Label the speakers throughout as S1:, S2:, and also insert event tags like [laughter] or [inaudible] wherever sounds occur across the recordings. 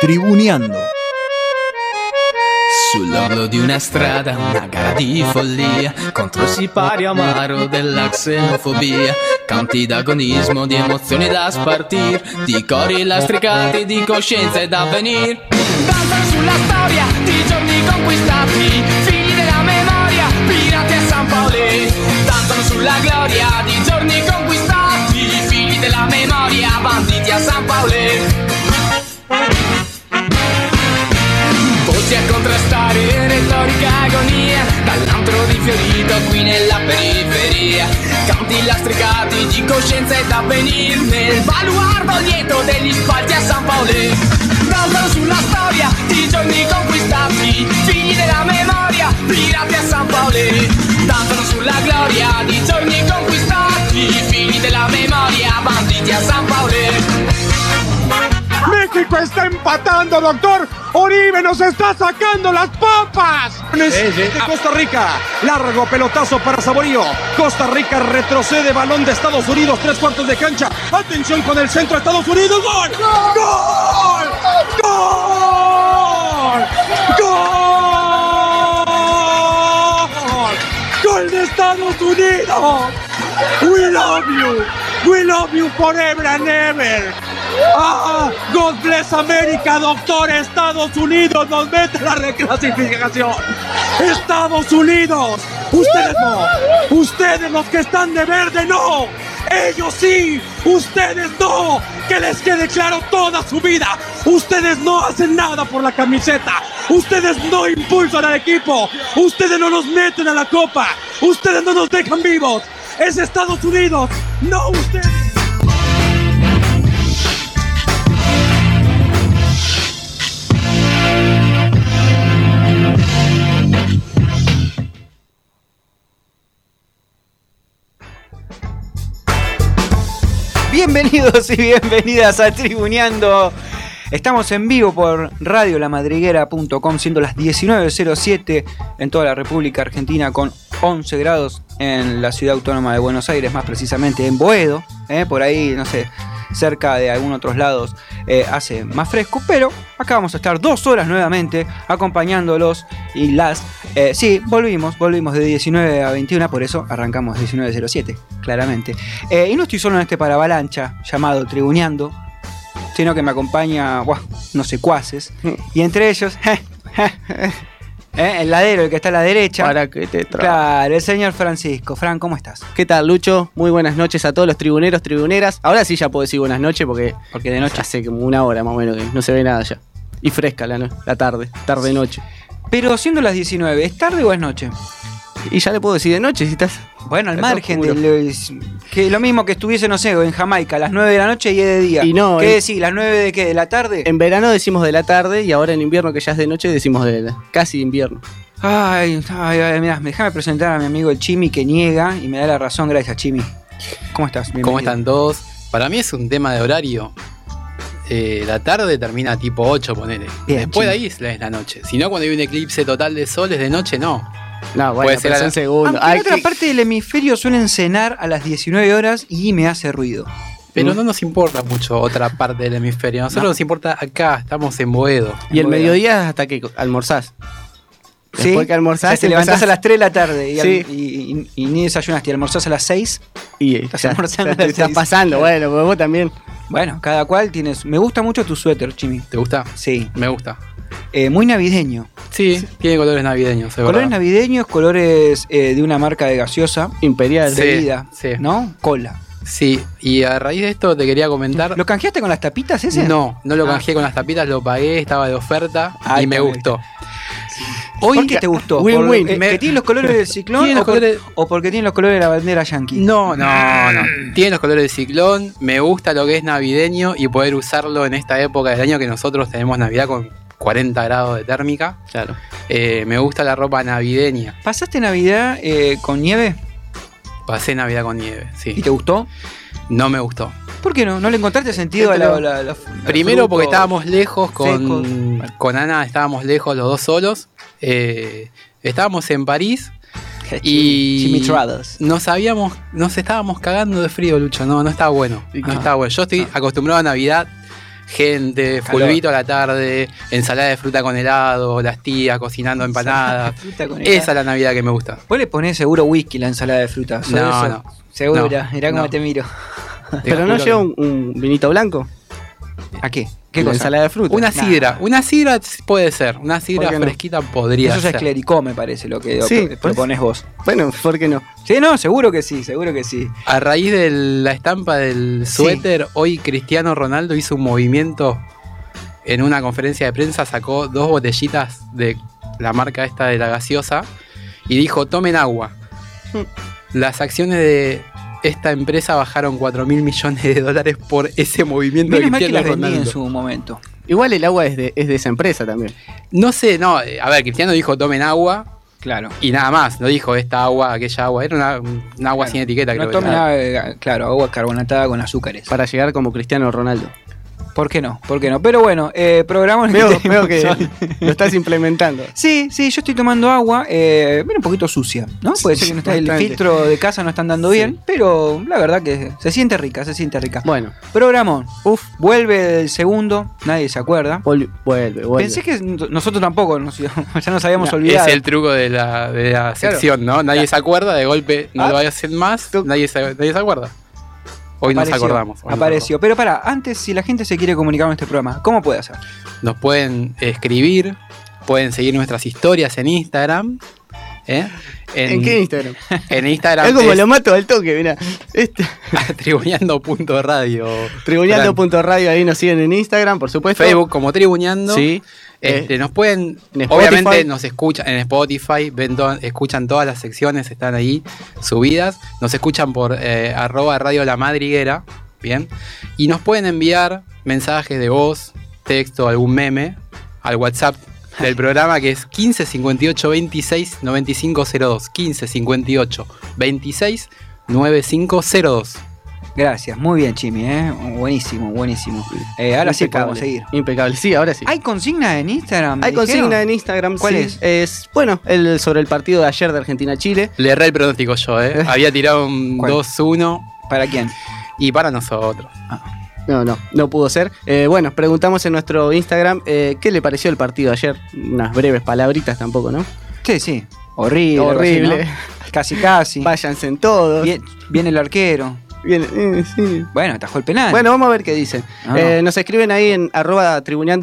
S1: Tribuneando.
S2: Sull'orlo di una strada, una gara di follia contro il sipario amaro della xenofobia. Canti d'agonismo, di emozioni da spartir, di cori lastricati, di coscienze da venir. Danza sulla storia di giorni conquistati, figli della memoria, pirati a San Paolo. Danzano sulla gloria di giorni conquistati, figli della memoria, banditi a San Paolo. Voci a contrastare retorica e agonia Dall'antro rifiorito qui nella periferia Canti lastricati di coscienza e d'avvenir Nel baluardo dietro degli spalti a San Paolo Danzano sulla storia di giorni conquistati Figli della memoria, pirati a San Paolo Danzano sulla gloria di giorni conquistati Figli della memoria, banditi a San Paolo
S3: México está empatando, doctor. Oribe nos está sacando las papas.
S4: De Costa Rica, largo pelotazo para Saborío. Costa Rica retrocede, balón de Estados Unidos, tres cuartos de cancha. Atención con el centro, Estados Unidos. ¡Gol! ¡Gol! ¡Gol! ¡Gol! ¡Gol de Estados Unidos! We love you! We love you forever and ever! ¡Ah! ¡God bless America, doctor! ¡Estados Unidos nos mete la reclasificación! ¡Estados Unidos! ¡Ustedes no! ¡Ustedes los que están de verde no! ¡Ellos sí! ¡Ustedes no! ¡Que les quede claro toda su vida! ¡Ustedes no hacen nada por la camiseta! ¡Ustedes no impulsan al equipo! ¡Ustedes no nos meten a la copa! ¡Ustedes no nos dejan vivos! ¡Es Estados Unidos! ¡No ustedes!
S1: Bienvenidos y bienvenidas a Tribuneando. Estamos en vivo por radiolamadriguera.com siendo las 19.07 en toda la República Argentina con 11 grados en la ciudad autónoma de Buenos Aires, más precisamente en Boedo, eh, por ahí, no sé, cerca de algunos otros lados eh, hace más fresco, pero acá vamos a estar dos horas nuevamente acompañándolos y las... eh, sí, volvimos, volvimos de 19 a 21, por eso arrancamos 19.07, claramente. Eh, y no estoy solo en este paravalancha llamado Tribuneando, sino que me acompaña, buah,
S5: [laughs]
S1: unos secuaces, y entre ellos... [laughs] eh, el ladero, el que está a la derecha.
S5: Para que te tra-
S1: Claro, el señor Francisco. Fran, ¿cómo estás?
S5: ¿Qué tal, Lucho? Muy buenas noches a todos los tribuneros, tribuneras. Ahora sí ya puedo decir buenas noches porque, porque de noche hace como una hora más o menos que no se ve nada ya. Y fresca la, no- la tarde, tarde-noche.
S1: Pero siendo las 19, ¿es tarde o es noche?
S5: Y ya le puedo decir de noche si estás.
S1: Bueno, al
S5: Está
S1: margen de
S5: oscuro.
S1: lo, que lo mismo que estuviese, no sé, en Jamaica a las 9 de la noche y es de día.
S5: Y no,
S1: ¿Qué
S5: eh.
S1: decís? ¿Las 9 de qué? ¿De la tarde?
S5: En verano decimos de la tarde y ahora en invierno que ya es de noche decimos de la- casi invierno.
S1: Ay, ay, ay, mirá, déjame presentar a mi amigo el Chimi que niega y me da la razón, gracias, Chimi. ¿Cómo estás? Bienvenido.
S6: ¿Cómo están todos? Para mí es un tema de horario. Eh, la tarde termina tipo 8, ponele.
S1: Bien,
S6: Después de
S1: chico.
S6: ahí es la, es la noche. Si no, cuando hay un eclipse total de sol, es de noche, no.
S5: No, bueno,
S6: Puede ser a la-
S5: pero
S6: Ah,
S5: son segundos.
S1: Aunque
S5: Ay,
S1: en otra
S5: qué-
S1: parte del hemisferio suelen cenar a las 19 horas y me hace ruido.
S6: Pero
S5: Mm.
S6: no nos importa mucho otra parte del hemisferio. A nosotros nos importa acá, estamos en Boedo.
S5: Y el
S1: Bueno.
S5: mediodía hasta que almorzás. Después
S1: ¿Sí?
S5: que almorzás,
S1: O sea, te
S5: empezás-
S1: levantás a las 3 de la tarde y, [laughs]
S5: Sí.
S1: y- y- y ni desayunaste y almorzás a las 6.
S5: Y
S1: Estás
S5: ya-
S1: almorzando
S5: ya te
S1: a las
S5: estás
S1: seis.
S5: pasando, bueno, pues porque vos también.
S1: Bueno, cada cual tienes. Me gusta mucho tu suéter, Chimi.
S6: ¿Te gusta?
S1: Sí.
S6: Me gusta.
S1: Eh, muy navideño.
S6: Sí, tiene colores navideños, es
S1: Colores
S6: verdad.
S1: navideños, colores eh, de una marca de gaseosa,
S5: Imperial.
S6: Sí,
S1: bebida,
S6: sí.
S1: ¿no? Cola.
S6: Sí, y a raíz de esto te quería comentar.
S1: ¿Lo canjeaste con las tapitas ese?
S6: No, no lo
S1: Ah.
S6: canjeé con las tapitas, lo pagué, estaba de oferta
S1: Ah,
S6: y me
S1: está bien.
S6: gustó.
S1: Hoy ¿Por qué te gustó? ¿Por,
S5: Win-win.
S1: eh,
S6: Me-
S1: ¿Que tiene los colores del
S6: [laughs]
S1: ciclón
S6: Tiene los
S1: o, por-
S6: colores-
S1: o porque tiene los colores de la bandera yankee?
S6: No, no, no. Tiene los colores de ciclón, me gusta lo que es navideño y poder usarlo en esta época del año que nosotros tenemos Navidad con 40 grados de térmica.
S5: Claro.
S6: Eh, me gusta la ropa navideña.
S1: ¿Pasaste Navidad eh, con nieve
S6: Pasé Navidad con nieve,
S1: y
S6: sí.
S1: te gustó?
S6: No me gustó.
S1: ¿Por qué no? ¿No le encontraste sentido a la, la- la- la
S6: Primero
S1: fruta
S6: porque
S1: o-
S6: estábamos lejos con,
S1: secos.
S6: con Ana, estábamos lejos los dos solos. Eh, estábamos en París y-
S1: Jimmy Travels.
S6: Nos habíamos, nos estábamos cagando de frío, Lucho. No, no estaba bueno. No
S1: Ah.
S6: estaba bueno. Yo estoy acostumbrado a Navidad gente,
S1: Calor.
S6: fulbito a la tarde, ensalada de fruta con helado, las tías cocinando empanadas.
S1: Fruta con helado.
S6: Esa es la Navidad que me gusta.
S1: Vos le ponés seguro whisky a la ensalada de frutas.
S6: No,
S1: eso?
S6: no.
S1: Seguro,
S6: No,
S1: mirá cómo
S6: no.
S1: te miro.
S6: Te
S5: Pero no
S6: juro
S5: lleva
S6: que-
S5: un, un vinito blanco.
S1: ¿A qué? ¿Qué
S5: La
S1: cosa?
S5: ensalada de fruta.
S6: Una sidra, una sidra puede ser, una sidra
S5: ¿Por qué no?
S6: fresquita podría
S1: Eso ya es
S6: ser.
S1: clericó, me parece, lo
S5: Sí,
S1: que
S5: pues.
S1: lo
S5: por eso.
S1: proponés vos.
S5: Bueno, ¿por qué no?
S1: Sí, no, seguro que sí, seguro que sí.
S6: A raíz de la estampa del
S1: Sí.
S6: suéter, hoy Cristiano Ronaldo hizo un movimiento en una conferencia de prensa, sacó dos botellitas de la marca esta de la gaseosa y dijo, tomen
S1: [laughs]
S6: agua. Las acciones de esta empresa bajaron 4 mil millones de dólares por ese movimiento de
S1: Menos mal que
S6: Cristiano
S1: la vendí en
S6: Ronaldo.
S1: su momento.
S5: Igual el agua es de, es de esa empresa también.
S6: No sé, no, eh, a ver, Cristiano dijo, tomen agua
S1: Claro.
S6: y nada más, no dijo esta agua, aquella agua, era una, un agua
S1: Claro.
S6: sin etiqueta. creo
S1: No
S6: que
S1: tome
S6: era.
S1: nada, de- claro, agua carbonatada con azúcares.
S5: Para llegar como Cristiano Ronaldo.
S1: ¿Por qué no? ¿Por qué no? Pero bueno, eh, programa
S5: Veo, veo que lo estás implementando.
S1: Sí, sí, yo estoy tomando agua, eh, mira, un poquito sucia, ¿no? Puede ser que no está, el
S5: bastante.
S1: filtro de casa no están dando bien, pero la verdad que se siente rica, se siente rica.
S5: Bueno,
S1: Programón, uf, vuelve el segundo, nadie se acuerda.
S5: vol- vuelve, vuelve.
S1: Pensé que n- nosotros tampoco, nos- [laughs] ya nos habíamos
S5: No,
S1: olvidado.
S6: Es el truco de la, de la sección, ¿no? Nadie se acuerda, de golpe no
S1: Ah.
S6: lo hacen más,
S5: Tú-
S6: nadie se, nadie se acuerda. Hoy nos
S1: Apareció,
S6: acordamos. hoy nos
S1: apareció. Pero pará, antes, si la gente se quiere comunicar con este programa, ¿cómo puede hacer?
S6: acordamos. Nos pueden escribir, pueden seguir nuestras historias en Instagram. ¿eh?
S5: ¿En, qué Instagram?
S6: [laughs] en Instagram
S5: Es como
S6: es [laughs]
S5: lo mato al toque, mira. Este,
S6: tribuneando.radio.
S5: tribuneando.radio, ahí nos siguen en Instagram, por supuesto.
S6: Facebook como Tribuneando.
S5: Sí.
S6: Este, nos pueden,
S5: en Spotify.
S6: obviamente nos escuchan en Spotify, ven to- escuchan todas las secciones, están ahí subidas, nos escuchan por eh, arroba radio la madriguera, bien, y nos pueden enviar mensajes de voz, texto, algún meme, al WhatsApp del programa que es 15 58 26 95 02, 15 58 26 9502.
S1: Gracias, muy bien, Chimi, ¿eh? buenísimo, buenísimo. Eh, ahora sí podemos seguir.
S5: Impecable, sí, ahora sí.
S1: ¿Hay consigna en Instagram? me
S5: Hay consigna
S1: dijeron?
S5: en Instagram.
S1: ¿Cuál
S5: sí.
S1: es?
S5: bueno, el sobre el partido de ayer de Argentina-Chile.
S6: Le erré el pronóstico yo,
S1: [laughs]
S6: ¿eh? Había tirado un
S1: ¿Cuál?
S6: 2-1
S1: ¿Para quién?
S6: y para nosotros.
S5: No, no, no pudo ser. Eh, bueno, preguntamos en nuestro Instagram eh, qué le pareció el partido ayer. Unas breves palabritas tampoco, ¿no?
S1: Sí, sí. Horrible.
S5: Horrible.
S1: algo así, ¿no? Casi, casi.
S5: Váyanse en todos.
S1: Bien- viene el arquero.
S5: Bien, eh, sí.
S1: Bueno, atajó el penal.
S5: Bueno, vamos a ver qué dicen.
S1: Ah, no.
S5: Eh, Nos escriben ahí en arroba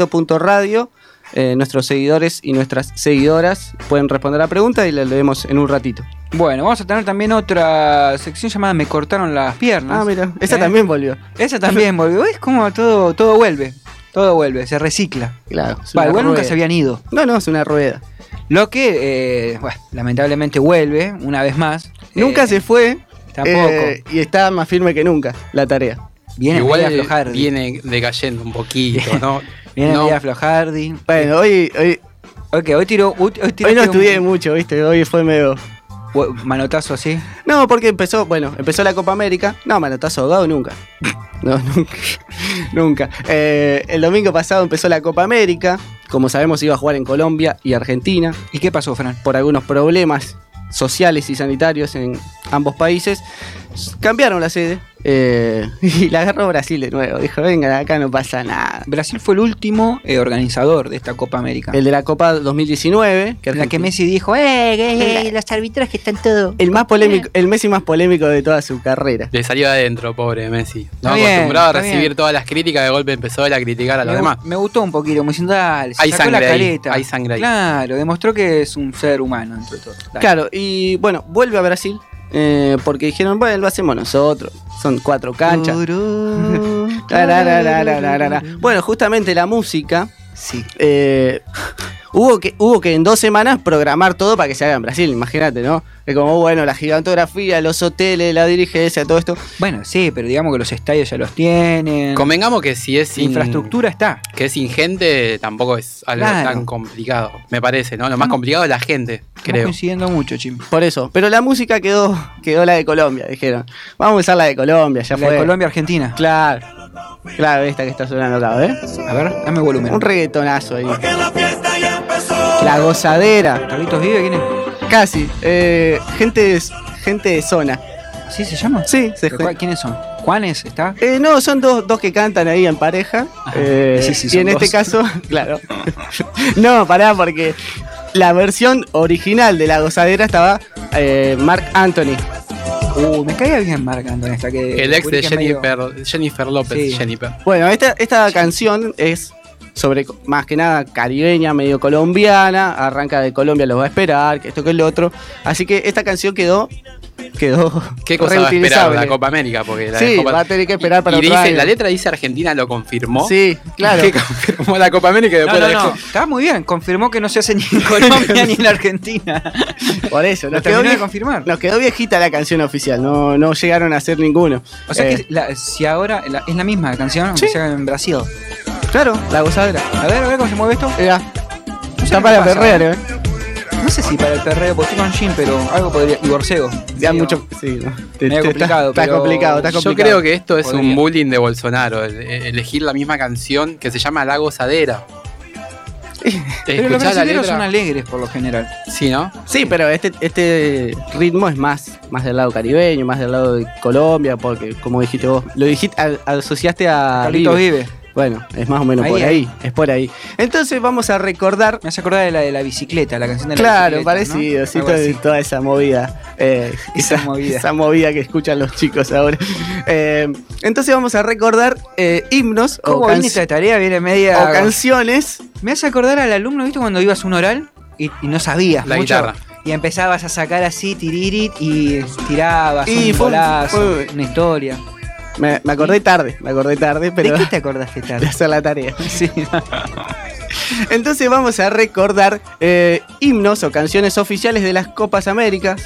S5: tribuneando.radio. eh, nuestros seguidores y nuestras seguidoras pueden responder la pregunta y la leemos en un ratito.
S1: Bueno, vamos a tener también otra sección llamada Me cortaron las piernas.
S5: Ah, mira, esa
S1: ¿Eh?
S5: también volvió.
S1: Esa también volvió. Es como todo, todo vuelve. Todo vuelve, se recicla.
S5: Claro. es
S1: Va,
S5: una
S1: igual nunca
S5: rueda.
S1: se habían ido.
S5: No, no, es una rueda.
S1: Lo que, eh, bueno, lamentablemente vuelve una vez más.
S5: nunca
S1: Eh,
S5: se fue.
S1: Tampoco.
S5: eh, y está más firme que nunca la tarea.
S1: Viene
S6: Igual
S1: medio aflojardi.
S6: viene decayendo un poquito, ¿no?
S1: Viene
S6: No,
S1: medio aflojardi.
S5: Bueno, hoy, hoy,
S1: Ok, hoy tiró. Hoy, tiró-
S5: hoy no
S1: tiró
S5: estudié
S1: un-
S5: mucho, ¿viste? Hoy fue medio.
S1: bu- Manotazo así.
S5: No, porque empezó, bueno, empezó la Copa América. No, manotazo ahogado nunca. No, nunca. nunca. Eh, el domingo pasado empezó la Copa América. Como sabemos, iba a jugar en Colombia y Argentina
S1: ¿Y qué pasó, Fran?
S5: por algunos problemas sociales y sanitarios en ambos países. Cambiaron la sede eh, [laughs] y la agarró Brasil de nuevo. Dijo, vengan, acá no pasa nada.
S1: Brasil fue el último eh, organizador de esta Copa América.
S5: El de la Copa 2019, que
S1: en la que
S5: Argentina-
S1: Messi dijo, ¡eh! eh, eh, los
S5: el más polémico, el Messi más polémico de toda su carrera.
S6: Le salió de adentro, pobre Messi. No
S1: Está bien,
S6: acostumbrado a
S1: está
S6: recibir
S1: bien.
S6: todas las críticas, de golpe empezó él a criticar a los
S1: me,
S6: demás.
S1: gu- me gustó un poquito, como diciendo, dale, se
S6: Hay
S1: sacó
S6: sangre
S1: la
S6: ahí,
S1: careta.
S6: hay sangre ahí.
S1: Claro, demostró que es un ser humano, entre todos. Dale.
S5: Claro, y bueno, vuelve a Brasil eh, porque dijeron, bueno, lo hacemos nosotros. Son cuatro canchas.
S1: Tururú,
S5: Tararararararara. Bueno, justamente la música.
S1: Sí.
S5: eh, hubo, que, hubo que en dos semanas programar todo para que se haga en Brasil, imagínate, ¿no? Es como, bueno, la gigantografía, los hoteles, la dirigencia, todo esto.
S1: Bueno, sí, pero digamos que los estadios ya los tienen.
S6: Convengamos que si es sin
S1: infraestructura está.
S6: que es sin gente, tampoco es algo
S1: Claro.
S6: tan complicado, me parece, ¿no? Lo más
S1: Estamos-
S6: complicado es la gente,
S1: Estamos
S6: creo.
S1: coincidiendo mucho, Chim.
S5: Por eso. Pero la música quedó, quedó la de Colombia, dijeron. Vamos a usar la de Colombia, ya
S1: La
S5: fue.
S1: de Colombia-Argentina.
S5: Claro. Claro, esta que está sonando acá, ¿eh?
S1: A ver, dame volumen.
S5: Un reggaetonazo ahí. La gozadera.
S1: ¿Carlitos vive? ¿Quién es?
S5: Casi. Eh, gente, de, gente de zona.
S1: ¿Sí se llama?
S5: Sí, se
S1: ¿Pero cuál- ¿Quiénes son? Juanes está.
S5: Eh, no, son dos, dos que cantan ahí en pareja. Eh,
S1: sí, sí,
S5: y en
S1: son
S5: este
S1: dos. [laughs]
S5: caso, claro. [laughs] no, pará, porque la versión original de la gozadera estaba eh, Mark Anthony.
S1: Uh, me caía bien Marc Anthony hasta que.
S6: El ex de
S1: descubrí que es medio-
S6: Jennifer, Jennifer López.
S1: Sí.
S6: Jennifer.
S5: Bueno, esta, esta canción es sobre co- más que nada caribeña, medio colombiana, arranca de Colombia, los va a esperar, que esto que el otro. Así que esta canción quedó quedó
S6: ¿Qué cosa va a esperar
S5: reutilizable.
S6: la Copa América? Porque la
S5: Sí,
S6: Copa-
S5: va a tener que esperar para
S6: y
S5: otro
S6: dice,
S5: año.
S6: La letra dice Argentina lo confirmó.
S5: Sí,
S6: [laughs]
S5: claro. [laughs]
S6: Que confirmó la Copa América y
S1: No,
S6: después
S1: no,
S6: la
S1: no.
S6: dejó-
S1: Está muy bien. Confirmó que no se hace ni
S5: [laughs]
S1: en Colombia ni en la Argentina.
S5: Por eso,
S1: Lo
S5: nos quedó,
S1: terminó de
S5: vie-
S1: confirmar.
S5: nos quedó viejita la canción oficial, no, no llegaron a hacer ninguno.
S1: O sea
S5: Eh,
S1: que la- si ahora la- es la misma canción, aunque
S5: Sí.
S1: sea en Brasil.
S5: Claro, la gozadera.
S1: A ver, a ver cómo se mueve esto.
S5: Era,
S1: No sé
S5: está
S1: qué
S5: para
S1: pasa.
S5: perrear, eh.
S1: No sé si para el perreo, porque estoy con Jim, pero algo podría. Y Borcego.
S5: Ya
S1: Sí,
S5: mucho. Sí, no. Te-
S1: Medio
S5: te-
S1: complicado,
S5: Está,
S1: pero-
S5: está complicado, está
S6: Yo
S5: complicado.
S6: creo que esto es
S1: Podría.
S6: un bullying de Bolsonaro, el- el- elegir la misma canción que se llama La Gozadera. [laughs]
S1: Pero
S6: ¿Escuchás
S1: los
S6: la
S1: brasileños
S6: letra?
S1: son alegres por lo general.
S6: Sí, ¿no?
S5: Sí, pero este, este ritmo es más, más del lado caribeño, más del lado de Colombia, porque como dijiste vos, lo dijiste, a- asociaste a
S1: Carlitos
S5: Vive.
S1: vive.
S5: Bueno, es más o menos
S1: Ahí,
S5: por
S1: ahí.
S5: ahí, es por ahí. Entonces vamos a recordar,
S1: Me hace acordar de la de la bicicleta, la canción de la
S5: claro,
S1: bicicleta.
S5: parecido, sí,
S1: Algo
S5: toda,
S1: así.
S5: toda esa movida, eh,
S1: Esa
S5: esa,
S1: movida.
S5: movida, esa movida que escuchan los chicos ahora. Eh, entonces vamos a recordar eh, himnos o,
S1: ¿Cómo viene
S5: canc-
S1: esta tarea? Viene
S5: o
S1: media.
S5: canciones.
S1: Me hace acordar al alumno, ¿viste? Cuando ibas a un oral y, y no sabías
S6: La
S1: mucho.
S6: guitarra.
S1: Y empezabas a sacar así, tiririt, y tirabas
S5: Y
S1: un
S5: fue un-
S1: golazo,
S5: fue-
S1: una historia.
S5: Me, me acordé tarde, me acordé tarde, pero
S1: ¿De qué te
S5: [laughs]
S1: acordaste
S5: de
S1: tarde?
S5: hacer la tarea.
S1: [laughs] sí.
S5: [laughs] Entonces vamos a recordar eh, himnos o canciones oficiales de las Copas Américas.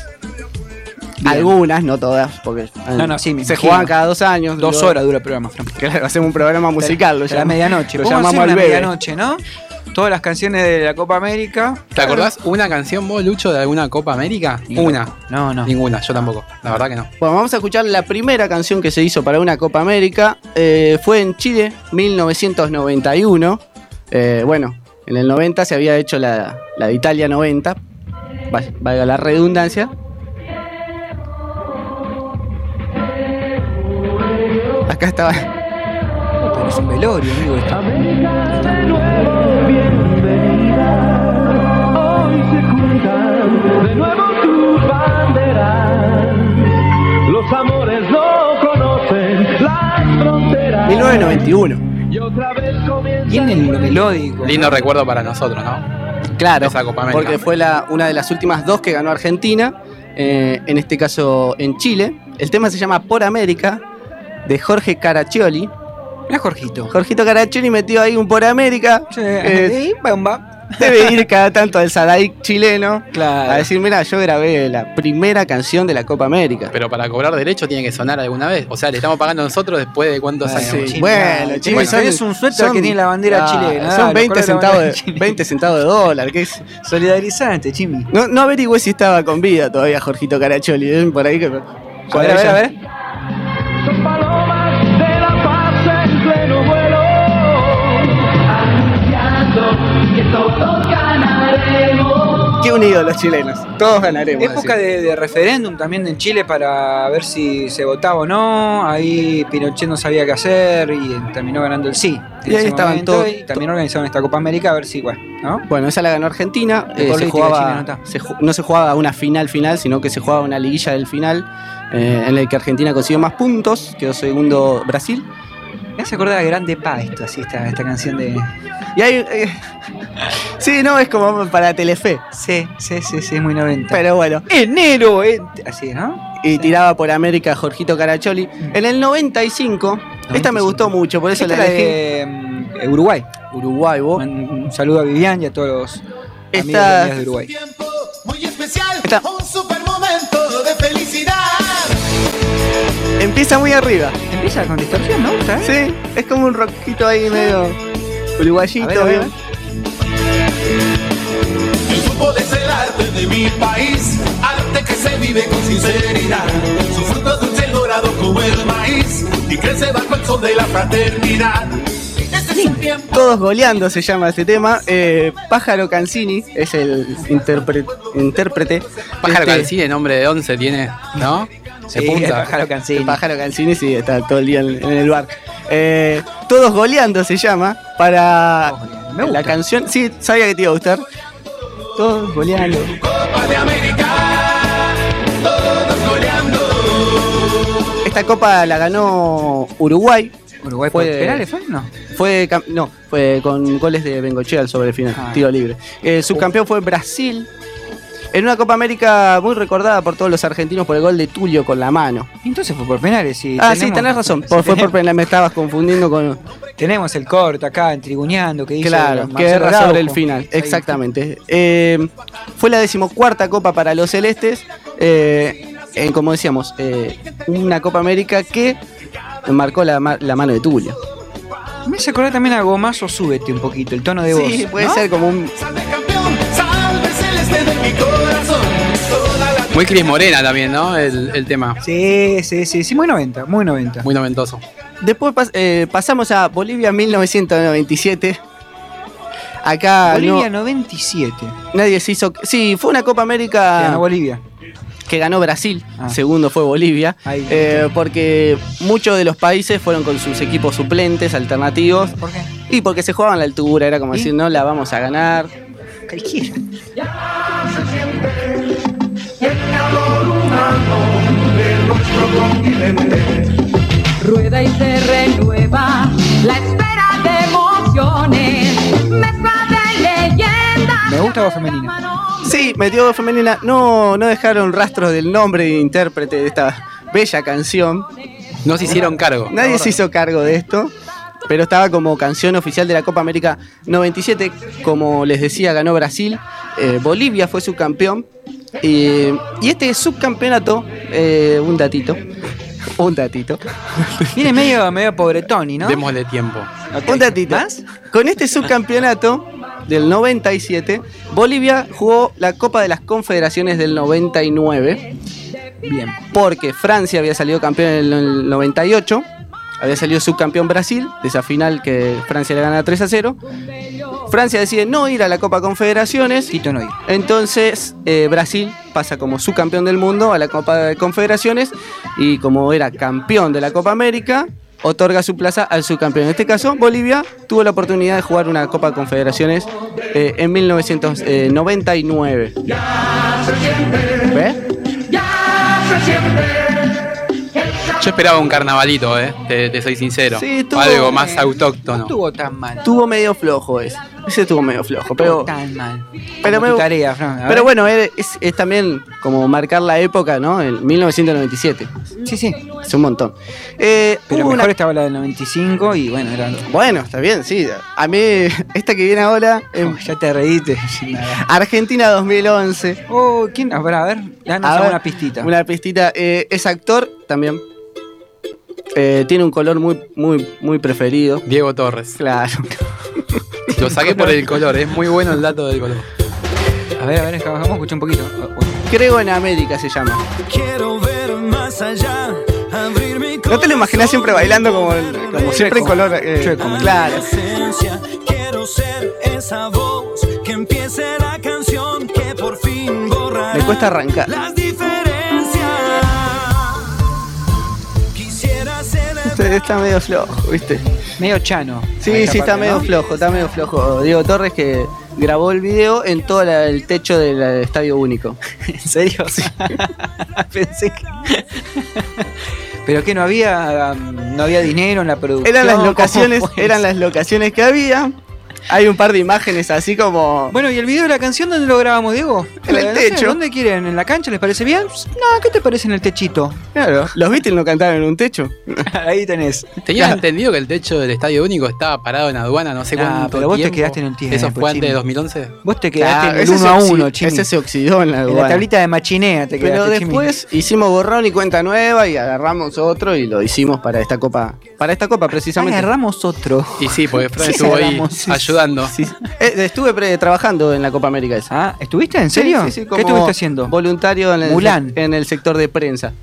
S1: Bien.
S5: Algunas, no todas, porque eh,
S1: Ah, No, no, sí, me
S5: se
S1: imagino.
S5: juegan cada dos años.
S1: Dos
S5: Luego-
S1: horas dura el programa, Fran.
S5: Claro, hacemos un programa musical. lo
S1: A la
S5: llamamos.
S1: medianoche.
S5: Lo
S1: Podemos
S5: llamamos
S1: hacer
S5: al
S1: una
S5: bebé.
S1: medianoche, ¿no? Todas las canciones de la Copa América.
S6: ¿Te acordás una canción vos, Lucho, de alguna Copa América? Una.
S1: No, no.
S6: Ninguna, yo tampoco. La verdad que no.
S5: Bueno, vamos a escuchar la primera canción que se hizo para una Copa América. eh, fue en Chile, 1991. Eh, bueno, en el 90 se había hecho la, la de Italia 90. va- Valga la redundancia. Acá estaba. [laughs]
S1: Pero es un velorio, amigo. Esto.
S4: de nuevo tus banderas. Los amores no conocen las fronteras.
S5: 1991.
S4: Y otra vez comienza
S1: Tiene lo melódico.
S6: Lindo recuerdo para nosotros, ¿no?
S5: Claro,
S6: Esa Copa América.
S5: porque fue la, una de las últimas dos que ganó Argentina. eh, en este caso en Chile. El tema se llama Por América, de Jorge Caraccioli.
S1: Mirá, Jorgito.
S5: Jorgito Caraccioli metió ahí un por América.
S1: Sí, [laughs]
S5: Eh,
S1: ahí, bomba.
S5: debe ir cada tanto al Sadaic chileno a
S1: Claro.
S5: decir, mira, yo grabé la primera canción de la Copa América.
S6: Pero para cobrar derecho tiene que sonar alguna vez. O sea, le estamos pagando nosotros después de cuántos
S5: Ah,
S6: años.
S5: sí.
S1: Chile,
S5: Bueno,
S1: dale,
S5: Chile,
S1: bueno,
S5: son-
S1: es un suéter que tiene la bandera chilena, dale,
S5: Son
S1: los
S5: 20
S1: colores de la
S5: centavos,
S1: bandera
S5: de,
S1: chilena.
S5: 20 centavos de dólar. que es-
S1: Solidarizante, Chimi.
S5: No, no averigüé si estaba con vida todavía Jorgito Caraccioli. ¿eh? Por ahí que.
S1: A ver, a ver, a ver.
S4: son palomas de la paz en pleno vuelo. Anunciando que todos ganaremos.
S5: Qué unidos los chilenos. Todos ganaremos.
S1: Época
S5: así.
S1: de, de referéndum también en Chile para ver si se votaba o no. Ahí Pinochet no sabía qué hacer y terminó ganando el sí. en
S5: Y ahí
S1: ese
S5: estaban
S1: momento,
S5: todos-
S1: Y también organizaron esta Copa América a ver si, bueno, ¿no?
S5: Bueno, esa la ganó Argentina.
S1: De
S5: eh, se
S1: política
S5: jugaba,
S1: chilena, está.
S5: se ju- no se jugaba una final final, sino que se jugaba una liguilla del final eh, en la que Argentina consiguió más puntos. Quedó segundo Brasil.
S1: Me hace acordar a Grande Pa esto, así, esta, esta canción de.
S5: Y hay. eh, [laughs] sí, no, es como para Telefe.
S1: Sí, sí, sí, sí, es muy 90.
S5: Pero bueno.
S1: enero, eh, así, ¿no?
S5: Y tiraba por América Jorgito Caracholi. En el 95, esta me
S1: 95.
S5: gustó mucho, por eso
S1: Esta
S5: la
S1: es la
S5: elegí.
S1: de mm, eh, Uruguay.
S5: Uruguay, vos.
S1: Un, un saludo a Vivian y a todos los amigos y
S5: Esta-
S1: amigas de Uruguay.
S7: tiempo muy especial,
S5: Está.
S7: un super momento de felicidad.
S5: Empieza muy arriba.
S1: Empieza con distorsión, ¿no? gusta, eh?
S5: Sí, es como un roquito ahí medio uruguayito.
S1: A ver, a ver, a
S5: ¿vio?
S7: El fútbol es el arte de mi país, arte que se vive con sinceridad. Su fruto es dulce y dorado como el maíz y crece bajo el sol de la fraternidad. Este es un tiempo.
S5: Todos goleando se llama este tema. Eh, Pájaro Cancini es el interpre- intérprete.
S6: Pájaro
S5: Este,
S6: Calcini, nombre de 11 tiene, ¿no? Se
S1: Sí,
S6: punta.
S1: el pájaro Cancini.
S5: El pájaro Cancini, sí, está todo el día en, en el bar. Eh, Todos goleando se llama. Para
S1: Todos Goleando, me gusta.
S5: la canción. Sí, sabía que te iba a gustar. Todos goleando.
S7: Copa de América, todos goleando.
S5: Esta copa la ganó Uruguay.
S1: Uruguay
S5: Fue
S1: fue
S5: de-
S1: penales, ¿fue? No.
S5: Fue cam- no, fue con goles de Bengochea al sobre el final,
S1: Ah.
S5: tiro libre. El subcampeón fue Brasil. En una Copa América muy recordada por todos los argentinos por el gol de Tulio con la mano.
S1: Y Entonces fue por penales. Y
S5: ah, sí,
S1: tenemos-
S5: tenés
S1: [laughs]
S5: razón. por- fue por penal, me estabas confundiendo con.
S1: Tenemos el corte acá en Tribuneando que dice.
S5: Claro, que
S1: Marcelo
S5: erra sobre
S1: Araujo.
S5: el final.
S1: Ahí.
S5: Exactamente. Eh, fue la decimocuarta Copa para los celestes. eh, en, como decíamos, eh, una Copa América que marcó la, ma- la mano de Tulio.
S1: Me hace acordar también a Gomazo, súbete un poquito, el tono de voz.
S5: Sí, puede
S1: ¿no?
S5: ser como un.
S7: Salve campeón, salve celeste este de mi corazón. Toda la
S6: Muy Cris Morena también, ¿no? El, el tema.
S1: Sí, sí, sí, sí, muy 90, muy 90.
S6: Muy noventoso.
S5: Después pas- eh, pasamos a Bolivia 1997. Acá
S1: Bolivia
S5: Ah, no-
S1: 97.
S5: nadie se hizo. Sí, fue una Copa
S1: Que
S5: América
S1: ganó Bolivia.
S5: que ganó Brasil.
S1: Ah.
S5: Segundo fue Bolivia.
S1: Ahí.
S5: eh, porque muchos de los países fueron con sus equipos suplentes, alternativos.
S1: ¿Por qué?
S5: Y porque se jugaban la altura, era como
S1: ¿Y?
S5: decir, no la vamos a ganar.
S1: Cualquiera.
S8: Rueda y se renueva la espera de emociones, mezcla de leyendas.
S1: Me gusta voz femenina.
S5: Sí, metió dos femenina. No, no dejaron rastros del nombre de intérprete de esta bella canción.
S6: No se hicieron cargo.
S5: Nadie se hizo cargo de esto, pero estaba como canción oficial de la Copa América 97. Como les decía, ganó Brasil, eh, Bolivia fue subcampeón. eh, y este subcampeonato, eh, un datito, [laughs] un datito,
S1: Viene medio, medio pobretoni, ¿no?
S6: Démosle tiempo.
S1: Ok.
S5: un datito.
S1: ¿Más?
S5: Con este subcampeonato del 97, Bolivia jugó la Copa de las Confederaciones del 99.
S1: Bien.
S5: porque Francia había salido campeón en el 98, había salido subcampeón Brasil, de esa final que Francia le gana 3 a 0. Francia decide no ir a la Copa Confederaciones,
S1: Tito Noy.
S5: entonces eh, Brasil pasa como subcampeón del mundo a la Copa de Confederaciones y como era campeón de la Copa América, otorga su plaza al subcampeón. En este caso, Bolivia tuvo la oportunidad de jugar una Copa Confederaciones eh, en eh, 1999.
S1: ¿Eh?
S5: ¿Ves?
S6: Yo esperaba un carnavalito, ¿eh? Te, te soy sincero.
S5: Sí, estuvo-
S6: Algo más autóctono.
S1: Estuvo tan mal.
S5: Estuvo medio flojo ese. Ese estuvo medio flojo, pero,
S1: tan mal.
S5: pero
S1: Como tu
S5: me-
S1: tarea, Fran. A
S5: pero
S1: ver.
S5: bueno, es, es- es también como marcar la época, ¿no? El 1997.
S1: Sí, sí.
S5: Es un montón. Eh,
S1: Pero
S5: hubo
S1: mejor
S5: una-
S1: estaba la del 95 y bueno, era.
S5: Bueno, está bien, sí. A mí, [laughs] esta que viene ahora, eh,
S1: Oh, ya te reíste. [laughs] Nada.
S5: Argentina 2011.
S1: Oh, ¿quién? A ver, a ver, danos
S5: A ver,
S1: una pistita.
S5: Una pistita. Eh, es actor también. Eh, tiene un color muy, muy, muy preferido.
S6: Diego Torres.
S5: Claro. [laughs]
S6: Lo saqué por el color. Es muy bueno el dato del color.
S1: A ver, a ver, vamos a escuchar un poquito. Oh, oh.
S5: Creo en América se llama.
S2: Quiero ver más allá, abrir mi
S5: ¿No te lo imaginas siempre bailando como, como siempre en color? eh,
S1: Chueco.
S5: Claro.
S2: esencia. Quiero ser esa voz que empiece la canción que por fin borra
S5: Me cuesta arrancar.
S2: las diferencias. Quisiera celebrar.
S5: Este Está medio flojo, ¿viste?
S1: Medio chano.
S5: Sí,
S1: Esta
S5: sí, está
S1: parte,
S5: medio
S1: ¿no?
S5: flojo, está medio flojo. Diego Torres que grabó el video en todo la- el techo del eh, Estadio Único.
S1: [laughs] ¿En serio? [laughs] Pensé que. Pero que no había um, no había dinero en la producción.
S5: Eran las
S1: ¿Cómo
S5: locaciones,
S1: fue
S5: eran
S1: eso?
S5: las locaciones que había. Hay un par de imágenes así como
S1: Bueno, ¿y el video de la canción dónde lo grabamos, Diego? Eh,
S5: En el
S1: No sé,
S5: techo.
S1: ¿Dónde quieren? ¿En la cancha? ¿Les parece bien? No, ¿qué te parece en el techito?
S5: claro, los Beatles no cantaron en un techo.
S1: [laughs] Ahí tenés.
S6: Tenías entendido que el techo del Estadio Único estaba parado en aduana, no sé
S1: Ah,
S6: cuánto
S1: pero vos te
S6: tiempo.
S1: quedaste en el tiempo,
S6: ¿Eso fue antes
S1: Chimi.
S6: de 2011?
S1: Vos te quedaste
S5: Claro,
S1: en el
S5: ese
S1: 1
S5: se
S1: a
S5: oxi-
S1: 1, Chimi.
S5: Ese se oxidó en la,
S1: En la
S5: aduana.
S1: tablita de machinea te
S5: Pero
S1: quedaste, Chimi.
S5: después hicimos borrón y cuenta nueva y agarramos otro y lo hicimos para esta copa, para esta copa precisamente.
S1: agarramos otro.
S6: Y sí, porque Fran
S1: [laughs] Sí,
S6: estuvo ahí
S1: ganamos, sí,
S6: ayudando.
S5: Sí. Eh, estuve pre- trabajando en la Copa América esa.
S1: Ah, ¿estuviste? ¿En serio?
S5: Sí, sí, sí,
S1: ¿Qué
S5: como
S1: estuviste haciendo?
S5: Voluntario en el,
S1: Mulán.
S5: en el sector de prensa.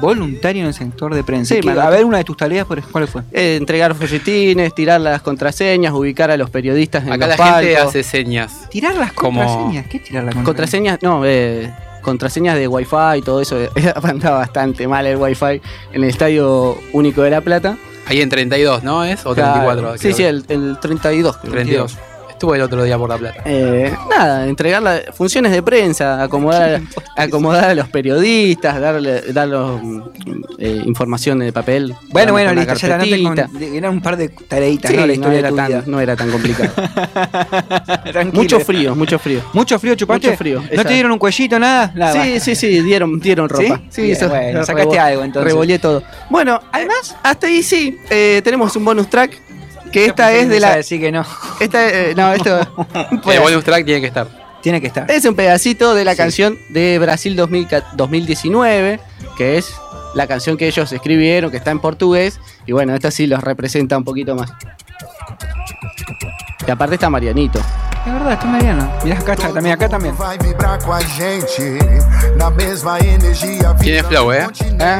S1: Voluntario en el sector de prensa.
S5: Sí,
S1: ¿Qué-
S5: Maratón.
S1: a ver, una de tus tareas, por- ¿cuál fue?
S5: Eh, entregar folletines, tirar las contraseñas, ubicar a los periodistas en
S6: Acá
S5: los
S6: la gente
S5: palcos.
S6: hace señas.
S1: Tirar las
S6: Como-
S1: contraseñas. ¿Qué es tirar las contraseñas?
S5: Contraseñas, no, eh, contraseñas de Wi-Fi y todo eso. [laughs] Andaba bastante mal el Wi-Fi en el Estadio Único de La Plata.
S6: Ahí en 32, ¿no es? O
S5: Claro.
S6: 34.
S5: Sí,
S6: creo.
S5: sí, el, el 32. creo.
S6: 32. Estuve el otro día por La Plata.
S5: Eh, nada, entregar las funciones de prensa,
S1: [laughs]
S5: acomodar, acomodar a los periodistas, darle, dar los, mm, eh, información de papel. darnos
S1: Bueno, bueno,
S5: una
S1: listo, ya la anoté con-
S5: carpetita.
S1: de- eran un par de tareitas,
S5: Sí,
S1: ¿no?
S5: no,
S1: La historia
S5: era
S1: de tu
S5: tan, no era tan complicado.
S1: vida. [laughs] Tranquilo.
S5: mucho frío, mucho frío.
S1: ¿Mucho frío chupaste?
S5: Mucho frío,
S1: ¿No
S5: esa.
S1: te dieron un cuellito, nada? Nada,
S5: Sí, sí, sí, dieron, dieron ropa.
S1: ¿Sí? Bien, bueno, sacaste algo, entonces.
S5: Revolé todo. Bueno,
S1: Eh,
S5: además, hasta ahí sí, eh, tenemos un bonus track. Que esta es de la.
S1: Así que no.
S5: Esta, eh, no, esto.
S1: [laughs]
S5: [laughs]
S6: el bonus Eh, track tiene que estar.
S1: Tiene que estar.
S5: Es un pedacito de la canción de Brasil 2000 ca- 2019, que es la canción que ellos escribieron, que está en portugués, y bueno, esta sí los representa un poquito más. Y aparte está Marianito.
S1: Es verdad, está Mariano. Mirá, acá está, también, acá también.
S9: Vai vibrar com a gente na mesma energia.
S6: Tiene flow, ¿eh?
S5: ¿eh?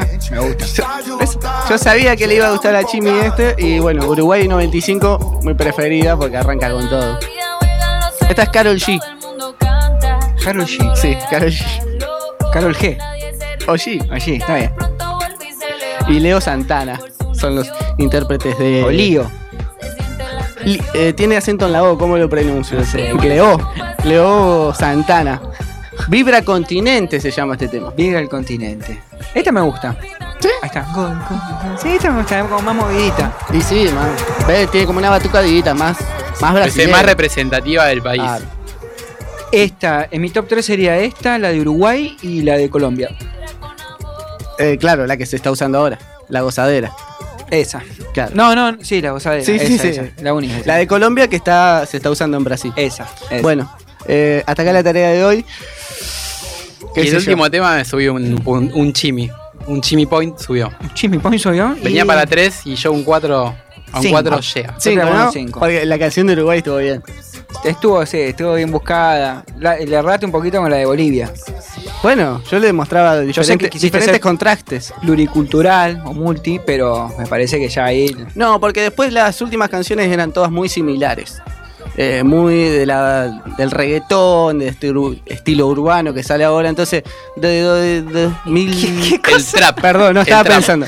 S5: ¿Ves? Yo sabía que le iba a gustar a Chimi este, y bueno, Uruguay 95, muy preferida porque arranca con todo. Esta es Carol G.
S1: Carol G.
S5: Sí, Carol G. Oh,
S1: Carol G.
S5: O G.
S1: Allí, está bien.
S5: Y Leo Santana son los intérpretes de.
S1: O Lío.
S5: Li- eh, tiene acento en la O, ¿cómo lo pronuncio? Leo. Leo Santana. Vibra Continente se llama este tema.
S1: Viga el continente. Esta me gusta.
S5: ¿Sí?
S1: Ahí está. Gol, gol, gol. Sí, esta me gusta, como más movidita.
S5: Y sí, man. Ve, Tiene como una batucadita más, más
S1: Este,
S6: Es
S5: brasileña.
S6: más representativa del país.
S5: Claro.
S1: Esta, en mi top 3 sería esta, la de Uruguay y la de Colombia.
S5: Eh, claro, la que se está usando ahora. La gozadera.
S1: Esa.
S5: Claro.
S1: No, no, sí, la gozadera.
S5: Sí,
S1: esa,
S5: sí, sí.
S1: esa, La única. esa.
S5: La de Colombia que está, se está usando en Brasil.
S1: Esa. esa.
S5: Bueno, eh, hasta acá la tarea de hoy. ¿Qué
S6: Y
S5: sé
S6: el
S5: yo?
S6: último tema me subió un, un, un chimi. Un chimi point subió.
S1: Jimmy Point soy yo. y-
S6: Venía para 3 y yo un 4. A un
S1: Cinco. Ah,
S6: 4 llega.
S5: Cinco,
S1: Otra,
S5: ¿no?
S1: bueno, cinco.
S5: Porque la canción de Uruguay estuvo bien.
S1: Estuvo, sí, estuvo bien buscada. La- le errate un poquito con la de Bolivia.
S5: Bueno, yo le mostraba
S1: sé que
S5: diferentes,
S1: quisiste
S5: diferentes
S1: ser-
S5: contrastes.
S1: Pluricultural o multi, pero me parece que ya ahí.
S5: No, porque después las últimas canciones eran todas muy similares. Eh, muy de la, del reggaetón, de este ur- estilo urbano que sale ahora. Entonces, de, de- de- mil-
S6: El trap.
S5: Perdón, no
S6: El
S5: estaba
S6: trap.
S5: pensando.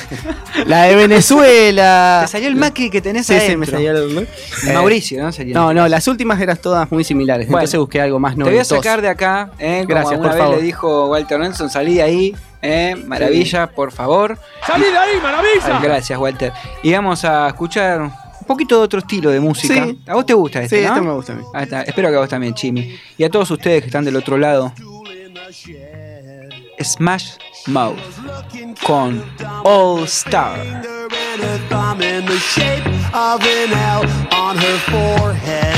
S5: La de Venezuela.
S1: [laughs] Te salió el maqui que tenés
S5: Sí,
S1: ahí.
S5: sí, me salió el- Eh,
S1: Mauricio, ¿no? Salió.
S5: No, no, las últimas eran todas muy similares.
S1: Bueno,
S5: entonces busqué algo más
S1: Te voy a
S5: novedoso.
S1: sacar de acá, ¿eh? como
S5: Gracias,
S1: alguna
S5: por
S1: vez
S5: favor.
S1: le dijo Walter Nelson, salí de ahí, ¿eh? maravilla, por favor.
S10: ¡Salí de ahí,
S1: Ay,
S10: maravilla!
S1: gracias, Walter. Y vamos a escuchar un poquito de otro estilo de música.
S5: Sí.
S1: ¿A vos te gusta este,
S5: Sí,
S1: no?
S5: esto me gusta a mí.
S1: Ahí está. Espero que a vos también, Chimi. Y a todos ustedes que están del otro lado. Smash Mouth con All Star.
S7: and a thumb in the shape of an L on her forehead.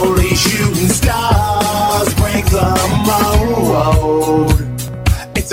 S7: Only shooting stars break the mold. It's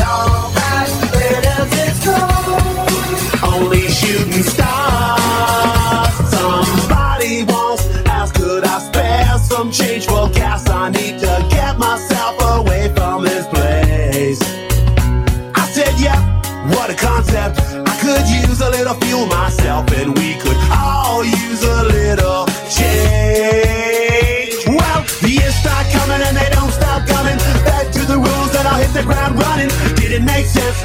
S7: all that glitters is gold. Only shooting stars. Somebody
S11: the ground running. Didn't make sense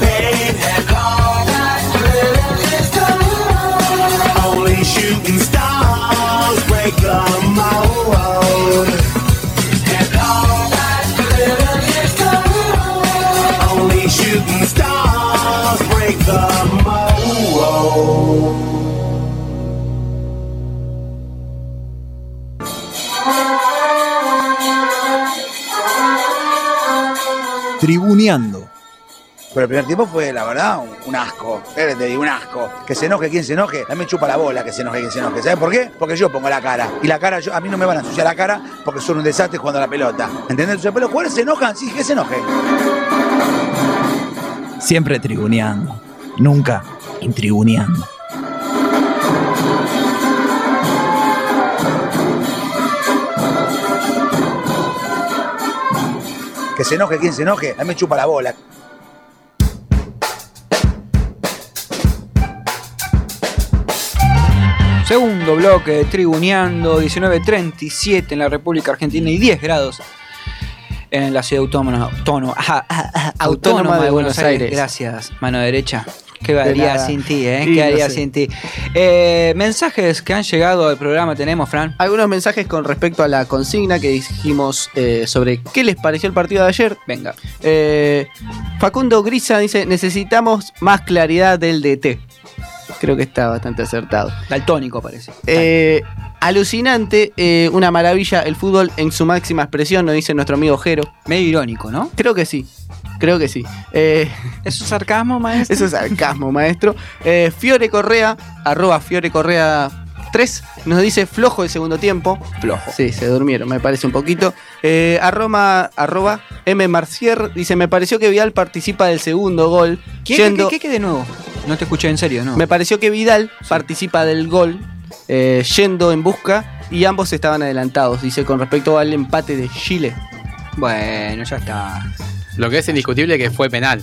S11: paid, and all that glitters is gold. Only shooting stars break the mold. And all that glitters is gold. Only shooting stars break the mold.
S12: tribuneando. Pero el primer tiempo fue, la verdad, un- un asco. Eh, Te digo, un asco. Que se enoje quien se enoje. A mí me chupa la bola que se enoje quien se enoje. ¿Sabes por qué? Porque yo pongo la cara. Y la cara, yo- a mí no me van a ensuciar la cara porque son un desastre jugando a la pelota. ¿Entendés? Entonces, pero los jugadores se enojan. Sí, que se enoje.
S13: Siempre tribuneando. Nunca intribuneando.
S12: Que se enoje quien se enoje. A mí me chupa la bola.
S1: Segundo bloque de Tribuneando, 19.37 en la República Argentina y 10 grados en la ciudad autónoma, autónoma, ajá, ajá, ajá,
S5: Autónoma
S1: autónoma
S5: de
S1: de
S5: Buenos
S1: Buenos Aires.
S5: Aires.
S1: Gracias, mano derecha. ¿Qué
S5: De
S1: haría
S5: nada.
S1: sin ti, eh?
S5: Sí,
S1: ¿Qué haría
S5: lo sé.
S1: sin ti? Eh, mensajes que han llegado al programa tenemos, Fran.
S5: Algunos mensajes con respecto a la consigna que dijimos eh, sobre qué les pareció el partido de ayer.
S1: Venga.
S5: Eh, Facundo Grisa dice: Necesitamos más claridad del DT. Creo que está bastante acertado.
S1: Daltónico parece.
S5: Eh, alucinante, eh, una maravilla el fútbol en su máxima expresión, nos dice nuestro amigo Jero.
S1: Medio irónico, ¿no?
S5: Creo que sí, creo que sí.
S1: ¿Eso es sarcasmo, maestro?
S5: Eso es sarcasmo, maestro. Eh, Fiore Correa, arroba Fiore Correa 3, nos dice flojo el segundo tiempo.
S1: Flojo.
S5: Sí, se durmieron, me parece un poquito. Eh, arroba, arroba M. Marcier dice, me pareció que Vidal participa del segundo gol.
S1: ¿Qué,
S5: yendo-
S1: qué, qué, qué de nuevo? No te escuché en serio, ¿no?
S5: me pareció que Vidal participa del gol eh, yendo en busca y ambos estaban adelantados, dice, con respecto al empate de Chile.
S1: Bueno, ya está.
S6: Lo que es indiscutible que fue penal.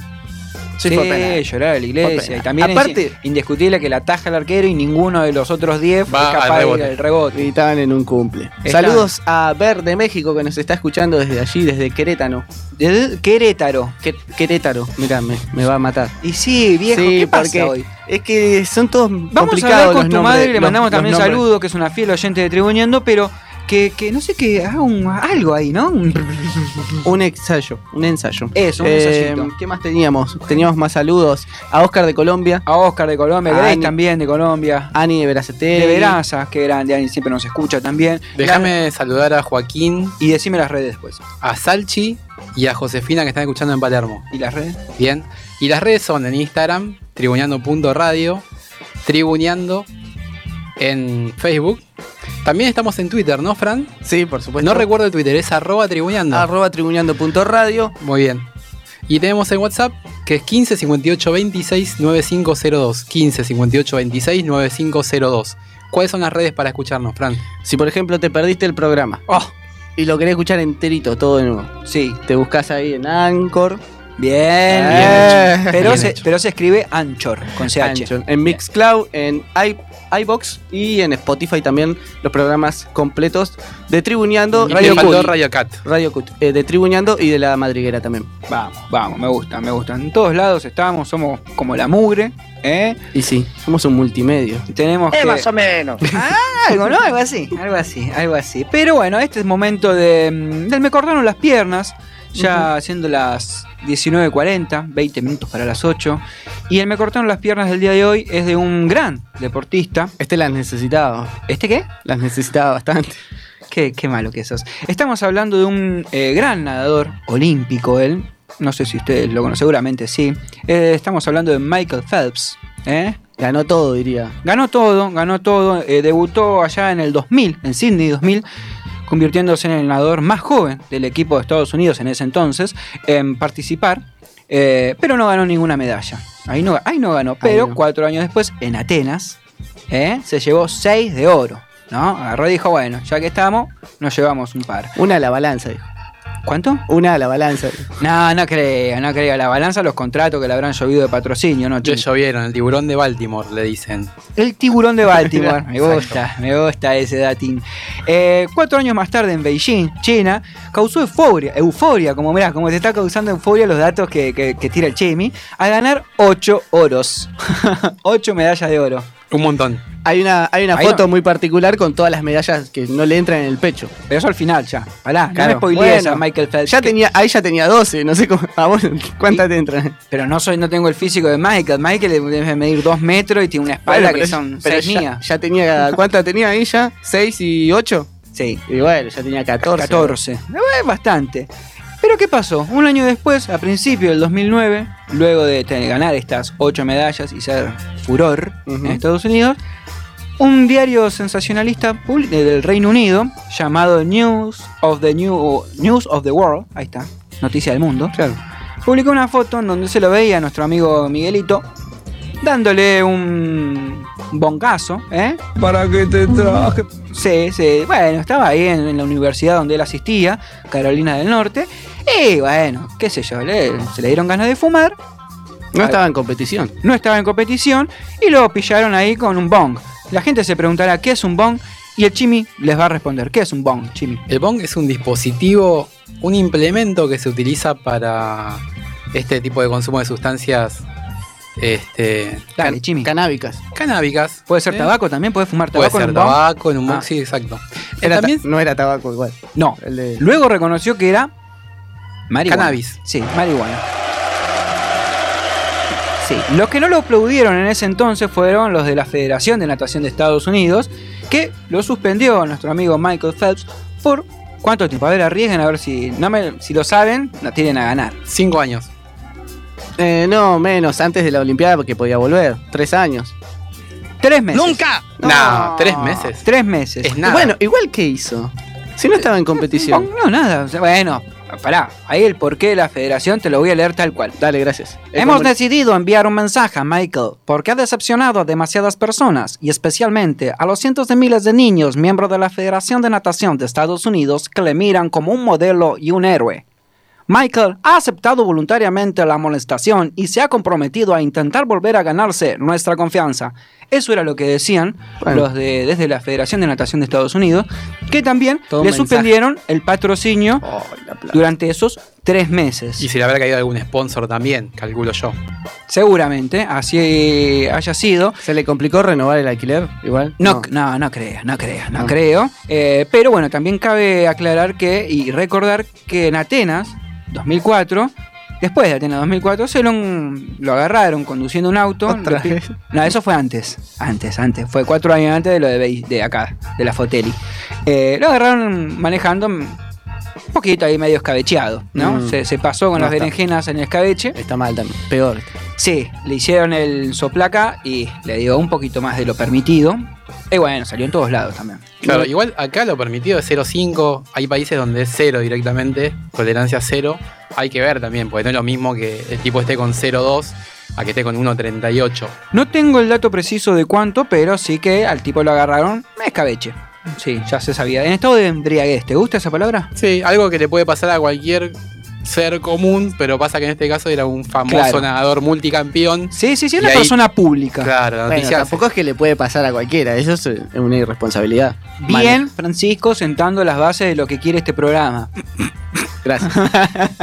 S1: Sí, llorar a la
S6: Fue
S1: iglesia.
S6: penal.
S1: Y también
S6: Aparte-
S1: es indiscutible que la ataja el arquero y ninguno de los otros 10 fue
S6: Va al
S1: capaz de ir
S6: rebote.
S1: al rebote.
S5: Y estaban en un cumple.
S1: Están.
S5: Saludos a Ver de México que nos está escuchando desde allí, desde Querétano.
S1: ¿Desde Querétaro?
S5: Querétaro, mirá, me, me va a matar.
S1: Y sí, viejo,
S5: Sí,
S1: ¿qué
S5: porque
S1: pasa hoy?
S5: Es que son todos
S1: Vamos a hablar
S5: complicados
S1: con
S5: los
S1: tu
S5: nombres,
S1: madre, le
S5: los-
S1: mandamos
S5: los
S1: también
S5: nombres.
S1: saludos, que es una fiel oyente de Tribuñando, pero que, que no sé qué, haga un- algo ahí, ¿no?
S5: Un ensayo, un ensayo.
S1: Eso, un
S5: Eh,
S1: ensayito.
S5: ¿Qué más teníamos? Teníamos más saludos. A Oscar de Colombia.
S1: A Oscar de Colombia,
S5: a
S1: Grace
S5: [laughs] Ani-
S1: también de Colombia.
S5: Ani de Veracetel.
S1: De Veraza, qué grande, Ani siempre nos escucha también.
S6: Déjame saludar a Joaquín.
S1: Y decime las redes después.
S6: A Salchi y a Josefina que están escuchando en Palermo.
S1: ¿Y las redes?
S6: Bien. Y las redes son en Instagram, tribuneando.radio, tribuneando en Facebook. También estamos en Twitter, ¿no, Fran?
S5: Sí, por supuesto.
S6: No recuerdo el Twitter, es arroba tribuneando.
S5: Arroba tribuneando.radio.
S6: Muy bien. Y tenemos en WhatsApp que es 15 58 26 9502. 15 58 26 9502. ¿Cuáles son las redes para escucharnos, Fran?
S5: Si por ejemplo te perdiste el programa y lo querés escuchar enterito, todo de nuevo.
S1: Sí.
S5: Te buscas ahí en Anchor.
S1: Bien,
S5: Eh.
S1: bien hecho. Pero, se, pero se escribe Anchor, con CH.
S5: Anchor, En Mixcloud, en i- iBox y en Spotify también los programas completos de Tribuneando.
S6: Y te faltó
S5: Cut.
S6: Radio Cat.
S5: Radio Cut, eh, de Tribuneando y de la Madriguera también.
S1: Vamos, vamos, me gusta, me gusta. En todos lados estamos, somos como la mugre, ¿eh?
S5: Y sí, somos un multimedio.
S1: Tenemos que...
S5: [laughs]
S12: menos.
S1: algo, ¿no? Algo así, algo así, algo así. Pero bueno, este es momento de, mm, del me cortaron las piernas, ya siendo las 19.40, 20 minutos para las 8. Y el me cortaron las piernas del día de hoy es de un gran deportista.
S5: Este las necesitaba.
S1: ¿Este qué?
S5: Las necesitaba bastante.
S1: Qué, qué malo que sos. Estamos hablando de un eh, gran nadador olímpico, él. No sé si ustedes lo conocen, seguramente sí. Eh, estamos hablando de Michael Phelps. ¿eh?
S5: Ganó todo, diría.
S1: Ganó todo, ganó todo. eh, debutó allá en el 2000, en Sydney 2000, convirtiéndose en el nadador más joven del equipo de Estados Unidos en ese entonces en participar, eh, pero no ganó ninguna medalla. Ahí no, ahí no ganó, pero cuatro años después, en Atenas, ¿eh? se llevó seis de oro. ¿no? Agarró y dijo, bueno, ya que estamos, nos llevamos un par.
S5: Una a la balanza, dijo.
S1: ¿Cuánto?
S5: Una a la balanza. dijo.
S1: No, no creo, no creo. La balanza, los contratos que le habrán llovido de patrocinio, ¿no?
S6: Yo llovieron, el tiburón de Baltimore, le dicen.
S1: El tiburón de Baltimore. Me
S6: Exacto.
S1: gusta, me gusta ese datín. Eh, cuatro años más tarde en Beijing, China, causó euforia, euforia, como mirá, como se está causando euforia los datos que, que- que tira el Chemi, a ganar ocho oros. [laughs] ocho medallas de oro.
S6: Un montón.
S5: Hay una, hay una
S1: Ahí
S5: foto
S1: no.
S5: muy particular con todas las medallas que no le entran en el pecho.
S1: Pero eso al final ya. Pará,
S5: Claro.
S1: no me spoilees
S5: Bueno,
S1: a Michael Phelps.
S5: Ya tenía, ahí ya tenía 12, no
S1: [laughs]
S5: sé cómo. A vos, ¿cuántas te entran?
S1: Pero no soy, no tengo el físico de Michael. Michael debe medir dos metros y tiene una
S5: Bueno,
S1: espalda
S5: pero
S1: que
S5: ya-
S1: son
S5: pero
S1: seis
S5: ya,
S1: mías.
S5: ya tenía. ¿Cuántas tenía ahí ya? ¿6 y 8?
S1: Sí.
S5: Y bueno, ya tenía 14.
S1: 14. Eh, Bastante. Pero ¿qué pasó? Un año después, a principios del 2009, luego de te- ganar estas ocho medallas y ser furor en Estados Unidos, un diario sensacionalista pul- eh, del Reino Unido llamado News of the New News of the World, ahí está, noticia del mundo, publicó una foto en donde se lo veía a nuestro amigo Miguelito dándole un bongazo, ¿eh? ¿Para que te traje? Sí, sí. Bueno, estaba ahí en, en la universidad donde él asistía, Carolina del Norte. Y bueno, qué sé yo, le- se le dieron ganas de fumar.
S5: No estaba en competición.
S1: No estaba en competición y lo pillaron ahí con un bong. La gente se preguntará qué es un bong y el Chimi les va a responder qué es un bong, Chimi.
S6: El bong es un dispositivo, un implemento que se utiliza para este tipo de consumo de sustancias este,
S1: Dale, Chimi.
S5: Canábicas.
S6: canábicas.
S1: Puede ser
S6: ¿eh?
S1: tabaco también, puede fumar
S6: Puede
S1: tabaco en
S6: ser
S1: un bong.
S6: tabaco, en un bong,
S1: Ah.
S6: sí, exacto. Eh,
S5: Era ta-
S6: también
S5: no era tabaco igual.
S1: No.
S5: El de-
S1: Luego reconoció que era marihuana.
S6: Cannabis.
S1: Sí, marihuana. Sí, los que no lo aplaudieron en ese entonces fueron los de la Federación de Natación de Estados Unidos, que lo suspendió a nuestro amigo Michael Phelps por cuánto tiempo. A ver, arriesguen a ver si, no me- si lo saben, la tienen a ganar.
S6: cinco años.
S5: Eh, no, menos, antes de la Olimpiada, porque podía volver. Tres años.
S1: Tres meses.
S6: ¡Nunca! No, tres meses.
S1: Tres meses.
S6: Es nada.
S5: Bueno, igual que hizo. Si no estaba en competición.
S1: No, nada. o sea, bueno, pará. Ahí el porqué de la federación te lo voy a leer tal cual.
S5: Dale, gracias. Es
S1: Hemos
S5: como-
S1: decidido enviar un mensaje a Michael porque ha decepcionado a demasiadas personas y especialmente a los cientos de miles de niños miembros de la Federación de Natación de Estados Unidos que le miran como un modelo y un héroe. Michael ha aceptado voluntariamente la molestación y se ha comprometido a intentar volver a ganarse nuestra confianza. Eso era lo que decían
S5: Bueno.
S1: los de desde la Federación de Natación de Estados Unidos, que también
S5: Todo un
S1: le
S5: mensaje.
S1: suspendieron el patrocinio
S5: Ay, Oh, la plata.
S1: durante esos tres meses.
S6: Y si le habrá caído algún sponsor también, calculo yo.
S1: Seguramente, así eh, haya sido.
S5: ¿Se le complicó renovar el alquiler? Igual. Ah.
S1: No, no, no, creo, no creo, no,
S5: No.
S1: creo. Eh, pero bueno, también cabe aclarar que y recordar que en Atenas, 2004, después de Atenas 2004, se lo, lo agarraron conduciendo un auto.
S5: Otra
S1: Le pi-
S5: vez.
S1: No, eso fue antes, antes, antes. Fue cuatro años antes de lo de, Bei- de acá, de la Foteli. Eh, lo agarraron manejando un poquito ahí medio escabecheado, ¿no?
S5: Mm.
S1: Se, se pasó con
S5: No
S1: las
S5: está.
S1: berenjenas en el escabeche.
S5: Está mal también. Peor.
S1: Sí, le hicieron el soplaca y le dio un poquito más de lo permitido. Y bueno, salió en todos lados también.
S6: Claro, igual acá lo permitido es 0,5. Hay países donde es cero directamente, tolerancia cero. Hay que ver también, porque no es lo mismo que el tipo esté con 0,2 a que esté con 1,38.
S1: No tengo el dato preciso de cuánto, pero sí que al tipo lo agarraron escabeche. Sí, ya se sabía. En estado de embriaguez, ¿te gusta esa palabra?
S6: Sí, algo que le puede pasar a cualquier ser común, pero pasa que en este caso era un famoso
S1: Claro.
S6: nadador multicampeón.
S1: Sí, sí, sí,
S6: Y
S1: es una
S6: ahí-
S1: persona pública.
S6: Claro, la
S5: Bueno,
S6: noticia hace-
S5: tampoco es que le puede pasar a cualquiera. Eso es eh, una irresponsabilidad.
S1: Bien, Francisco, sentando las bases de lo que quiere este programa. [coughs]
S5: Vale, gracias.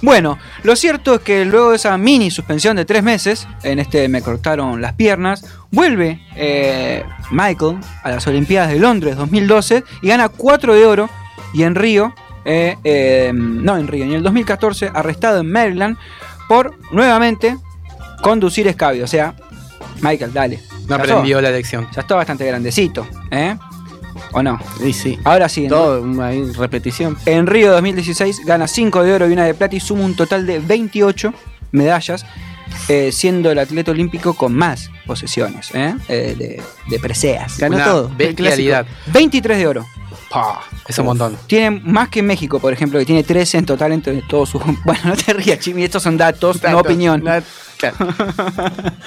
S1: Bueno, lo cierto es que luego de esa mini suspensión de tres meses, en este me cortaron las piernas, vuelve eh, Michael a las Olimpiadas de Londres 2012 y gana cuatro de oro y en Río, eh, eh, no en Río, en el 2014 arrestado en Maryland por nuevamente conducir escabio, o sea, Michael, dale.
S6: no
S1: Ya
S6: aprendió la lección.
S1: sos- Ya está bastante grandecito, ¿eh? ¿O no?
S5: Y sí.
S1: Ahora sí, ¿no?
S5: Todo mm, ahí, repetición.
S1: En Río 2016 gana 5 de oro y una de plata y suma un total de 28 medallas, eh, siendo el atleta olímpico con más posesiones ¿eh? Eh, de, de preseas.
S5: Ganó
S6: Una
S5: todo.
S6: Bestialidad.
S1: 23 de oro.
S6: Pa, es un montón.
S1: Tiene más que México, [laughs] por ejemplo, que tiene 13 en total entre todos sus... Bueno, no te rías, Chimi, estos son datos, no opinión.
S5: Na-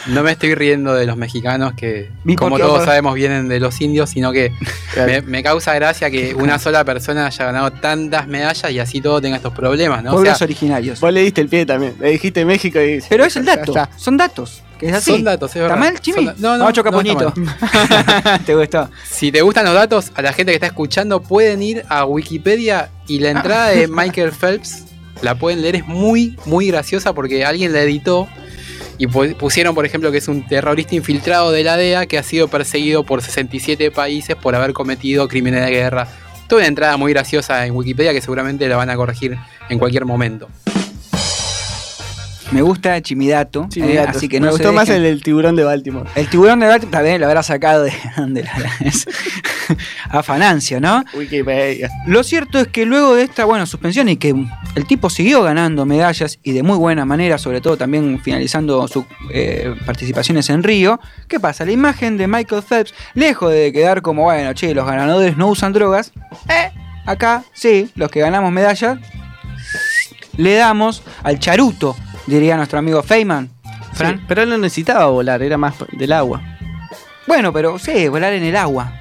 S6: No me estoy riendo de los mexicanos que,
S1: ¿Y por
S6: como
S1: qué?
S6: todos sabemos, vienen de los indios, sino
S1: [laughs]
S6: que me, me causa gracia que una sola persona haya ganado tantas medallas y así todo tenga estos problemas, ¿no? O sea,
S1: Pueblos originarios.
S5: Vos le diste el pie también. Le dijiste México y.
S1: Pero es el dato,
S5: Ya está.
S1: son datos. Que es así.
S6: Son datos, es
S1: ¿Está
S6: verdad.
S1: mal, Chimi?
S6: Son da- no, no,
S1: Macho
S6: no está
S1: Capuñito.
S6: [laughs]
S1: ¿Te gustó?
S6: si te gustan los datos, a la gente que está escuchando pueden ir a Wikipedia y la entrada
S1: Ah.
S6: de Michael Phelps la pueden leer, es muy, muy graciosa porque alguien la editó y pu- pusieron, por ejemplo, que es un terrorista infiltrado de la DEA que ha sido perseguido por 67 países por haber cometido crímenes de guerra. Toda una entrada muy graciosa en Wikipedia que seguramente la van a corregir en cualquier momento.
S1: Me gusta Chimidato.
S5: Sí, mi
S1: eh,
S5: dato.
S1: así que
S5: Me
S1: no se
S5: gustó más
S1: dejen.
S5: el del tiburón de Baltimore.
S1: El tiburón de Baltimore también lo habrá sacado de, [laughs] de la, es- afanancia, ¿no?
S5: Wikipedia.
S1: Lo cierto es que luego de esta, bueno, suspensión y que el tipo siguió ganando medallas y de muy buena manera, sobre todo también finalizando sus eh, participaciones en Río, ¿qué pasa? La imagen de Michael Phelps, lejos de quedar como, bueno, che, los ganadores no usan drogas, eh, acá sí, los que ganamos medallas, le damos al charuto, diría nuestro amigo Feynman. Fran.
S5: Sí, pero él no necesitaba volar, era más del agua.
S1: Bueno, pero sí, volar en el agua.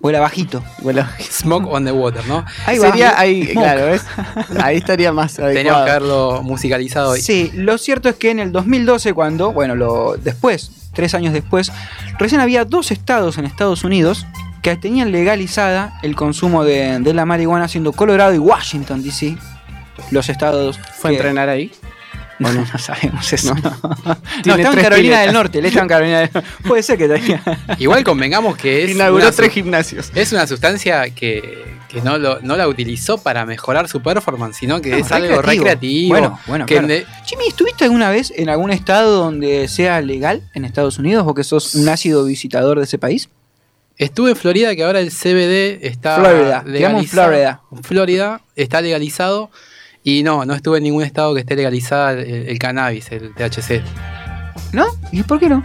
S1: Vuela bajito.
S5: Vuela
S6: [laughs] Smoke on the water, ¿no?
S1: Ahí va.
S5: Sería ahí,
S1: Smoke.
S5: claro,
S1: [laughs]
S5: ¿ves? Ahí estaría más
S6: Teníamos que
S5: adecuado.
S6: haberlo musicalizado. hoy.
S1: Sí, lo cierto es que en el 2012, cuando, bueno, lo, después, tres años después, recién había dos estados en Estados Unidos que tenían legalizada el consumo de, de la marihuana, siendo Colorado y Washington, D.C. Los estados.
S5: ¿Fue a
S1: que-
S5: entrenar ahí?
S1: No, [laughs] no,
S5: [laughs]
S1: sabemos eso. No, no
S5: Tiene
S1: estaba en
S5: tres
S1: Carolina
S5: piletas.
S1: del Norte, él estaba en Carolina del Norte. Puede ser que tenía.
S6: Igual convengamos que es.
S5: Inauguró
S6: una
S5: tres gimnasios.
S6: Es una sustancia que, que no, lo- no la utilizó para mejorar su performance, sino que
S1: No,
S6: es algo
S1: recreativo.
S6: recreativo.
S1: Bueno, bueno,
S6: que
S1: claro.
S6: ne-
S1: Jimmy, ¿estuviste alguna vez en algún estado donde sea legal en Estados Unidos o que sos un ácido visitador de ese país?
S6: Estuve en Florida, que ahora el CBD está
S1: Florida, digamos
S6: legalizado.
S1: Florida.
S6: Florida está legalizado. Y no, no estuve en ningún estado que esté legalizada el, el cannabis, el THC.
S1: ¿No? ¿Y por qué no?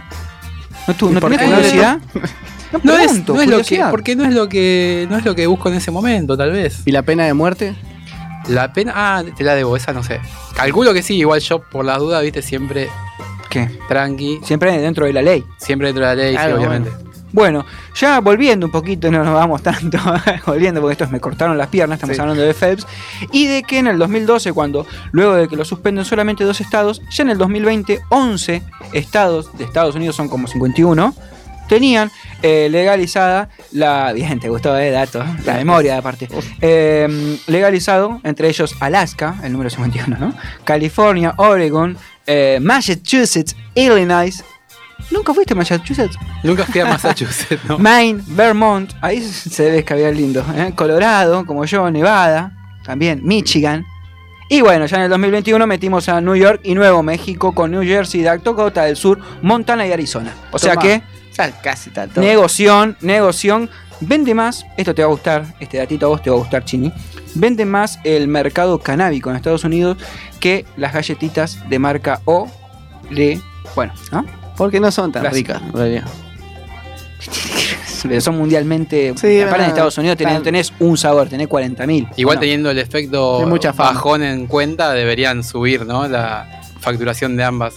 S1: ¿No, tú,
S5: ¿Y
S1: ¿no
S5: por
S1: tenés
S6: qué no?
S5: [laughs]
S1: curiosidad? No,
S6: No es,
S1: pregunto,
S6: no es lo que,
S1: curiosidad.
S6: porque no es lo que no es lo que busco en ese momento, tal vez.
S5: ¿Y la pena de muerte?
S6: La pena, ah, te la debo, esa no sé. Calculo que sí, igual yo por las dudas, viste, siempre
S1: ¿Qué?
S6: tranqui,
S1: Siempre dentro de la ley.
S6: siempre dentro de la ley, sí,
S5: Claro,
S6: obviamente.
S1: Bueno, ya volviendo un poquito, no nos vamos tanto, [laughs] volviendo porque estos me cortaron las piernas, estamos
S5: Sí.
S1: hablando de Phelps, y de que en el 2012, cuando luego de que lo suspenden solamente dos estados, ya en el 2020 11 estados de Estados Unidos, son como 51, tenían eh, legalizada la... [laughs] Bien, te gustó, eh, dato, la memoria aparte. Eh, legalizado, entre ellos Alaska, el número 51, ¿no? California, Oregon, eh, Massachusetts, Illinois. ¿Nunca fuiste a Massachusetts?
S6: Nunca
S1: [laughs]
S6: fui a Massachusetts, ¿no?
S1: Maine, Vermont, ahí se debe escabear lindo. ¿eh? Colorado, como yo, Nevada, también Michigan. Y bueno, ya en el 2021 metimos a New York y Nuevo México con New Jersey, Dakota del Sur, Montana y Arizona. O sea
S5: Toma.
S1: que,
S5: Ya casi tanto.
S1: negoción, negoción, vende más, esto te va a gustar, este datito a vos te va a gustar, Chini, vende más el mercado canábico en Estados Unidos que las galletitas de marca O de, bueno, ¿no?
S5: Porque no son tan
S1: Las-
S5: ricas, en realidad.
S1: Pero son mundialmente.
S5: Sí,
S1: aparte
S5: verdad.
S1: en Estados Unidos tenés,
S5: Tan-
S1: tenés un sabor, tenés 40.000.
S6: Igual
S1: Bueno,
S6: teniendo el efecto
S5: Hay mucha fama.
S6: bajón en cuenta, deberían subir, ¿no? La facturación de ambas.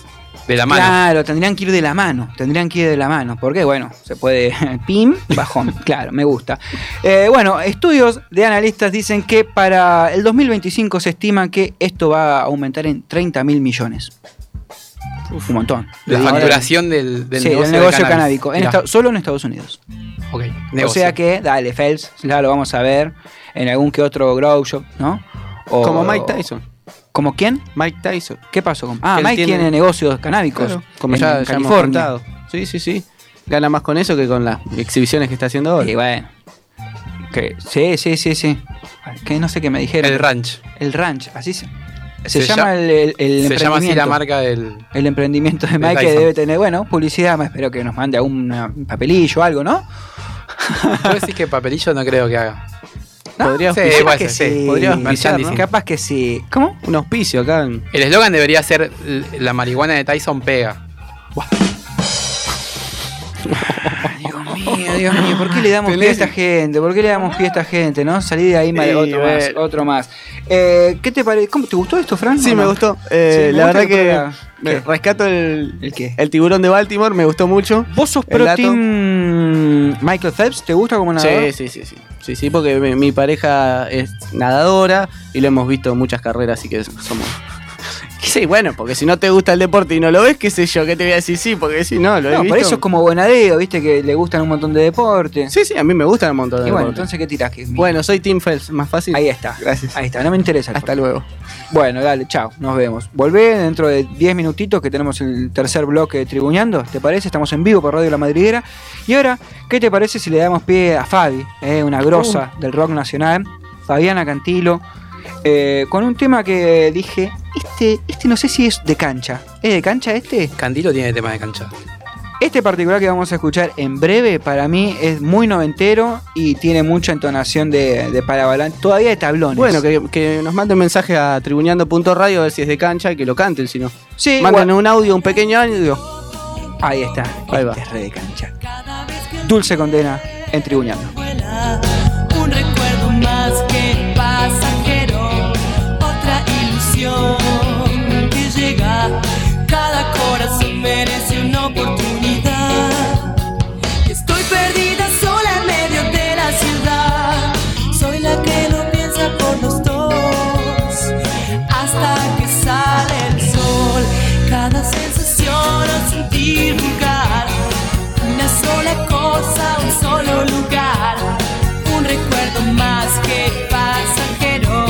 S6: De la mano.
S1: Claro, tendrían que ir de la mano. Tendrían que ir de la mano. Porque, bueno, se puede. [laughs] Pim,
S5: [laughs]
S1: bajón. claro, me gusta. Eh, bueno, estudios de analistas dicen que para el 2025 se estima que esto va a aumentar en 30.000 millones. un montón.
S6: La
S1: Ahora-
S6: facturación del, del
S1: Sí, del
S6: negocio, del
S1: negocio
S6: cannabis.
S1: canábico. En
S6: Mirá,
S1: Esta- solo en Estados Unidos.
S6: ok, negocio.
S1: O sea que, dale, Phelps, ya lo vamos a ver en algún que otro grow shop, ¿no? O-
S5: Como Mike Tyson.
S1: ¿Como quién?
S5: Mike Tyson.
S1: ¿Qué pasó con Ah,
S5: Él
S1: Mike tiene,
S5: tiene
S1: negocios canábicos.
S5: Como
S1: en
S5: ya, ya hemos
S1: California.
S5: contado. Sí, sí, sí. Gana más con eso que con las exhibiciones que está haciendo ahora.
S1: Y bueno. Que, sí, sí, sí, sí. Que no sé qué me dijeron.
S6: el ranch.
S1: El ranch, así se, se
S6: Se
S1: llama
S6: lla-
S1: el, el- el
S6: Se llama así la
S1: emprendimiento.
S6: marca del.
S1: El emprendimiento de
S6: De
S1: Mike que
S6: Tyson.
S1: debe tener, bueno, publicidad, me espero que nos mande algún eh, papelillo o algo, ¿no?
S6: ¿Puedo decir que papelillo no creo que haga?
S1: ¿No?
S5: Podría
S6: Sí,
S5: auspiciar.
S6: puede
S1: que
S6: ser,
S1: sí.
S5: Podría auspiciar,
S6: Merchandising.
S5: ¿no?
S1: Capaz que sí. ¿Cómo?
S5: Un auspicio acá. en-
S6: El eslogan debería ser "L- La marihuana de Tyson pega.
S1: Dios mío, Dios mío, ¿por qué le damos pie a esta gente? ¿Por qué le damos pie a esta gente? ¿No? Salí de ahí, madre,
S5: Y
S1: otro más,
S5: bueno.
S1: otro más. Eh, ¿Qué te parece? ¿Cómo te gustó esto, Fran?
S5: Sí,
S1: ¿O
S5: me
S1: no?
S5: gustó. Eh,
S1: Sí, me
S5: la
S1: gusta
S5: verdad que,
S1: que
S5: me rescato el,
S1: ¿El qué?
S5: el tiburón de Baltimore, me gustó mucho.
S1: ¿Vos sos
S5: El
S1: pro
S5: dato.
S1: team Michael Phelps? ¿Te gusta como nadador?
S5: Sí, sí, sí, sí. Sí, sí, porque mi, mi pareja es nadadora y lo hemos visto en muchas carreras, así que somos. [laughs] Y Sí, bueno, porque si no te gusta el deporte y no lo ves, qué sé yo, qué te voy a decir sí, porque si no, lo he
S1: No,
S5: visto.
S1: por eso es como Bonadeo, viste que le gustan un montón de deportes.
S5: Sí, sí, a mí me gustan un montón de
S1: Y bueno,
S5: deportes.
S1: entonces ¿qué tirás? Que-
S5: Bueno, soy Tim Phelps, más fácil.
S1: Ahí está.
S5: Gracias.
S1: Ahí está, no me interesa. el
S5: Hasta luego.
S1: Bueno, dale, chao, nos vemos. Volvé dentro de 10 minutitos que tenemos el tercer bloque de Tribuñando, ¿te parece? Estamos en vivo por Radio La Madriguera. Y ahora, ¿qué te parece si le damos pie a Fabi, eh, una grosa
S6: Uh.
S1: del rock nacional, Fabiana Cantilo, eh, con un tema que dije, este, este no sé si es de cancha. ¿Es de cancha este?
S6: Cantilo tiene temas de cancha.
S1: Este particular que vamos a escuchar en breve, para mí es muy noventero y tiene mucha entonación de, de parabalán, todavía de tablones.
S5: Bueno, que, que nos mande un mensaje a tribuneando.radio a ver si es de cancha y que lo canten, si no.
S1: Sí,
S5: Mándanos
S1: igual-
S5: un audio, un pequeño audio.
S1: Ahí está.
S5: Ahí va.
S1: Este es re de cancha. Dulce condena en Tribuñando.
S14: un recuerdo más que pasajero, otra ilusión que llega. Cada corazón merece una oportunidad. Y Estoy perdida sola en medio de la ciudad. Soy la que no piensa por los dos hasta que sale el sol. Cada sensación al sentir jugar, una sola cosa, un solo lugar un recuerdo más que pasajero.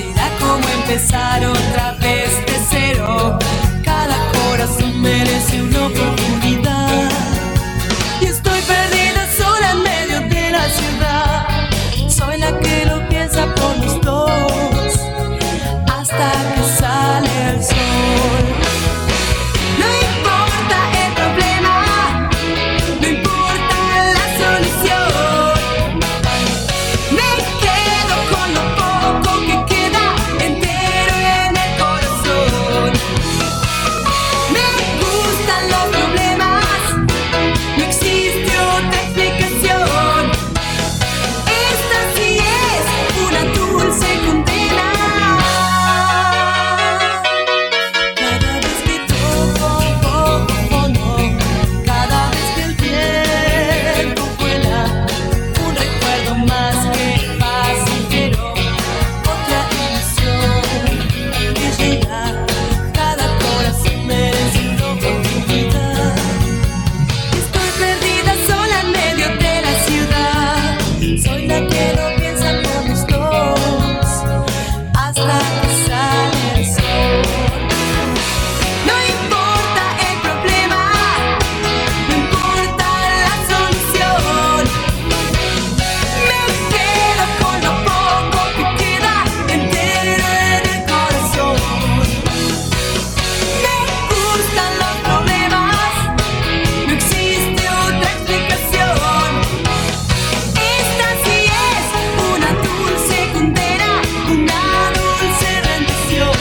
S14: Será como empezar otra vez de cero. Cada corazón merece una oportunidad. Y estoy perdida sola en medio de la ciudad. Soy la que lo piensa por los dos hasta que sale el sol. No importa el problema, no importa la solución. Me quedo con lo poco que queda entero en el corazón. Me gustan los problemas, no existe otra explicación. Esta sí es una dulce condena. Cada vez que toco poco fondo, cada vez que el viento vuela. Un recuerdo más que pasajero, otra ilusión que llega. Cada corazón merece una oportunidad. Estoy perdida sola en medio de la ciudad. Soy la que no piensa por los dos hasta que sale el sol. No importa el problema, no importa la solución. Me quedo con lo poco que queda entero en el corazón. Me gustan los problemas, no existe otra explicación. Esta sí es una dulce condena, una dulce rendición.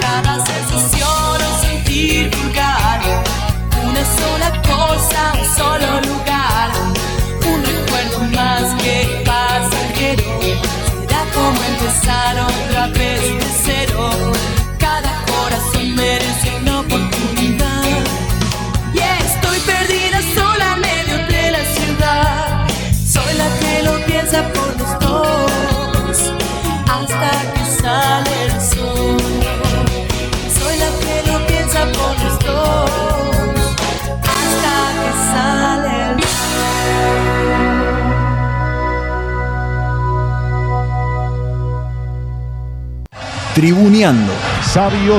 S14: Cada sensación o sentir vulgar, una sola cosa, un solo lugar, un recuerdo más que pasajero. Será como empezar otra vez de cero. Cada corazón merece una oportunidad. Y estoy perdida sola en medio de la ciudad. Soy la que lo piensa por los dos hasta que sale el sol. Soy la que lo piensa por los dos hasta que sale el sol.
S13: Tribuneando.
S3: Sabio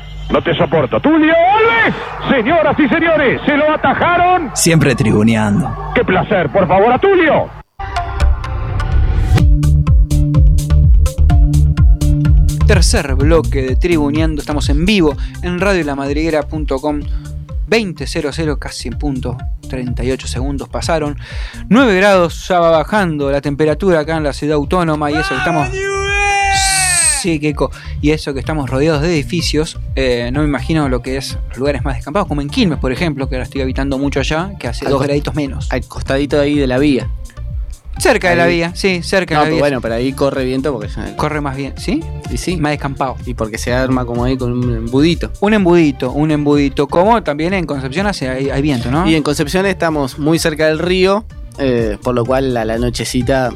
S15: No te soporto. ¡Tulio Alves! Señoras y señores, se lo atajaron.
S13: Siempre tribuneando.
S15: ¡Qué placer! Por favor, a Tulio.
S1: Tercer bloque de Tribuneando, estamos en vivo en radiolamadriguera.com 20.00, casi en punto, 38 segundos pasaron. 9 grados, ya va bajando la temperatura acá en la ciudad autónoma y eso que estamos... Sí, Keiko. Y eso que estamos rodeados de edificios, eh, no me imagino lo que es lugares más descampados, como en Quilmes, por ejemplo, que ahora estoy habitando mucho allá, que hace
S5: Al
S1: dos
S5: cost-
S1: graditos menos.
S5: Al costadito ahí de la vía.
S1: Cerca de la
S5: Ahí.
S1: vía, sí, cerca
S5: No,
S1: de la
S5: pero
S1: vía.
S5: bueno, pero ahí corre viento porque ya-
S1: Corre más bien, ¿sí?
S5: Y sí.
S1: Más descampado.
S5: Y porque se arma como ahí con un embudito.
S1: Un embudito, un embudito. Como también en Concepción hace, hay, hay viento, ¿no?
S5: Y en Concepción estamos muy cerca del río, eh, por lo cual a la nochecita.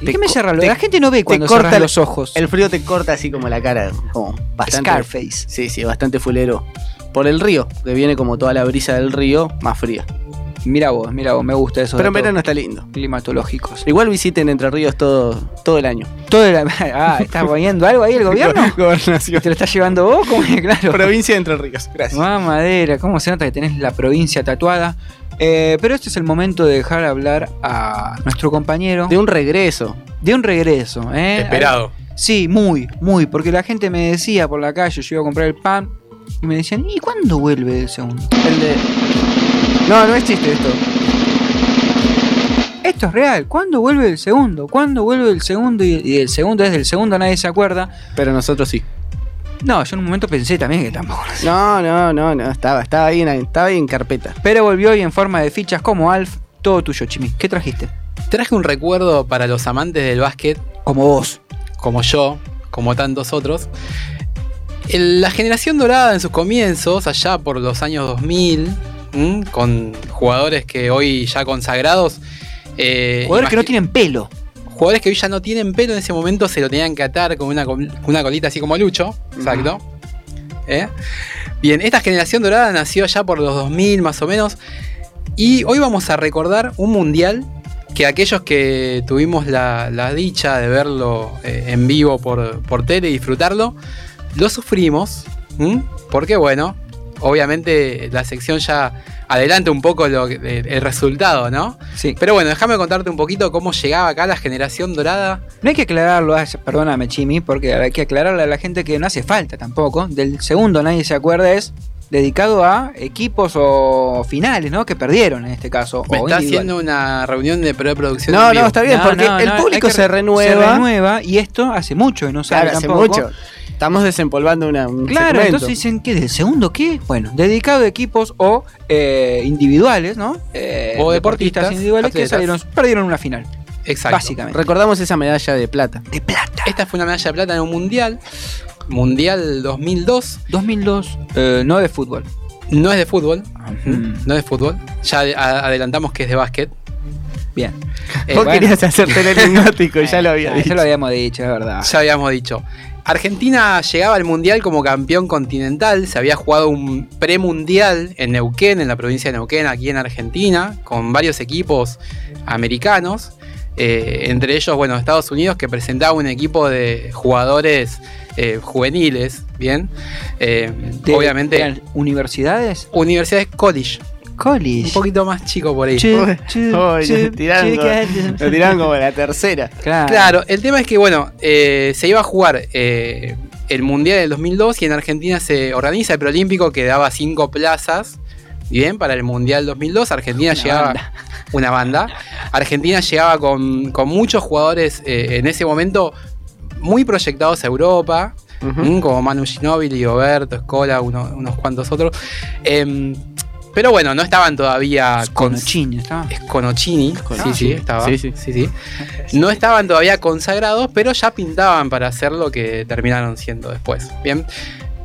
S1: ¿Y
S5: te
S1: qué me
S5: co-
S1: cierra los-
S5: te-
S1: La gente no ve
S5: te
S1: cuando
S5: corta
S1: cerrás
S5: el-
S1: los ojos.
S5: El frío te corta así como la cara, como bastante.
S1: Scarface.
S5: Sí, sí, bastante fulero. Por el río, que viene como toda la brisa del río, más fría.
S1: Mira vos, mira vos, me gusta eso.
S5: Pero en
S1: datos
S5: verano está lindo.
S1: Climatológicos.
S5: Igual visiten Entre Ríos todo, todo el año.
S1: Todo la... [laughs] Ah, ¿estás poniendo algo
S5: [laughs]
S1: ahí el gobierno?
S5: Gobernación.
S1: ¿Te lo estás llevando vos?
S5: [laughs]
S1: ¿Cómo es? Claro.
S5: Provincia de Entre Ríos. Gracias.
S1: Mamadera, Ah, ¿cómo se nota que tenés la provincia tatuada? Eh, pero este es el momento de dejar hablar a nuestro compañero.
S5: De un regreso.
S1: De un regreso, ¿eh?
S6: Esperado.
S1: Sí, muy, muy. Porque la gente me decía por la calle, yo iba a comprar el pan. Y me decían, ¿y cuándo vuelve el segundo?
S5: El de- No, no es chiste esto.
S1: Esto es real. ¿Cuándo vuelve el segundo? ¿Cuándo vuelve el segundo? Y, y el segundo, desde el segundo nadie se acuerda.
S5: Pero nosotros sí.
S1: No, yo en un momento pensé también que tampoco.
S5: No, no, no, no. Estaba, estaba ahí en, estaba ahí en carpeta.
S1: Pero volvió y en forma de fichas como Alf, todo tuyo, Chimi. ¿Qué trajiste?
S6: Traje un recuerdo para los amantes del básquet.
S1: Como vos.
S6: Como yo, como tantos otros. El- la generación dorada en sus comienzos, allá por los años 2000, ¿m? con jugadores que hoy ya consagrados. eh,
S1: Jugadores que no
S6: imagi-
S1: tienen pelo.
S6: jugadores que hoy ya no tienen pelo en ese momento se lo tenían que atar con una, col- con una colita así como Lucho. Exacto. ¿Eh? Bien, esta generación dorada nació ya por los 2000 más o menos. Y hoy vamos a recordar un mundial que aquellos que tuvimos la, la dicha de verlo eh, en vivo por, por tele y disfrutarlo, lo sufrimos. ¿m? Porque bueno, obviamente la sección ya adelanta un poco lo que- el, el resultado, ¿no?
S1: Sí.
S6: Pero bueno, déjame contarte un poquito cómo llegaba acá la generación dorada.
S1: No hay que aclararlo, ah, perdóname Chimi, porque hay que aclararle a la gente que no hace falta tampoco. Del segundo nadie se acuerda es dedicado a equipos o finales, ¿no? Que perdieron en este caso.
S6: Me
S1: o
S6: está
S1: individual.
S6: haciendo una reunión de preproducción.
S5: Oh, No,
S6: en vivo.
S5: no, está bien,
S1: No,
S5: porque
S1: no,
S5: el
S1: no, hay
S5: público
S1: que-
S5: se renueva.
S1: Se renueva y esto hace mucho que no sale
S5: Claro, hace
S1: tampoco.
S5: mucho. Estamos desempolvando una, un
S1: Claro,
S5: segmento.
S1: entonces dicen que del segundo qué? Bueno, dedicado a equipos o eh, individuales, ¿no? Eh,
S6: O deportistas,
S1: individuales
S6: atletas.
S1: que salieron, perdieron una final.
S6: Exacto.
S1: Básicamente.
S5: Recordamos esa medalla de plata.
S6: Esta fue una medalla de plata en un mundial. Mundial 2002.
S1: 2002, eh, no de fútbol.
S6: No es de fútbol. No es de fútbol. Ya ade- a- adelantamos que es de básquet.
S1: Bien.
S6: Eh,
S5: Vos
S6: bueno,
S5: querías
S6: [laughs]
S5: hacerte el enigmático, ya lo había
S1: Ah,
S5: dicho.
S1: Ya lo habíamos dicho, es verdad.
S6: Ya habíamos dicho. Argentina llegaba al mundial como campeón continental. Se había jugado un premundial en Neuquén, en la provincia de Neuquén, aquí en Argentina, con varios equipos americanos. Eh, entre ellos, bueno, Estados Unidos, que presentaba un equipo de jugadores eh, juveniles, ¿bien? Eh,
S1: De-
S6: obviamente,
S1: eran universidades.
S6: universidades college, un
S1: College.
S6: poquito más chico
S1: pues,
S6: por ahí.
S1: Che, che,
S5: Uy,
S1: che,
S5: lo tiraron
S1: che,
S5: como-
S1: que-
S5: lo tiraron como la tercera.
S1: Claro.
S6: Claro, el tema es que, bueno, eh, se iba a jugar eh, el Mundial del 2002 y en Argentina se organiza el Preolímpico que daba cinco plazas. Bien, para el Mundial 2002, Argentina llegaba.
S1: banda.
S6: [laughs] Una banda. Argentina llegaba con, con muchos jugadores eh, en ese momento muy proyectados a Europa, ¿m? como Manu Ginóbili, Oberto, Escola, uno- unos cuantos otros. Em, pero bueno, no estaban todavía con,
S1: Conocini, ¿estaba?
S6: Conocini, sí, sí, estaba.
S5: Sí, sí.
S6: sí. No estaban todavía consagrados, pero ya pintaban para hacer lo que terminaron siendo después. Bien,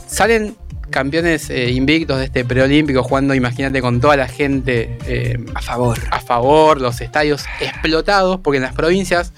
S6: salen campeones eh, invictos de este preolímpico jugando, imagínate, con toda la gente eh,
S1: A favor.
S6: a favor, los estadios explotados, porque en las provincias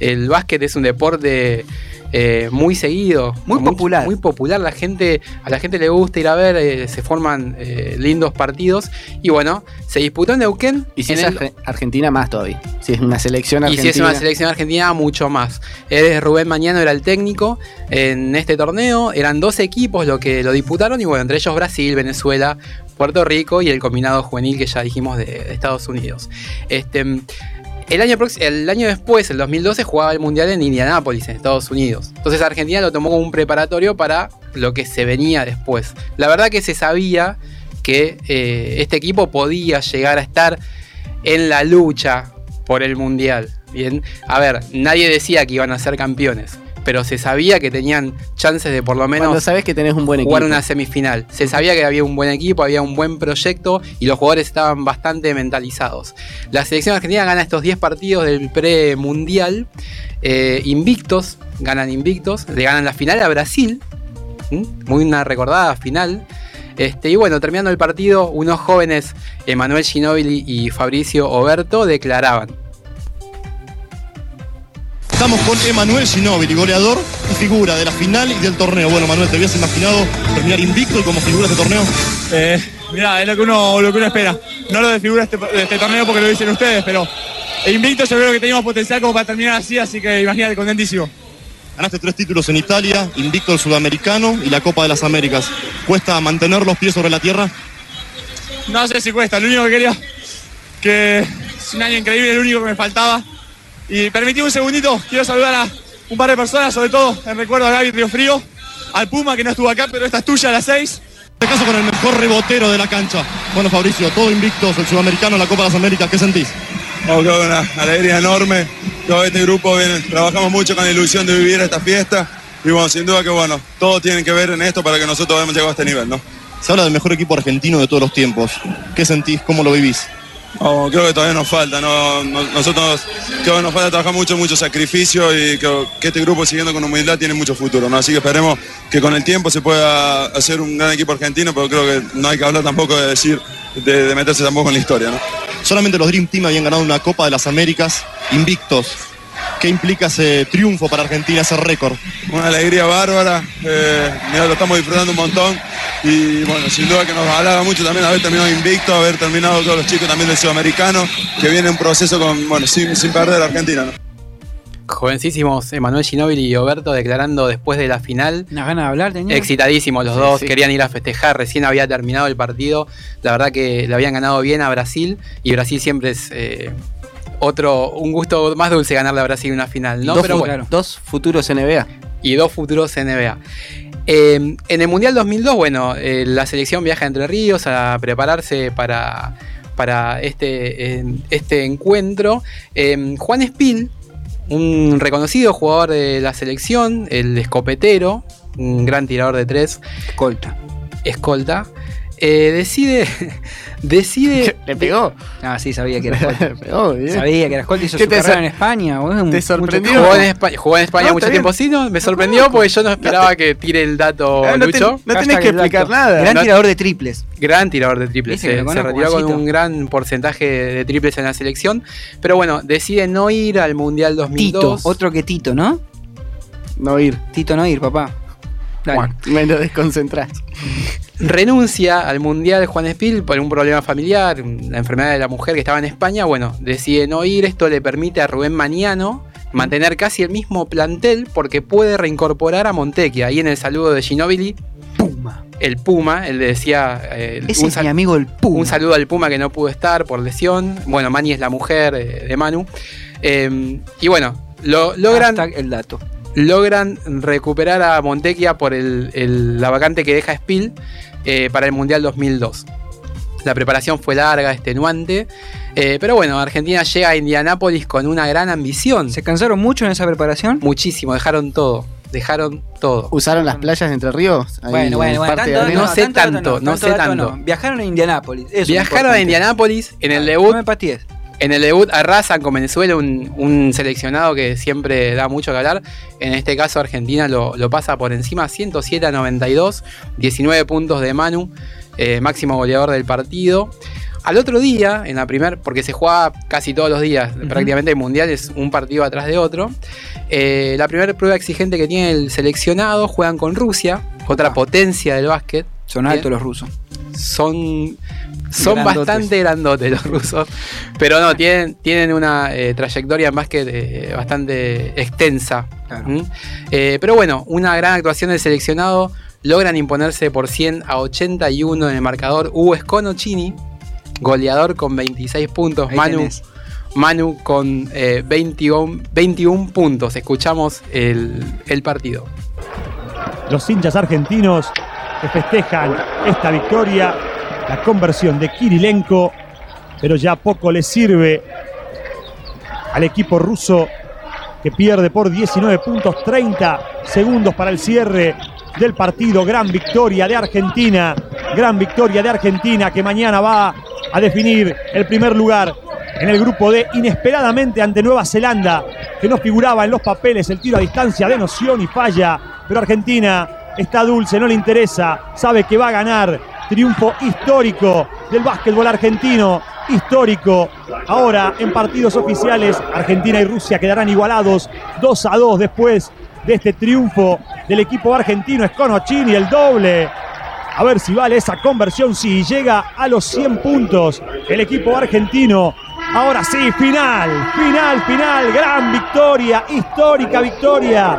S6: el básquet es un deporte eh, muy seguido. Muy popular. Muy, popular. La gente, a la gente le gusta ir a ver, eh, se forman eh, lindos partidos. Y bueno, se disputó en Neuquén.
S5: Y si
S6: en
S5: es
S6: el-
S5: Arge- Argentina, más todavía. Si es una selección
S6: y
S5: argentina.
S6: si es una selección argentina, mucho más. Eres Rubén Mañano era el técnico en este torneo. Eran 12 equipos los que lo disputaron. Y bueno, entre ellos Brasil, Venezuela, Puerto Rico y el combinado juvenil que ya dijimos de, de Estados Unidos. Este, el, año prox- el año después, el 2012, jugaba el Mundial en Indianápolis, en Estados Unidos. Entonces Argentina lo tomó como un preparatorio para lo que se venía después. La verdad que se sabía que eh, este equipo podía llegar a estar en la lucha por el Mundial. Bien, a ver, nadie decía que iban a ser campeones, pero se sabía que tenían chances de por lo menos
S5: Cuando sabes que tenés un buen equipo.
S6: jugar una semifinal. Se sabía que había un buen equipo, había un buen proyecto y los jugadores estaban bastante mentalizados. La selección argentina gana estos 10 partidos del premundial, eh, invictos, ganan invictos, le ganan la final a Brasil, ¿m? muy una recordada final. Este, y bueno, terminando el partido, unos jóvenes, Emanuel Ginóbili y Fabricio Oberto, declaraban.
S16: Estamos con Emanuel Ginóbili, goleador y figura de la final y del torneo. Bueno, Manuel, ¿te habías imaginado terminar invicto y como figura de este torneo?
S17: Eh, mirá, es lo que uno, lo que uno espera. No lo desfigura este, este torneo porque lo dicen ustedes, pero invicto yo creo que teníamos potencial como para terminar así, así que imagínate, contentísimo.
S16: Ganaste tres títulos en Italia, invicto el sudamericano y la Copa de las Américas. ¿Cuesta mantener los pies sobre la tierra?
S17: No sé si cuesta, lo único que quería, que es un año increíble, lo único que me faltaba. Y permití un segundito, quiero saludar a un par de personas, sobre todo en recuerdo a Gaby Río Frío, al Puma que no estuvo acá, pero esta es tuya a las 6.
S16: Te este caso con el mejor rebotero de la cancha. Bueno, Fabricio, todo invictos, el sudamericano, la Copa de las Américas, ¿qué sentís?
S18: No, creo que una alegría enorme. Todo este grupo viene- trabajamos mucho con la ilusión de vivir esta fiesta. Y bueno, sin duda que bueno, todo tiene que ver en esto para que nosotros hayamos llegado a este nivel, ¿no?
S16: Se habla del mejor equipo argentino de todos los tiempos. ¿Qué sentís? ¿Cómo lo vivís?
S18: No, creo que todavía nos falta, ¿no? No- Nosotros creo que nos falta trabajar mucho, mucho sacrificio y que, que este grupo siguiendo con humildad tiene mucho futuro, ¿no? Así que esperemos que con el tiempo se pueda hacer un gran equipo argentino, pero creo que no hay que hablar tampoco de decir, de, de meterse tampoco en la historia, ¿no?
S16: Solamente los Dream Team habían ganado una Copa de las Américas invictos. ¿Qué implica ese triunfo para Argentina, ese récord?
S18: Una alegría bárbara, eh, mirá, lo estamos disfrutando un montón y bueno, sin duda que nos alaba mucho también haber terminado invicto, haber terminado todos los chicos también del sudamericano, que viene un proceso con, bueno, sin, sin perder a Argentina. ¿no?
S6: Jovencísimos Emanuel Ginóbili y Oberto declarando después de la final.
S1: Unas ganas de hablar tenía.
S6: Excitadísimos los
S1: Sí,
S6: dos,
S1: sí.
S6: querían ir a festejar, recién había terminado el partido, la verdad que le habían ganado bien a Brasil y Brasil siempre es eh, otro, un gusto más dulce ganarle a Brasil una final, ¿no?
S5: dos,
S6: Pero
S5: fu-
S6: bueno
S5: dos futuros NBA.
S6: y dos futuros NBA. Eh, en el Mundial 2002, bueno, eh, la selección viaja a Entre Ríos a prepararse para, para este, eh, este encuentro. Eh, Juan Espín, un reconocido jugador de la selección, el escopetero, un gran tirador de tres.
S1: Escolta.
S6: Escolta. eh, decide. [laughs] decide.
S5: ¿Le pegó?
S1: Ah, sí, sabía que era escolta.
S5: Pegó, bien.
S1: Sabía que era escolta hizo
S5: ¿Qué
S1: su
S5: te
S1: carrera
S5: sor-
S1: en España. boludo,
S5: te
S1: mucho
S5: sorprendió?
S1: tiempo.
S6: Jugó en España, jugó en España
S1: No,
S6: mucho
S1: está bien.
S6: tiempo, sí, no, me sorprendió porque yo no esperaba que tire el dato
S1: Ah, no te-
S6: Lucho.
S1: no tenés que explicar
S6: Hashtag
S1: nada.
S6: el dato.
S1: Gran
S6: No-
S1: tirador de triples.
S6: Gran tirador de triples.
S1: Dice que
S6: eh.
S1: lo
S6: Se
S1: conoce,
S6: retiró con
S1: Juancito.
S6: un gran porcentaje de triples en la selección. Pero bueno, decide no ir al Mundial
S1: Tito,
S6: 2002.
S1: otro que Tito, ¿no?
S5: No ir.
S1: Tito no ir, papá. Dale.
S6: Bueno.
S5: Me lo desconcentrás.
S6: [laughs] Renuncia al Mundial Juan Espil por un problema familiar, la enfermedad de la mujer que estaba en España. Bueno, decide no ir. Esto le permite a Rubén Maniano mantener casi el mismo plantel porque puede reincorporar a Montequia. Ahí en el saludo de Ginobili. Puma. El Puma, él le decía. eh,
S1: Ese
S6: un
S1: es
S6: sal-
S1: mi amigo el Puma.
S6: Un saludo al Puma que no pudo estar por lesión. Bueno, Mani es la mujer eh, de Manu. Eh, y bueno, lo, logran.
S1: el dato.
S6: Logran recuperar a Montequia por el- el- la vacante que deja Spill eh, para el Mundial 2002. La preparación fue larga, extenuante. eh, pero bueno, Argentina llega a Indianápolis con una gran ambición.
S1: ¿Se cansaron mucho en esa preparación?
S6: Muchísimo, dejaron todo. Dejaron todo.
S5: ¿Usaron las playas de Entre Ríos? Ahí
S1: Mm. Bueno, bueno, bueno.
S5: parte
S1: tanto
S5: de
S1: dato
S5: Arenal.
S6: no sé tanto, no sé
S1: dato
S6: tanto.
S1: Viajaron a Indianápolis. eso es
S6: Viajaron a
S1: importante.
S6: Indianápolis en el debut. En el debut arrasan con Venezuela, un, un seleccionado que siempre da mucho que hablar. En este caso, Argentina lo, lo pasa por encima, 107 a 92, 19 puntos de Manu, eh, máximo goleador del partido. Al otro día, en la primera, porque se jugaba casi todos los días, prácticamente el mundial es un partido atrás de otro. eh, la primera prueba exigente que tiene el seleccionado juegan con Rusia, otra potencia del básquet.
S1: Ah. Son altos los rusos.
S6: Son, son
S1: Grandotes.
S6: bastante grandotes los rusos, pero no, tienen, tienen una eh, trayectoria en básquet eh, bastante extensa. ¿Mm? Eh, pero bueno, una gran actuación del seleccionado. Logran imponerse por 100 a 81 en el marcador Hugo Sconocini, goleador con 26 puntos. Manu,
S1: tenés.
S6: Manu con eh, 21, 21 puntos. Escuchamos el, el partido.
S19: Los hinchas argentinos que festejan esta victoria, la conversión de Kirilenko, pero ya poco le sirve al equipo ruso que pierde por 19 puntos, 30 segundos para el cierre del partido. Gran victoria de Argentina, gran victoria de Argentina que mañana va a definir el primer lugar en el grupo D inesperadamente ante Nueva Zelanda, que no figuraba en los papeles el tiro a distancia de noción y falla, pero Argentina está dulce, no le interesa, sabe que va a ganar. Triunfo histórico del básquetbol argentino, histórico. Ahora en partidos oficiales, Argentina y Rusia quedarán igualados 2 a 2 después de este triunfo del equipo argentino. Esconocini, el doble a ver si vale esa conversión, si llega a los 100 puntos el equipo argentino. Ahora sí, final, final, final, gran victoria, histórica victoria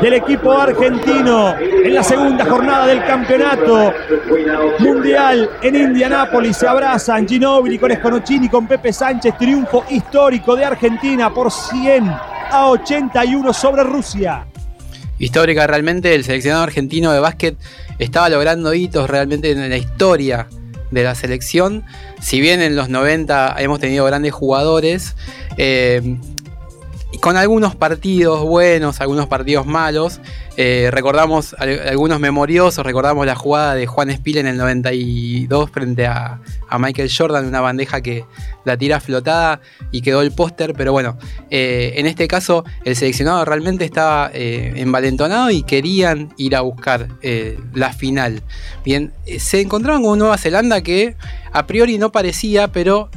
S19: del equipo argentino en la segunda jornada del campeonato mundial en Indianápolis. Se abrazan Ginobili con Esconocini, con Pepe Sánchez, triunfo histórico de Argentina por 100 a 81 sobre Rusia.
S6: histórica realmente el seleccionado argentino de básquet estaba logrando hitos realmente en la historia de la selección. Si bien en los 90 hemos tenido grandes jugadores, eh, con algunos partidos buenos, algunos partidos malos, eh, recordamos al- algunos memoriosos, recordamos la jugada de Juan Spiel en el 92 frente a, a Michael Jordan, una bandeja que la tira flotada y quedó el póster, pero bueno, eh, en este caso el seleccionado realmente estaba eh, envalentonado y querían ir a buscar eh, la final. Bien, eh, se encontraron con Nueva Zelanda que a priori no parecía, pero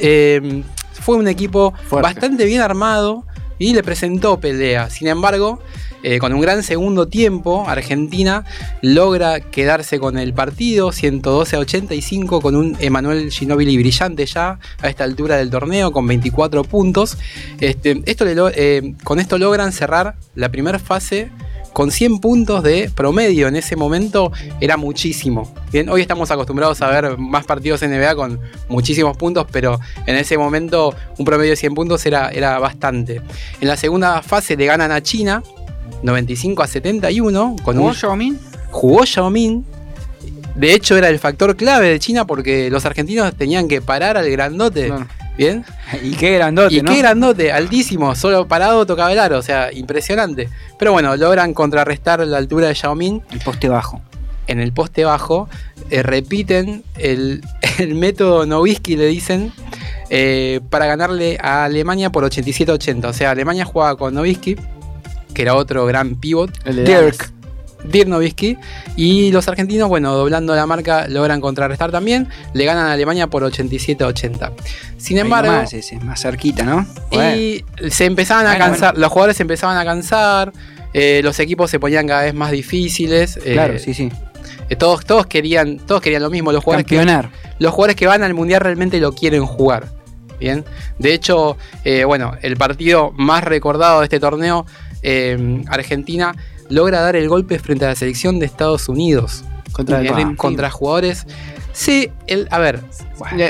S6: eh, fue un equipo bastante bien armado y le presentó pelea. Sin embargo, eh, con un gran segundo tiempo, Argentina logra quedarse con el partido 112 a 85 con un Emanuel Ginóbili brillante ya a esta altura del torneo con 24 puntos. Este, esto le lo- eh, con esto logran cerrar la primera fase con 100 puntos de promedio en ese momento era muchísimo. Bien, hoy estamos acostumbrados a ver más partidos NBA con muchísimos puntos, pero en ese momento un promedio de 100 puntos era, era bastante. En la segunda fase le ganan a China 95 a 71 con
S1: ¿Jugó
S6: un- Jugó Yao Ming. De hecho era el factor clave de China porque los argentinos tenían que parar al grandote. ¿Bien?
S1: Y qué grandote,
S6: Y
S1: ¿no?
S6: qué grandote, altísimo, solo parado tocaba el aro, o sea, impresionante. Pero bueno, logran contrarrestar la altura de Xiaomin.
S1: El poste bajo.
S6: En el poste bajo, eh, repiten el, [laughs] el método Nowitzki, le dicen, eh, para ganarle a Alemania por 87-80. O sea, Alemania jugaba con Nowitzki, que era otro gran pivot.
S5: de
S6: Dirk. Dirk Nowitzki. Y los argentinos, bueno, doblando la marca, logran contrarrestar también. Le ganan a Alemania por 87-80. Sin
S1: Ahí
S6: embargo.
S1: nomás, ese, más cerquita, ¿no?
S6: Y se empezaban a
S1: Bueno,
S6: cansar, los jugadores se empezaban a cansar, eh, los equipos se ponían cada vez más difíciles. eh,
S1: Claro, sí, sí.
S6: eh, todos, todos, querían, todos querían lo mismo. Los jugadores,
S1: Campeonar.
S6: Que, los jugadores que van al mundial realmente lo quieren jugar. Bien. De hecho, eh, bueno, el partido más recordado de este torneo, eh, Argentina, logra dar el golpe frente a la selección de Estados Unidos.
S5: Contra el
S6: Bien,
S5: Dream Team.
S6: contra jugadores. Sí, el, a ver.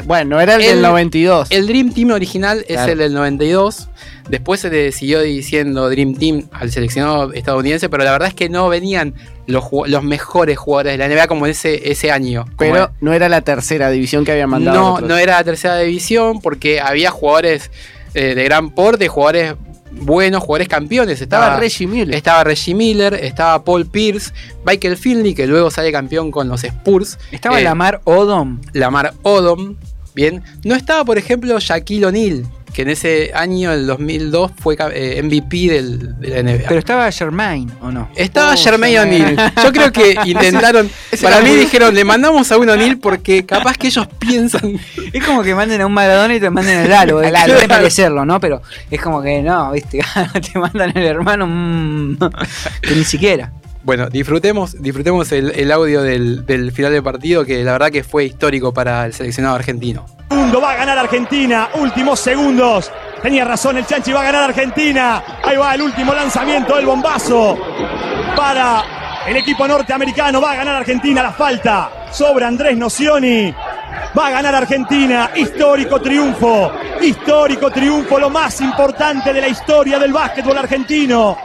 S5: Bueno, era el, del 92.
S6: El Dream Team original es
S5: Claro.
S6: el del 92. Después se le siguió diciendo Dream Team al seleccionado estadounidense, pero la verdad es que no venían los, ju- los mejores jugadores de la NBA como ese, ese año. Como
S5: Pero no era la tercera división que habían mandado.
S6: no,
S5: nosotros.
S6: no era la tercera división porque había jugadores eh, de gran porte, jugadores buenos, jugadores campeones. Estaba, Reggie Miller. Estaba Reggie Miller, estaba Paul Pierce, Michael Finley, que luego sale campeón con los Spurs.
S1: Estaba
S6: Eh,
S1: Lamar Odom.
S6: Lamar Odom. Bien. No estaba, por ejemplo, Shaquille O'Neal, que en ese año, el 2002, fue ca- eh, MVP del, de la NBA.
S1: Pero estaba Germain, ¿o no?
S6: Estaba
S1: Oh,
S6: Jermaine O'Neal. Yo creo que intentaron.
S1: [laughs] Ese
S6: para
S1: era
S6: mí
S1: muy-
S6: dijeron, le mandamos a un O'Neal porque capaz que ellos piensan.
S1: [laughs] Es como que manden a un Maradona y te manden
S6: [laughs]
S1: al [laughs] Lalo. El Lalo, debe parecerlo, ¿no? Pero es como que no, ¿viste? [laughs] te mandan el hermano. mm, que ni siquiera.
S6: Bueno, disfrutemos, disfrutemos el, el audio del, del final del partido, que la verdad que fue histórico para el seleccionado argentino.
S19: Segundo, va a ganar Argentina. Últimos segundos. Tenía razón el Chanchi, va a ganar Argentina. Ahí va el último lanzamiento del bombazo para el equipo norteamericano. Va a ganar Argentina la falta sobre Andrés Nocioni. Va a ganar Argentina. Histórico triunfo. Histórico triunfo, lo más importante de la historia del básquetbol argentino.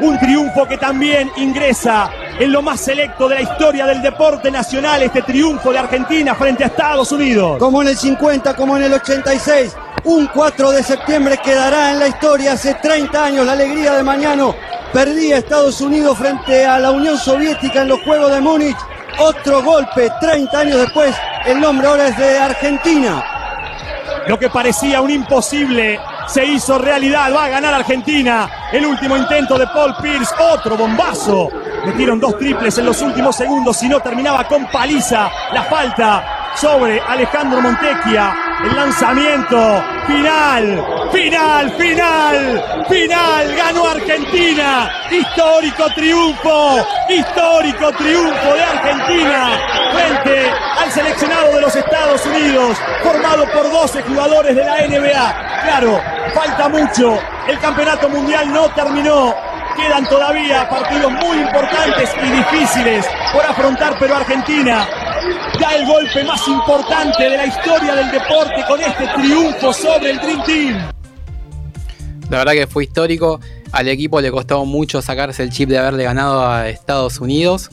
S19: Un triunfo que también ingresa en lo más selecto de la historia del deporte nacional, este triunfo de Argentina frente a Estados Unidos.
S20: Como en el 50, como en el 86. Un 4 de septiembre quedará en la historia. Hace 30 años la alegría de Mañano. Perdía Estados Unidos frente a la Unión Soviética en los Juegos de Múnich. Otro golpe, 30 años después. El nombre ahora es de Argentina.
S19: Lo que parecía un imposible se hizo realidad. Va a ganar Argentina. El último intento de Paul Pierce. Otro bombazo. Metieron dos triples en los últimos segundos. Si no, terminaba con paliza la falta sobre Alejandro Montequia. El lanzamiento. Final. Final. Final. Final. Ganó Argentina. Histórico triunfo. Histórico triunfo de Argentina frente al seleccionado de los Estados Unidos, formado por 12 jugadores de la NBA. Claro, falta mucho. El campeonato mundial no terminó. Quedan todavía partidos muy importantes y difíciles por afrontar, pero Argentina da el golpe más importante de la historia del deporte con este triunfo sobre el Dream Team.
S6: La verdad que fue histórico. Al equipo le costó mucho sacarse el chip de haberle ganado a Estados Unidos.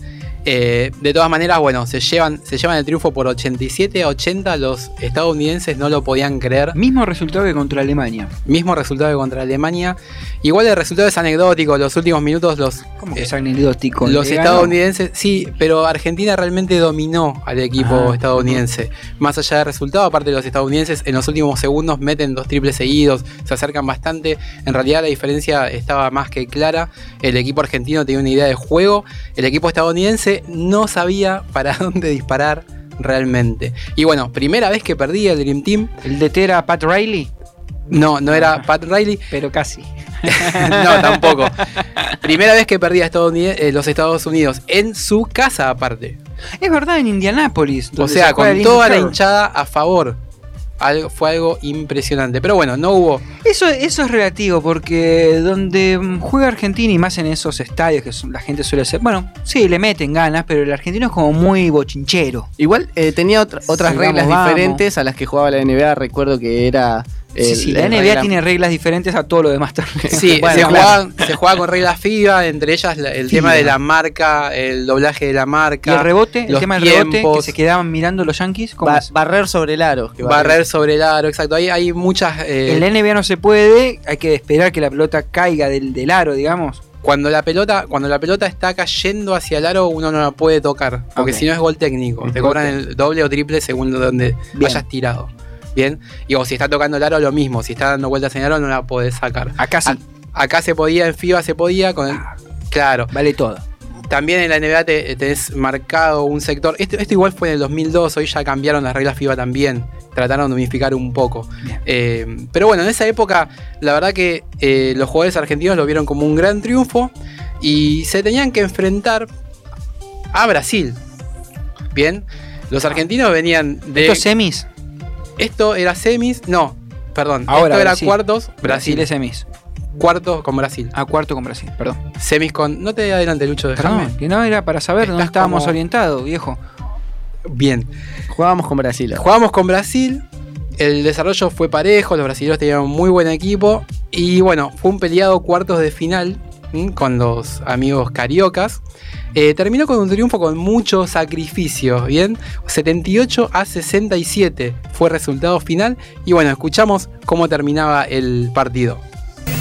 S6: Eh, de todas maneras, bueno, se llevan, se llevan el triunfo por 87 a 80. Los estadounidenses no lo podían creer.
S1: Mismo resultado que contra Alemania.
S6: Mismo resultado que contra Alemania. Igual el resultado es anecdótico. Los últimos minutos los... eh,
S1: que es anecdótico?
S6: Los
S1: Le ganó.
S6: estadounidenses, sí, pero Argentina realmente dominó al equipo estadounidense. Más allá del resultado, aparte los estadounidenses en los últimos segundos meten dos triples seguidos, se acercan bastante. En realidad la diferencia estaba más que clara. El equipo argentino tenía una idea de juego, el equipo estadounidense no sabía para [laughs] dónde disparar realmente. Y bueno, primera vez que perdí el Dream Team.
S1: ¿El DT era Pat Riley? Ah.
S6: No, no era Pat Riley.
S1: Pero casi.
S6: no, tampoco. Primera vez que perdí a Estadounid- eh, los Estados Unidos en su casa aparte.
S1: Es verdad, en Indianápolis.
S6: O
S1: donde
S6: sea,
S1: se juega
S6: con
S1: el
S6: toda la
S1: Indy Curve.
S6: hinchada a favor. Algo- fue algo impresionante. Pero bueno, no
S1: [laughs]
S6: hubo.
S1: Eso, eso es relativo, porque donde mm, juega Argentina y más en esos estadios que son- la gente suele hacer, bueno, sí, le meten ganas, pero el argentino es como muy bochinchero.
S5: Igual eh, tenía otra- otras
S1: Sí,
S5: reglas
S1: vamos, vamos.
S5: diferentes a las que jugaba la NBA. Recuerdo que era.
S1: sí,
S5: el-
S1: sí, la
S5: el
S1: NBA
S5: regla-
S1: tiene reglas diferentes a todo lo demás también.
S6: Sí,
S1: [laughs] Bueno,
S6: se,
S1: claro.
S6: jugaba, se jugaba con reglas FIBA, entre ellas la- el
S1: FIBA.
S6: tema de la marca, el doblaje de la
S1: Y
S6: marca.
S1: el rebote, el
S6: los
S1: tema del rebote, que
S6: tiempos.
S1: se quedaban mirando los yankees.
S5: Ba- barrer sobre el aro. que
S6: Barrer sobre el aro, exacto. Ahí hay muchas. eh,
S1: El NBA no se puede, hay que esperar que la pelota caiga del, del aro, digamos.
S6: cuando la pelota cuando la pelota está cayendo hacia el aro uno no la puede tocar porque
S1: Ok.
S6: si no es gol técnico te
S1: Ok.
S6: cobran el doble o triple según de donde hayas tirado bien y o si está tocando el aro lo mismo si está dando vueltas en el aro no la podés sacar
S1: acá sí
S6: acá se podía en FIBA se podía con el- claro
S1: vale todo
S6: también en la NBA te, tenés marcado un sector. Esto, esto igual fue en el 2002, hoy ya cambiaron las reglas FIBA también. Trataron de unificar un poco. Eh, pero bueno, en esa época, la verdad que eh, los jugadores argentinos lo vieron como un gran triunfo y se tenían que enfrentar a Brasil. Bien, los argentinos venían de.
S1: ¿Esto es Ah. semis?
S6: Esto era semis, no, perdón.
S1: Ahora
S6: esto era
S1: Brasil.
S6: cuartos,
S1: Brasil
S6: Brasil.
S1: es semis.
S6: Cuartos con Brasil.
S1: Ah, cuarto con Brasil, perdón.
S6: Semis con. No te adelante, Lucho, déjame.
S1: Perdón, que no era para saber, no
S6: Estás
S1: estábamos
S6: como-
S1: orientados, viejo.
S6: Bien.
S5: Jugábamos con Brasil. ahora.
S6: Jugábamos con Brasil, el desarrollo fue parejo, los brasileños tenían un muy buen equipo y bueno, fue un peleado cuartos de final ¿m? con los amigos cariocas. Eh, terminó con un triunfo con mucho sacrificio, ¿bien? 78 a 67 fue resultado final y bueno, escuchamos cómo terminaba el partido.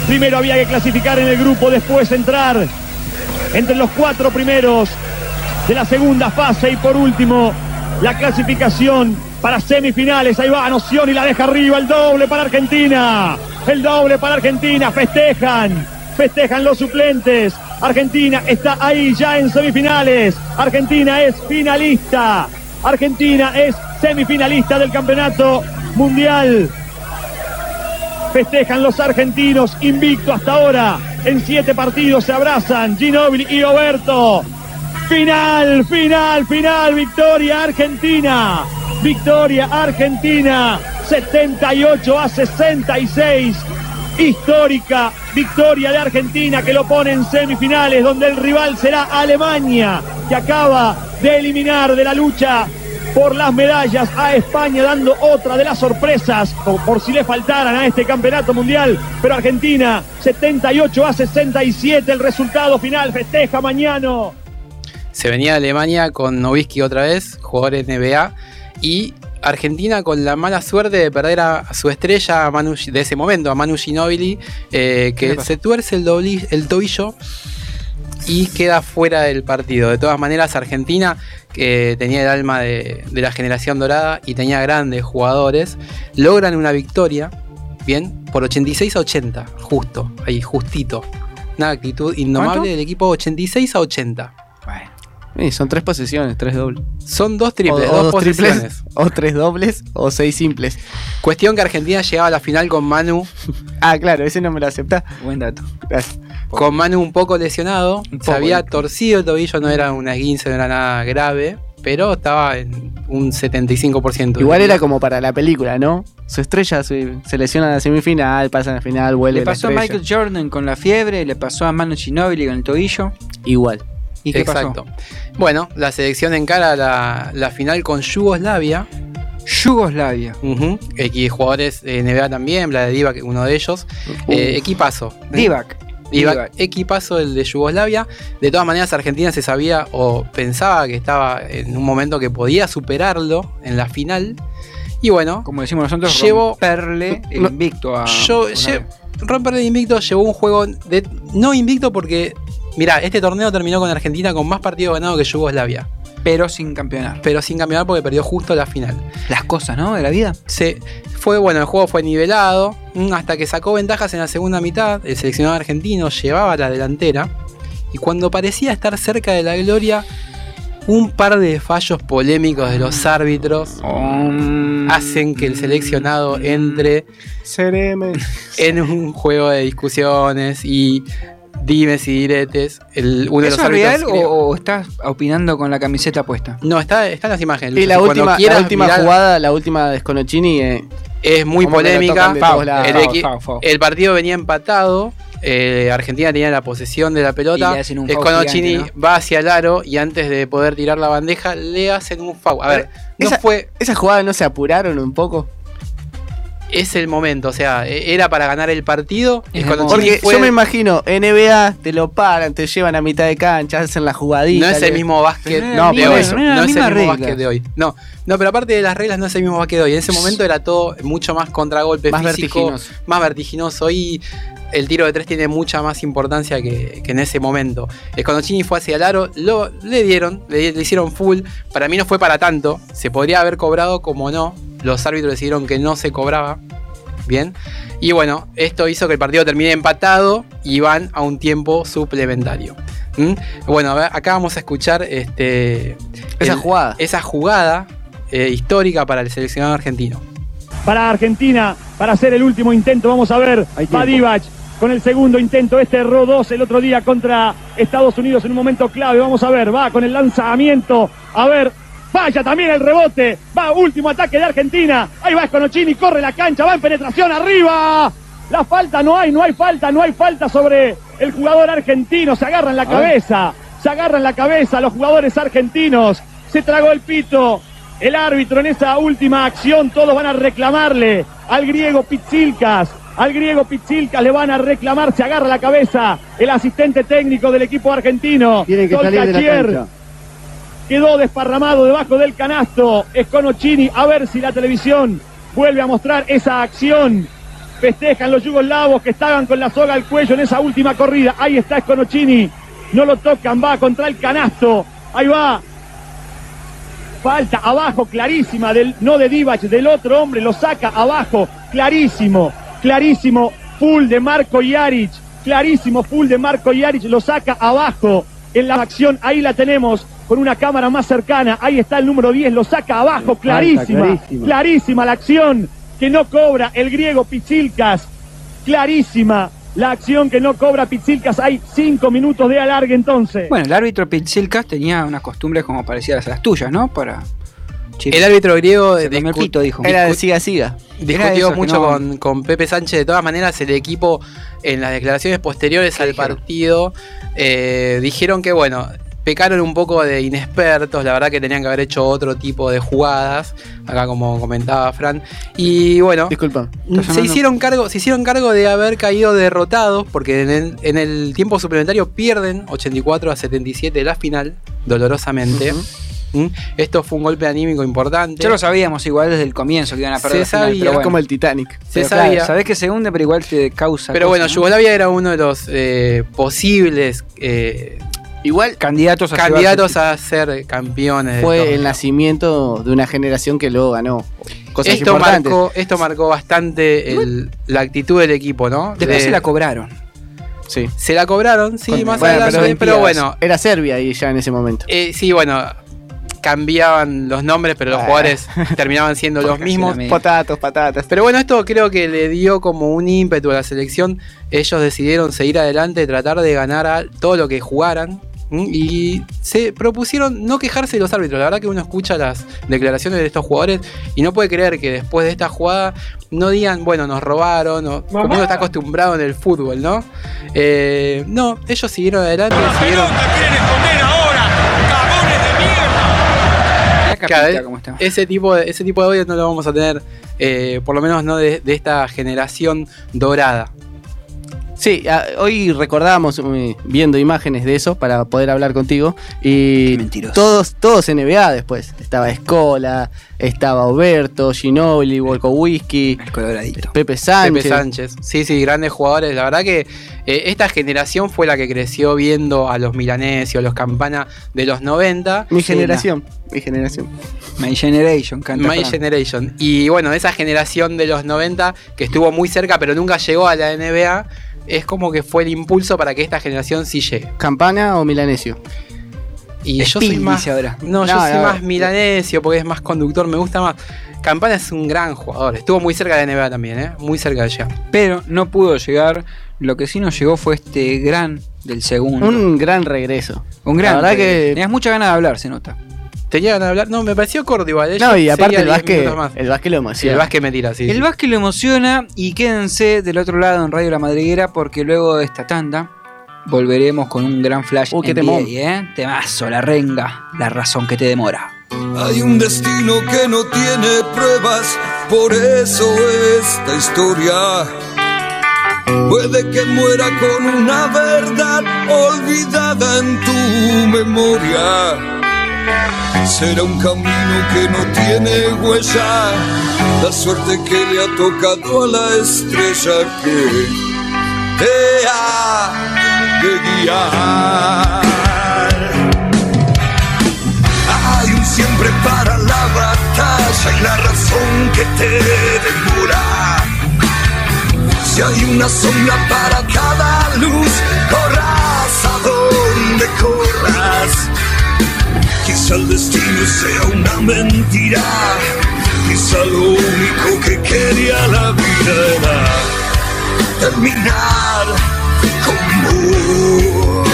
S19: Primero había que clasificar en el grupo, después entrar entre los cuatro primeros de la segunda fase y por último la clasificación para semifinales. Ahí va Nocioni, la deja arriba. El doble para Argentina. El doble para Argentina. Festejan. Festejan los suplentes. Argentina está ahí ya en semifinales. Argentina es finalista. Argentina es semifinalista del campeonato mundial. Festejan los argentinos, invicto hasta ahora. En siete partidos se abrazan Ginóbili y Oberto. Final, final, final, victoria argentina. Victoria argentina, 78 a 66. Histórica victoria de Argentina que lo pone en semifinales, donde el rival será Alemania, que acaba de eliminar de la lucha por las medallas a España, dando otra de las sorpresas, o por si le faltaran a este campeonato mundial. Pero Argentina, 78 a 67, el resultado final, festeja mañana.
S6: Se venía de Alemania con Novisky otra vez, jugadores NBA, y Argentina con la mala suerte de perder a, a su estrella a Manu- de ese momento, a Manu Ginobili, eh, que se tuerce el, dobli- el tobillo y queda fuera del partido. De todas maneras, Argentina que tenía el alma de, de la generación dorada y tenía grandes jugadores, logran una victoria, bien, por 86 a 80, justo, ahí, justito. Una actitud indomable
S5: ¿Cuánto?
S6: del equipo 86 a 80.
S5: Eh, son tres posesiones, tres dobles.
S6: Son dos triples,
S5: O- o
S6: dos, posesiones.
S5: triples, [laughs] o tres dobles, o seis simples.
S6: Cuestión que Argentina llegaba a la final con Manu.
S5: [laughs] ah, claro, ese no me lo aceptás.
S1: Buen dato.
S6: Con Manu un poco lesionado, se
S5: poco,
S6: había
S5: ¿eh?
S6: torcido el tobillo, no era una esguince, no era nada grave, pero estaba en un 75%.
S5: Igual era como para la película, ¿no? Su estrella se, se lesiona en la semifinal, pasa en la final, vuelve
S1: Le pasó a
S5: la estrella.
S1: Michael Jordan con la fiebre, le pasó a Manu Ginóbili con el tobillo.
S5: Igual.
S1: ¿Y qué
S6: Exacto. Bueno, la selección encara la, la final con Yugoslavia.
S1: Yugoslavia.
S6: Ujú. Equi- jugadores de NBA también, Vladivak, uno de ellos. Eh, equipazo.
S1: Uh. Divac.
S6: Divac, equipazo el de Yugoslavia. De todas maneras, Argentina se sabía o pensaba que estaba en un momento que podía pasó superarlo. en la final. Y bueno,
S1: como decimos nosotros,
S6: llevo-
S1: romperle el
S6: No,
S1: invicto a.
S6: Yo, lle- romper el invicto llevó un juego de no invicto porque, mirá, este torneo terminó con Argentina con más partidos ganados que Yugoslavia.
S1: Pero sin campeonar.
S6: Pero sin campeonar porque perdió justo la final.
S1: Las cosas, ¿no? De la vida.
S6: Se, fue bueno, el juego fue nivelado mm, hasta que sacó ventajas en la segunda mitad. El seleccionado argentino llevaba la delantera. Y cuando parecía estar cerca de la gloria, un par de fallos polémicos de los árbitros Mm. hacen que el seleccionado entre en un juego de discusiones y dimes y diretes. El, uno de
S1: ¿Eso
S6: los
S1: es real
S6: árbitros,
S1: o,
S6: creo-
S1: o estás opinando con la camiseta puesta?
S6: No, está, están las imágenes.
S5: Y la
S6: Cuando
S5: última, la
S6: quieras
S5: última
S6: mirar-
S5: jugada, la última de Sconocini. eh,
S6: es muy
S5: cómo me lo
S6: polémica.
S5: tocan de
S6: Foul.
S5: todos lados.
S6: el, equi- el partido venía empatado. eh, Argentina tenía la posesión de la
S1: Y
S6: pelota.
S1: le hacen un foul
S6: Sconocini
S1: gigante,
S6: va hacia el aro y antes de poder tirar la bandeja le hacen un foul. A ver, no
S5: esa,
S6: fue.
S5: ¿Esa jugada no se apuraron un poco?
S6: Es el momento, o sea, e- era para ganar el partido. Sconocini
S5: Porque
S6: fue-
S5: yo me imagino, NBA, te lo paran, te llevan a mitad de cancha, hacen la jugadita.
S6: No es
S5: le-
S6: el mismo básquet
S5: Pero no era
S6: de
S5: la
S6: hoy.
S5: misma- no era la
S6: No es el
S5: misma
S6: mismo
S5: regla.
S6: básquet de hoy. No, no, pero aparte de las reglas, no es el mismo básquet de hoy. En ese momento era todo mucho más contragolpe
S5: Más
S6: físico,
S5: vertiginoso.
S6: más vertiginoso. Y el tiro de tres tiene mucha más importancia que, que en ese momento. Escondochini fue hacia el aro, lo, le dieron, le, le hicieron full. Para mí no fue para tanto. Se podría haber cobrado, como no. Los árbitros decidieron que no se cobraba. Bien. Y bueno, esto hizo que el partido termine empatado y van a un tiempo suplementario. ¿Mm? Bueno, a ver, acá vamos a escuchar este,
S5: Esa
S6: jugada. Esa jugada eh, histórica para el seleccionado argentino.
S19: para Argentina para hacer el último intento. Vamos a ver, va Divac con el segundo intento. Este erró dos el otro día contra Estados Unidos en un momento clave. Vamos a ver, va con el lanzamiento. A ver, falla también el rebote. Va, último ataque de Argentina. Ahí va Sconocini, corre la cancha, va en penetración arriba. La falta no hay, no hay falta, no hay falta sobre el jugador argentino. Se agarra en la cabeza, se agarra en la cabeza los jugadores argentinos. Se tragó el pito. El árbitro en esa última acción, todos van a reclamarle al griego Pizzilcas. Al griego Pizzilcas le van a reclamar, se agarra la cabeza el asistente técnico del equipo argentino.
S20: Tiene que salir de la
S19: Tolcachier
S20: cancha.
S19: quedó desparramado debacho del canasto. Esconocini, a ver si la televisión vuelve a mostrar esa acción. Festejan los yugoslavos que estaban con la soga al cuello en esa última corrida. Ahí está Esconocini. No lo tocan, va contra el canasto. Ahí va Falta abajo, clarísima, del, no de Divac, del otro hombre, lo saca abajo, clarísimo, clarísimo, full de Marco Yaric, clarísimo, full de Marco Yaric, lo saca abajo en la acción, ahí la tenemos con una cámara más cercana, ahí está el número 10, lo saca abajo, clarísima,
S21: clarísima.
S19: clarísima la acción que no cobra el griego Pichilcas, clarísima la acción que no cobra Pichilcas, hay cinco minutos de alargue entonces.
S1: Bueno, el árbitro Pitsilkas tenía unas costumbres como parecidas a las tuyas, ¿no? Para.
S6: El árbitro griego
S1: Se comió el
S6: discu-
S1: pito, dijo.
S6: era de
S5: siga siga.
S1: Era eso,
S6: Discutió
S1: que
S6: mucho
S1: no-
S6: con, con Pepe Sánchez. De todas maneras, el equipo en las declaraciones posteriores al partido eh, dijeron que, bueno, pecaron un poco de inexpertos. La verdad que tenían que haber hecho otro tipo de jugadas. Acá, como comentaba Fran. Y bueno.
S5: Disculpa.
S6: Se hicieron, cargo, se hicieron cargo de haber caído derrotados porque en el, en el tiempo suplementario pierden 84 a 77 la final, dolorosamente. ¿Mm? Esto fue un golpe anímico importante.
S1: Ya lo sabíamos igual desde el comienzo que iban a perder.
S6: Se sabía, es como el
S5: Titanic.
S6: Se sabía.
S1: sabés que se hunde, pero igual te causa.
S6: Pero
S1: cosas,
S6: bueno,
S1: ¿no?
S6: Yugoslavia era uno de los eh, posibles eh,
S5: Igual
S1: candidatos
S5: a
S6: candidatos a ser campeones. del
S5: Fue
S6: torneo.
S5: el nacimiento de una generación que luego ganó. Cosas
S6: esto,
S5: importantes.
S6: marcó, esto marcó bastante el- la actitud del equipo, ¿no?
S5: Después se la
S1: cobraron.
S5: Sí.
S6: Se la cobraron, sí,
S5: Con-
S6: más
S5: bueno,
S6: adelante,
S5: pero,
S6: pero bueno,
S5: Era Serbia ahí ya en ese momento.
S6: Eh, sí, bueno, cambiaban los nombres, pero los
S5: Ah.
S6: jugadores terminaban siendo los mismos.
S5: Patatos, patatas.
S6: Pero bueno, esto creo que le dio como un ímpetu a la selección. Ellos decidieron seguir adelante, tratar de ganar a todo lo que jugaran. ¿m? Y se propusieron no quejarse de los árbitros. La verdad que uno escucha las declaraciones de estos jugadores y no puede creer que después de esta jugada no digan, bueno, nos robaron, o como uno está acostumbrado en el fútbol, ¿no? Eh, no, ellos siguieron adelante. siguieron- Cada vez- Ese tipo de, ese tipo de odio no lo vamos a tener, eh, por lo menos no de, de esta generación dorada.
S5: Sí, a- hoy recordábamos eh, viendo imágenes de eso para poder hablar contigo. Y todos, todos NBA después. Estaba Escola, estaba Oberto, Ginobili, Volko Whisky, Pepe Sánchez.
S6: Pepe Sánchez. Sí, sí, grandes jugadores. La verdad que eh, esta generación fue la que creció viendo a los milanesios, los campana de los 90.
S5: Mi generación, mi generación.
S1: My Generation, canta.
S6: My
S1: Fran.
S6: Generation. Y bueno, esa generación de los 90 que estuvo muy cerca pero nunca llegó a la NBA, es como que fue el impulso para que esta generación sí llegue.
S5: ¿Campana o Milanesio?
S6: Y yo soy
S5: Spill,
S6: más.
S5: dice ahora.
S6: No, yo
S5: No,
S6: soy
S5: no,
S6: más
S5: no.
S6: milanesio porque es más conductor, me gusta más. Campana es un gran jugador, estuvo muy cerca de la NBA también, ¿eh? Muy cerca de allá.
S1: Pero no pudo llegar. Lo que sí nos llegó fue este gran del segundo.
S5: Un gran regreso.
S1: Un gran.
S5: La verdad
S1: regreso.
S5: que-
S1: Tenías mucha ganas de hablar, se nota.
S6: Tenía ganas de hablar. No, me pareció corto igual. ¿eh?
S5: No, y
S6: Yo
S5: aparte
S6: seguía
S5: el
S6: 10
S5: básquet,
S6: minutos más.
S5: el básquet lo emociona.
S6: El básquet me tira, sí. sí.
S1: El básquet lo emociona y quédense del otro lado en Radio La Madriguera porque luego de esta tanda volveremos con un gran flash
S13: qué
S1: NBA,
S13: temón.
S1: ¿eh? Temazo, la renga, la razón que te demora.
S22: Hay un destino que no tiene pruebas, por eso esta historia puede que muera con una verdad olvidada en tu memoria. Será un camino que no tiene huella, la suerte que le ha tocado a la estrella que te ha de guiar. Hay un siempre para la batalla y la razón que te devora. Si hay una sombra para cada luz, corras a donde corras. Quizá el destino sea una mentira, quizá lo único que quería la vida era terminar con vos.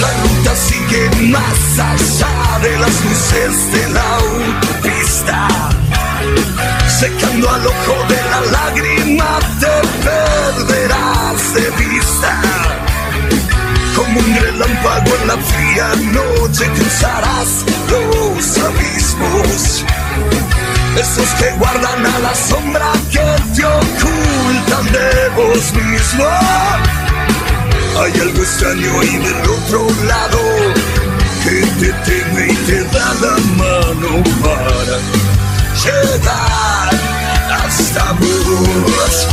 S22: La ruta sigue más allá de las luces de la autopista. Secando al ojo de la lágrima te perderás de vista. Como un relámpago en la fría noche cruzarás los abismos. Esos que guardan a la sombra que te ocultan de vos mismo. Hay algo extraño ahí del otro lado que te teme y te da la no para llegar hasta vos.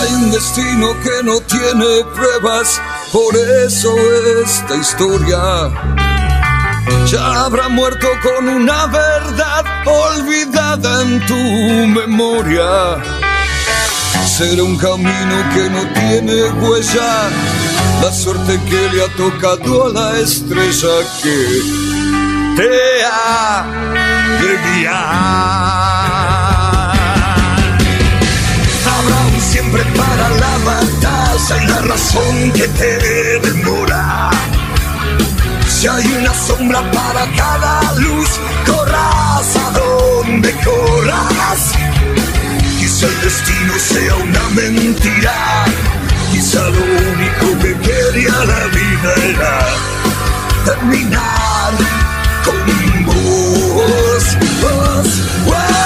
S22: Hay un destino que no tiene pruebas, por eso esta historia ya habrá muerto con una verdad olvidada en tu memoria. Será un camino que no tiene huella, la suerte que le ha tocado a la estrella que te ha de guiar. Habrá un siempre para la batalla y la razón que te demora. Si hay una sombra para cada luz, corras a donde corras. Quizá el destino sea una mentira, quizá lo único que quería la vida era terminar con vos. vos, wow.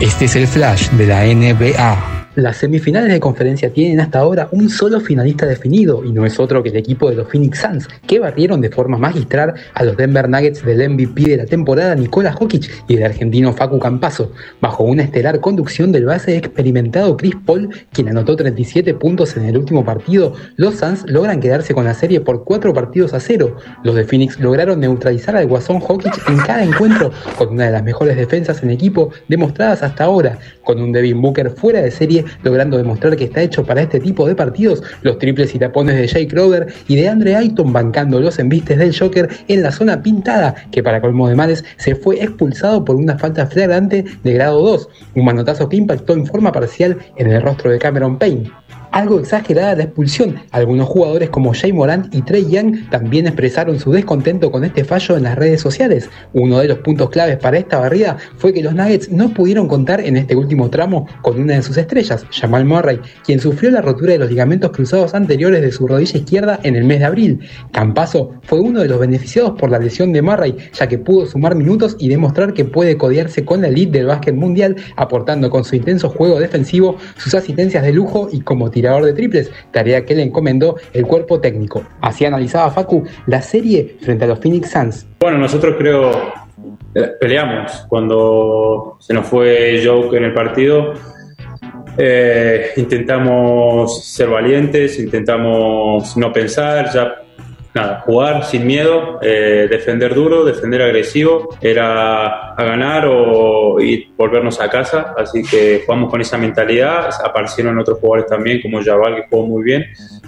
S6: Este es el flash de la NBA. Las semifinales de conferencia tienen hasta ahora un solo finalista definido y no es otro que el equipo de los Phoenix Suns, que barrieron de forma magistral a los Denver Nuggets del MVP de la temporada Nikola Jokic y el argentino Facu Campazo, bajo una estelar conducción del base experimentado Chris Paul, quien anotó 37 puntos en el último partido. Los Suns logran quedarse con la serie por 4 partidos a 0. Los de Phoenix lograron neutralizar al Guasón Jokic en cada encuentro con una de las mejores defensas en equipo demostradas hasta ahora, con un Devin Booker fuera de serie logrando demostrar que está hecho para este tipo de partidos, los triples y tapones de Jay Crowder y de Andre Ayton bancando los embistes del Joker en la zona pintada, que para colmo de males se fue expulsado por una falta flagrante de grado 2, un manotazo que impactó en forma parcial en el rostro de Cameron Payne. Algo exagerada la expulsión. Algunos jugadores como Jay Morant y Trey Young también expresaron su descontento con este fallo en las redes sociales. Uno de los puntos claves para esta barrida fue que los Nuggets no pudieron contar en este último tramo con una de sus estrellas, Jamal Murray, quien sufrió la rotura de los ligamentos cruzados anteriores de su rodilla izquierda en el mes de abril. Campazo fue uno de los beneficiados por la lesión de Murray, ya que pudo sumar minutos y demostrar que puede codearse con la elite del básquet mundial, aportando con su intenso juego defensivo, sus asistencias de lujo y como tirador de triples, tarea que le encomendó el cuerpo técnico. Así analizaba Facu la serie frente a los Phoenix Suns.
S21: Bueno, nosotros creo eh, peleamos cuando se nos fue Joke en el partido. eh, intentamos ser valientes, intentamos no pensar, ya nada, jugar sin miedo, eh, defender duro, defender agresivo, era a ganar o y volvernos a casa, así que jugamos con esa mentalidad, aparecieron otros jugadores también como Jabal que jugó muy bien,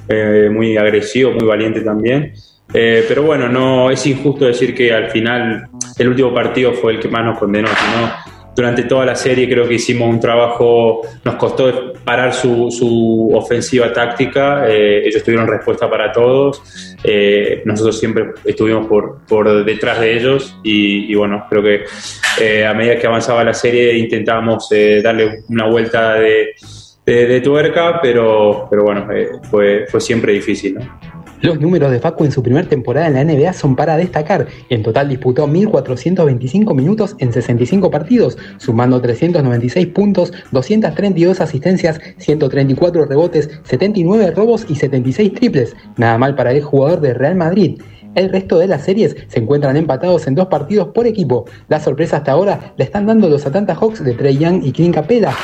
S21: eh, muy agresivo, muy valiente también. Eh, pero bueno, no es injusto decir que al final el último partido fue el que más nos condenó, sino durante toda la serie creo que hicimos un trabajo, nos costó parar su, su ofensiva táctica, eh, ellos tuvieron respuesta para todos, eh, nosotros siempre estuvimos por, por detrás de ellos y, y bueno, creo que eh, a medida que avanzaba la serie intentábamos eh, darle una vuelta de, de- de tuerca, pero, pero bueno, eh, fue, fue siempre difícil. ¿no?
S6: Los números de Facu en su primera temporada en la NBA son para destacar. En total disputó 1.425 minutos en 65 partidos, sumando 396 puntos, 232 asistencias, 134 rebotes, 79 robos y 76 triples. Nada mal para el jugador de Real Madrid. El resto de las series se encuentran empatados en dos partidos por equipo. La sorpresa hasta ahora la están dando los Atlanta Hawks de Trey Young y Clint Capela,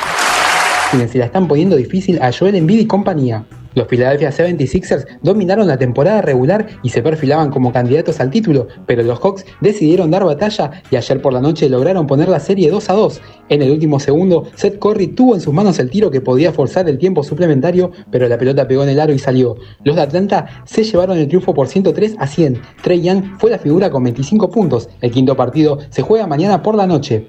S6: quienes se la están poniendo difícil a Joel Embiid y compañía. Los Philadelphia 76ers dominaron la temporada regular y se perfilaban como candidatos al título, pero los Hawks decidieron dar batalla y ayer por la noche lograron poner la serie 2 a 2. En el último segundo, Seth Curry tuvo en sus manos el tiro que podía forzar el tiempo suplementario, pero la pelota pegó en el aro y salió. Los de Atlanta se llevaron el triunfo por 103 a 100. Trey Young fue la figura con 25 puntos. El quinto partido se juega mañana por la noche.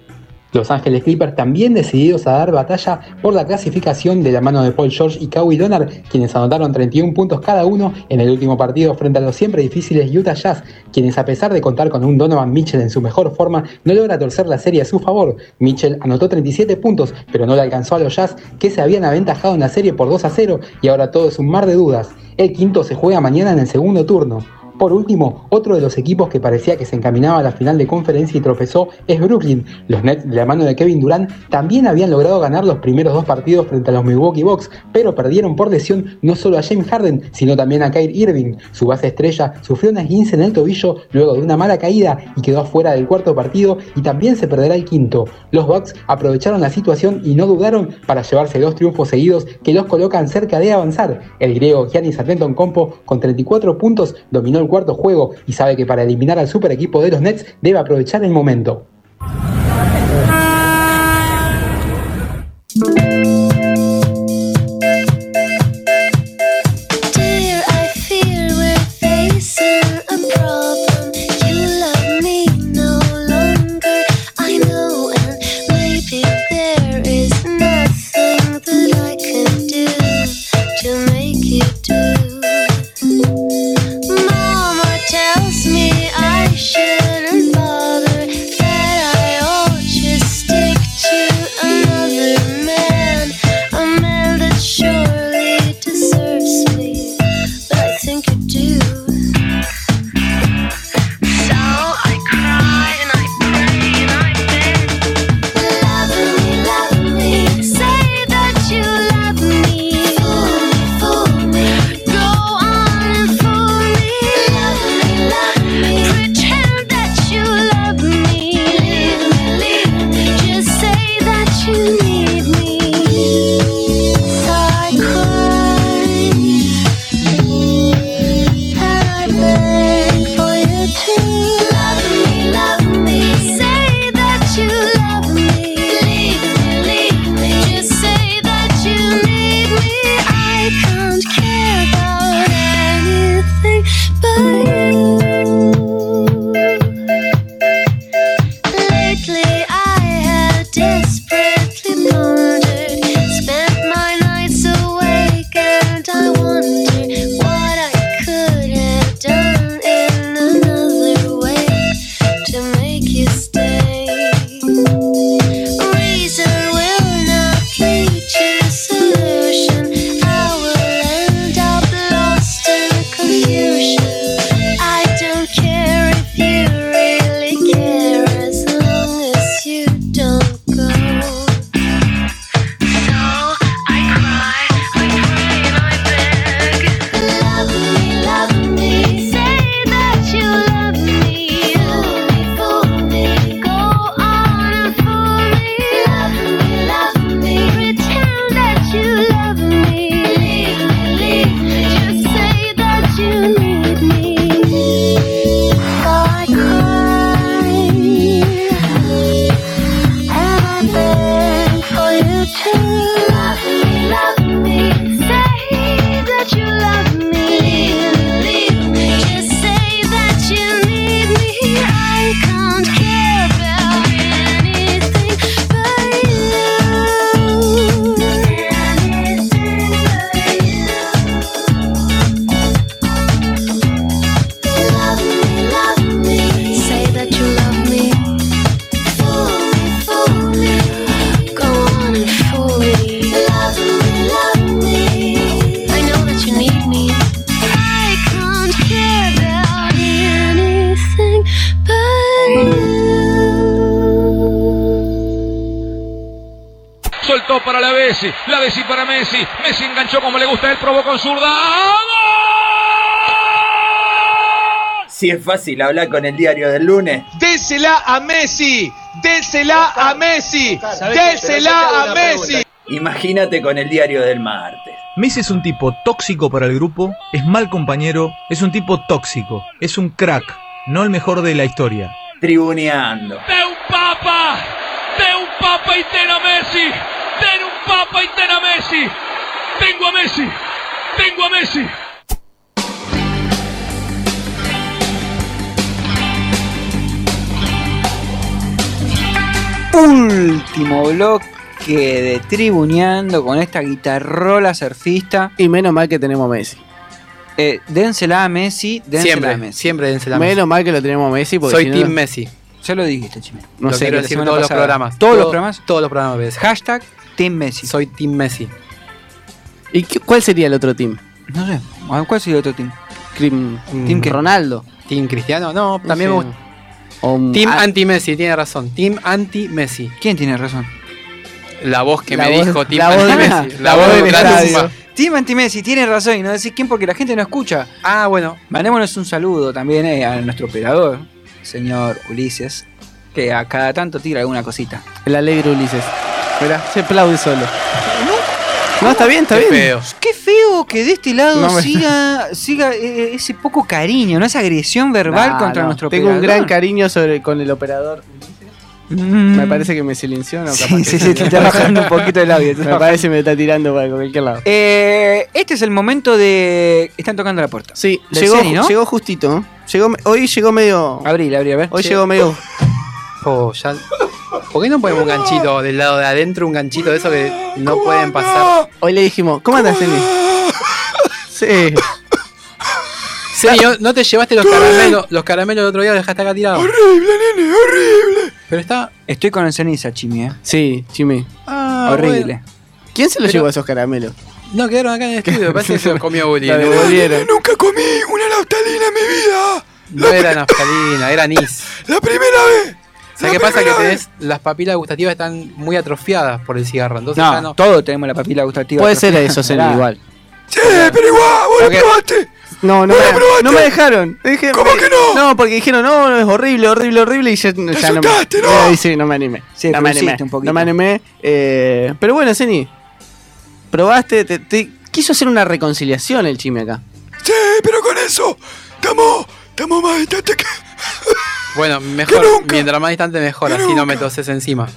S6: Los Ángeles Clippers también decididos a dar batalla por la clasificación de la mano de Paul George y Kawhi Leonard, quienes anotaron 31 puntos cada uno en el último partido frente a los siempre difíciles Utah Jazz, quienes a pesar de contar con un Donovan Mitchell en su mejor forma, no logra torcer la serie a su favor. Mitchell anotó 37 puntos, pero no le alcanzó a los Jazz, que se habían aventajado en la serie por 2 a 0 y ahora todo es un mar de dudas. El quinto se juega mañana en el segundo turno. Por último, otro de los equipos que parecía que se encaminaba a la final de conferencia y tropezó es Brooklyn. Los Nets, de la mano de Kevin Durant, también habían logrado ganar los primeros dos partidos frente a los Milwaukee Bucks, pero perdieron por lesión no solo a James Harden, sino también a Kyrie Irving. Su base estrella sufrió una esguince en el tobillo luego de una mala caída y quedó afuera del cuarto partido y también se perderá el quinto. Los Bucks aprovecharon la situación y no dudaron para llevarse dos triunfos seguidos que los colocan cerca de avanzar. El griego Giannis Atlenton Compo, con 34 puntos, dominó el cuarto juego y sabe que para eliminar al super equipo de los Nets debe aprovechar el momento.
S8: Dear, I fear we're facing a problem. You love me no longer, I know, and maybe there is nothing that I can do to make you do. Mama tells me I shouldn't bother, that
S2: Cortó para la Bessi. La Bessi para Messi. Messi enganchó como le gusta. a Él probó con zurda. ¡Gol!
S9: Si es fácil hablar con el diario del lunes.
S23: Désela a Messi. Désela a Messi. Désela a Messi.
S9: Imagínate con el diario del martes.
S24: Messi es un tipo tóxico para el grupo, es mal compañero, es un tipo tóxico, es un crack, no el mejor de la historia.
S9: Tribuneando.
S2: De un um papa, de un papa y ten a Messi, de un papa y ten a Messi. Tengo a Messi, tengo a Messi.
S1: Último bloque de Tribuneando con esta guitarrola surfista. Eh,
S5: Y menos mal que tenemos a Messi.
S1: dénsela a Messi, dénsela
S6: Siempre,
S1: a Messi.
S6: siempre dénsela a
S5: Menos
S6: Messi.
S5: mal que lo tenemos a Messi. Porque
S6: Soy
S5: si no-
S6: Team Messi.
S1: Ya lo dijiste, Chimeno.
S6: No
S5: No
S6: sé,
S5: sé,
S6: quiero
S5: la
S6: decir
S5: semana
S6: todos los
S5: pasada.
S6: programas.
S5: ¿Todos los
S6: Todo-
S5: programas?
S6: Todos los programas. ves.
S1: Hashtag Team Messi.
S6: Soy Team Messi.
S5: ¿Y qué- cuál sería el otro team?
S1: No sé. ¿Cuál sería el otro team?
S5: ¿Team
S6: qué?
S5: Ronaldo?
S6: Mm. ¿Team Cristiano? No, también
S5: sé.
S6: me gusta. Team
S5: Ah.
S6: anti-Messi, tiene razón. Team anti-Messi.
S1: Ah. ¿Quién tiene razón?
S6: La voz que
S1: La
S6: me
S1: voz-
S6: dijo Team
S1: la voz de-
S6: anti-Messi.
S1: la voz del
S6: la
S1: estadio.
S6: tumba.
S1: Team Anti-Messi, tiene razón y no decís quién porque la gente no escucha.
S6: Ah, bueno.
S1: Mandémonos un saludo también eh, a nuestro operador, señor Ulises, que a cada tanto tira alguna cosita.
S5: El alegre Ulises. Mirá, se aplaude solo. No, está bien, está
S1: Qué
S5: bien.
S1: feo. Qué feo que de este lado
S5: No me-
S1: siga, siga eh, ese poco cariño, no esa agresión verbal
S5: Nah,
S1: contra
S5: no.
S1: nuestro
S5: Tengo un
S1: operador. Mm.
S5: gran cariño sobre, con el operador. Me parece que me silenció. ¿no?
S1: Sí,
S5: Capaz que
S1: sí, sí, te está bajando un poquito el audio, te está
S5: Me parece que me está tirando para cualquier lado.
S1: Eh, este es el momento de. Están tocando la puerta.
S5: Sí,
S1: Del
S5: llegó,
S1: Ceni, ¿no?
S5: llegó justito. ¿no? Llegó, hoy llegó medio.
S1: Abril, abril, a ver.
S5: Hoy
S6: Sí.
S5: llegó medio.
S6: Oh, ya. ¿Por qué no ponemos un ganchito del lado de adentro? Un ganchito de eso que no pueden pasar.
S5: Hoy le dijimos, ¿cómo andas, Ceni? Sí.
S6: Señor, no te llevaste los caramelos. Los caramelos del otro día los dejaste acá tirados.
S1: Horrible, nene, horrible.
S6: Pero está.
S1: Estoy con el ceniza, Chimi, ¿eh?
S5: Sí, Chimi.
S6: Ah,
S1: horrible.
S6: bueno.
S5: ¿Quién se lo
S6: Pero-
S5: llevó esos caramelos?
S6: No, quedaron acá en el estudio. Me parece que se los comió Bully.
S5: La devolvieron.
S6: Nunca comí una naftalina en mi vida. No era naftalina, era anís. La primera vez. ¿Sabes qué pasa? Que tenés, las papilas gustativas están muy atrofiadas por el cigarro. Entonces
S1: No,
S6: ya no.
S1: todos tenemos la papila gustativa.
S5: Puede ser
S1: atrofiada.
S5: eso, Ceni,
S1: Pará.
S5: igual. Eh,
S1: pero igual, vos
S5: Porque- No, no, me, no me dejaron. Dije, ¿Cómo que no? No, porque dijeron, no, no, es horrible, horrible, horrible. Y ya, ya no me. Eh, sí, no me animé.
S1: Sí,
S5: no me
S1: pero
S5: animé.
S1: hiciste un poquito.
S5: No me animé. eh, pero bueno, Ceni, probaste, te, te- quiso hacer una reconciliación el chime acá.
S25: Sí, pero con eso, estamos, estamos más distantes que...
S6: Bueno, mejor. Mientras más distante, mejor. Así no me toses encima.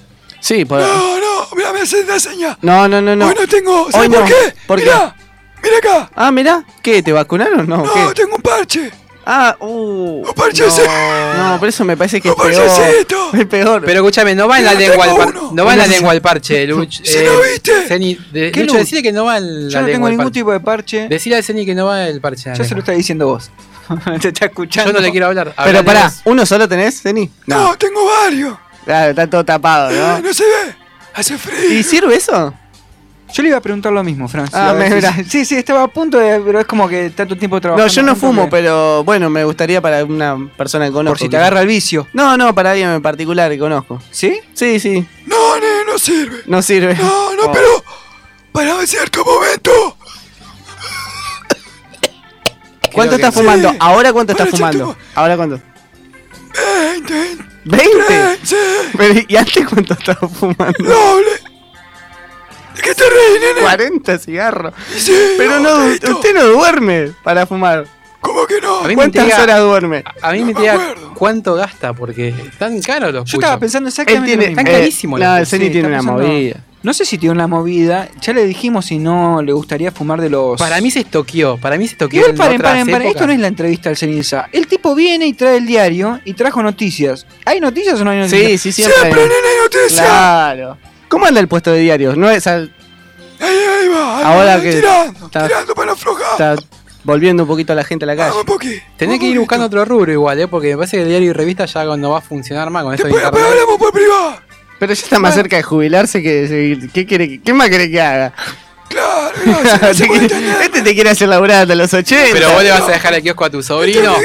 S5: Sí,
S1: pues.
S5: por.
S25: No, no, mira, me haces la seña.
S5: No, no, no, no.
S25: Hoy no tengo, ¿sabes
S5: Hoy
S25: por
S5: no.
S25: qué?
S5: ¿Por qué?
S25: Mirá, mirá acá.
S5: Ah, mirá, ¿qué? ¿Te vacunaron? No,
S25: No,
S5: ¿qué?
S25: tengo un parche.
S5: Ah, uh.
S25: Un parche
S5: no,
S25: sí.
S5: no, por eso me parece que es
S25: ¿Cómo
S5: peor.
S25: se hace esto?
S5: Es peor.
S6: Pero escúchame, no va en la
S5: Mira,
S6: lengua al
S5: tengo
S6: par-
S5: uno.
S6: no va en la
S5: Uno.
S6: lengua al
S1: [laughs]
S6: parche, Luch.
S5: Si no viste.
S6: Zeni, de-
S1: ¿Qué,
S6: Lucho,
S1: Luch?
S6: decile que no va en la
S1: Yo no tengo
S6: lengua al
S1: ningún
S6: parche.
S1: tipo de parche.
S6: Decile a Zeni que no va el parche. en la
S1: Ya se lo
S6: lengua.
S1: está
S5: [laughs]
S1: diciendo vos. Te está escuchando.
S6: Yo no le quiero hablar.
S5: Pero
S6: Hablale
S5: pará,
S6: vos.
S5: ¿uno solo tenés, Ceni?
S25: No, tengo varios.
S5: Claro, está todo tapado, ¿no?
S25: Eh, [laughs] No se ve, hace frío.
S5: ¿Y sirve eso?
S1: Yo le iba a preguntar lo mismo, Francis.
S5: Ah,
S1: A
S5: me-
S1: ver si-
S5: mirá.
S1: Sí, sí, estaba a punto de. Pero es como que tanto tiempo trabajando.
S5: No, yo no
S1: juntos
S5: fumo,
S1: que-
S5: pero bueno, me gustaría para una persona que conozco.
S1: Por si te
S5: quizás.
S1: agarra el vicio.
S5: No, no, para alguien en particular que conozco.
S1: ¿Sí?
S5: Sí, sí.
S25: No, nene, no sirve.
S5: No sirve.
S25: No, no,
S5: Oh.
S25: pero para un cierto momento.
S5: ¿Cuánto
S25: Creo
S5: estás
S25: que-
S5: fumando?
S25: Sí.
S5: ¿Ahora cuánto estás
S25: Bueno, che,
S5: fumando? ¿Ahora cuánto?
S25: Veinte,
S5: ¿20?
S25: Sí.
S5: Pero, ¿Y antes cuánto estabas fumando?
S25: doble. ¿De qué te reí, nene?
S5: 40 cigarros.
S25: Sí,
S5: Pero no, usted no duerme para fumar.
S25: ¿Cómo que no?
S6: A mí me
S5: ¿Cuántas
S6: intriga-
S5: horas duerme?
S6: A mí me intriga cuánto gasta, porque están caros los
S1: Yo estaba
S6: puchos.
S1: pensando exactamente.
S5: tiene-
S1: lo
S5: eh,
S1: mismo. Están carísimos los
S5: no, el
S1: puchos.
S5: Ceni tiene
S1: está
S5: una
S1: pensando-
S5: movida.
S1: No sé si tiene una movida. Ya le dijimos si no le gustaría fumar de los.
S6: Para mí se estoqueó, para mí se estoqueó
S1: Igual
S6: en
S1: paren,
S6: otras
S1: paren, paren.
S6: épocas.
S1: Esto no es la entrevista al ceniza. El tipo viene y trae el diario y trajo noticias. ¿Hay noticias o no hay noticias?
S5: Sí, sí, siempre. hay. Claro. ¿Cómo anda el puesto de diarios? No es al-
S25: Ahí, ahí va. ahí
S5: ahora
S25: va,
S5: que
S25: Tirando,
S5: está,
S25: tirando para aflojar.
S5: está volviendo un poquito a la gente a la calle.
S25: Un poquito.
S6: Tenés que ir buscando otro rubro igual, ¿eh? porque me parece que el diario y revista ya no va a funcionar más con esto de internet.
S25: Hablamos por privado.
S5: Pero ya está más cerca de jubilarse que de seguir. ¿Qué, quiere, que- qué más quiere que haga? [laughs]
S25: Claro,
S5: Te quiere- este te quiere hacer laburar hasta los 80.
S6: Pero vos le vas a dejar el kiosco a tu sobrino.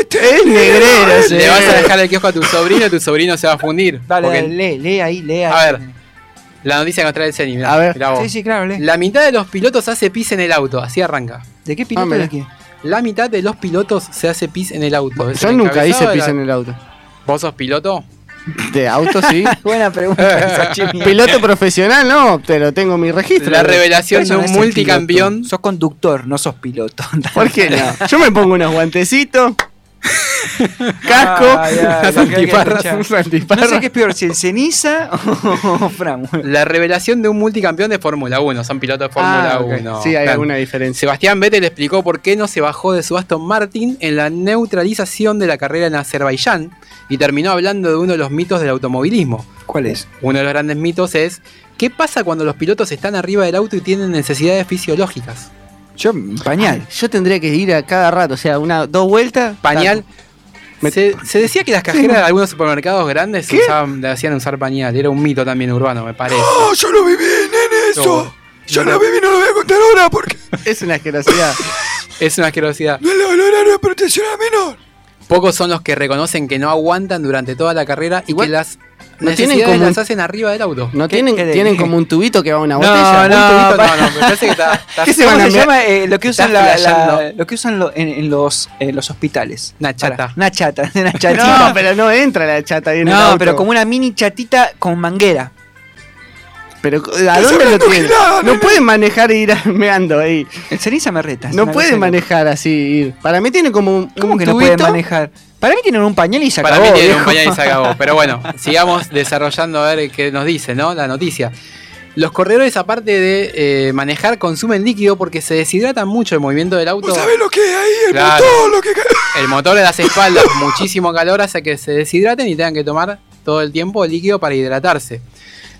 S5: este, Es negrero, sí.
S6: Le vas a dejar el kiosco a tu sobrino y tu sobrino se va a fundir.
S1: Dale,
S6: Porque-
S1: dale, lee, lee ahí, lee ahí.
S6: A ver, La noticia que nos trae el Ceni. mirá,
S5: A ver.
S6: mirá vos.
S5: Sí, sí, claro, lee.
S6: La mitad de los pilotos hace pis en el auto, así arranca.
S1: ¿De qué
S5: piloto Ah, mirá. de
S1: qué?
S6: La mitad de los pilotos se hace pis en el auto. Es
S5: Yo
S6: el
S5: nunca hice
S6: encabezado de
S5: pis
S6: la-
S5: en el auto.
S6: ¿Vos sos piloto?
S5: De auto, sí.
S1: [laughs] Buena
S6: [laughs]
S1: pregunta.
S5: Piloto profesional, no, pero tengo mi registro.
S1: Eso no es ser piloto. Sos conductor, no sos [laughs] piloto.
S5: ¿Por qué no? Yo me pongo unos
S1: [laughs]
S5: guantecitos, casco,
S1: Ay, ay,
S5: unas
S1: lo que hay que
S5: antiparras,
S1: escuchar.
S5: unas antiparras.
S1: No sé qué es peor, si el [laughs] ceniza o Fran.
S6: La revelación de un multicampeón de Fórmula 1. Son pilotos de Fórmula
S5: Ah, ok.
S6: 1.
S5: Sí, hay
S6: Claro.
S5: alguna diferencia.
S6: Sebastián Vettel explicó por qué no se bajó de su Aston Martin en la neutralización de la carrera en Azerbaiyán y terminó hablando de uno de los mitos del automovilismo.
S1: ¿Cuál es?
S6: Uno de los grandes mitos es ¿qué pasa cuando los pilotos están arriba del auto y tienen necesidades fisiológicas?
S1: Yo, pañal.
S5: Yo tendría que ir a cada rato, o sea, una, dos vueltas.
S6: Pañal. Se, se decía que las cajeras
S5: Sí.
S6: de algunos supermercados grandes usaban- le hacían usar pañal. Era un mito también urbano, me parece.
S5: ¡Ah,
S25: ¡No! ¡Yo lo viví, nene! ¡Eso! ¡Yo lo viví! ¡No lo voy a contar ahora porque
S5: Es una asquerosidad.
S6: es una asquerosidad.
S25: no lo horario de protección a menor!
S6: Pocos son los que reconocen que no aguantan durante toda la carrera y que las
S5: no tienen
S6: necesidades
S5: como un-
S6: las hacen arriba del auto.
S5: No tienen, tienen como un tubito que va a una
S6: No,
S5: botella.
S6: no,
S5: un tubito-
S6: para- no, no, me parece que está-
S5: [laughs]
S6: está-
S5: ¿Qué se
S1: ¿Cómo
S5: van a
S1: se
S5: mear?
S1: llama eh, lo que usan, la,
S6: Estás
S1: la-
S6: flasheando.
S1: lo que usan lo- en, en los, en los hospitales?
S6: Una chata.
S1: Para- Una chata, una
S5: No,
S1: chatita.
S5: pero no entra la chata ahí en el
S1: No,
S5: auto.
S1: pero como una mini chatita con manguera.
S5: Pero, ¿a dónde lo tienen? No pueden manejar e ir a- meando ahí.
S1: El ceniza me reta.
S5: No pueden manejar así. ir. Para mí tiene como un.
S1: ¿Cómo
S5: un
S1: que no pueden
S5: tubito.
S1: manejar? Para mí tienen un pañal y se
S6: Para
S1: acabó,
S6: mí tiene un
S1: viejo.
S6: pañal y se acabó. Pero
S1: [laughs]
S6: bueno, sigamos desarrollando a ver qué nos dice, ¿no? La noticia. Los corredores, aparte de eh, manejar, consumen líquido porque se deshidratan mucho el movimiento del auto.
S25: ¿Sabes lo que es ahí? ¡El
S6: Claro.
S25: motor! Lo que...
S6: El motor de las
S5: [laughs]
S6: espaldas, muchísimo calor hace que se deshidraten y tengan que tomar todo el tiempo líquido para hidratarse.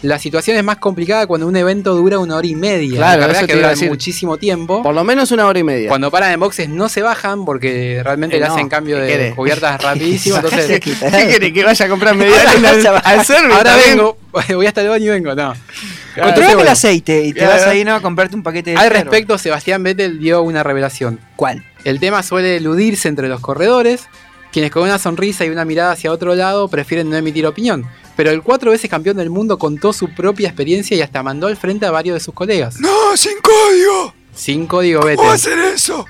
S6: La situación es más complicada cuando un evento dura una hora y media.
S5: Claro,
S6: La verdad
S5: eso
S6: que
S5: te iba
S6: dura
S5: a decir.
S6: muchísimo tiempo.
S5: Por lo menos una hora y media.
S6: Cuando paran en boxes no se bajan porque realmente
S5: Eh,
S6: le
S5: no,
S6: hacen cambio
S5: ¿qué
S6: de
S5: querés? [laughs]
S6: cubiertas rapidísimo. Entonces,
S5: ¿Qué
S6: [laughs]
S5: quiere que vaya a comprar media
S6: Ahora
S5: luna
S1: [laughs]
S6: vas
S5: al,
S6: a
S5: al service
S6: Ahora
S5: también?
S6: vengo, voy hasta el baño y vengo, no.
S1: Claro,
S6: Entonces,
S1: el
S6: bueno,
S1: aceite y te
S6: Claro.
S1: vas ahí, ¿no? A comprarte un paquete de
S6: Al
S1: cero.
S6: respecto, Sebastián Vettel dio una revelación.
S1: ¿Cuál?
S6: El tema suele eludirse entre los corredores, quienes con una sonrisa y una mirada hacia otro lado prefieren no emitir opinión. Pero el cuatro veces campeón del mundo contó su propia experiencia y hasta mandó al frente a varios de sus colegas.
S25: ¡No! ¡Sin código!
S6: Sin código
S25: ¿Cómo
S6: Vettel.
S25: hacer eso?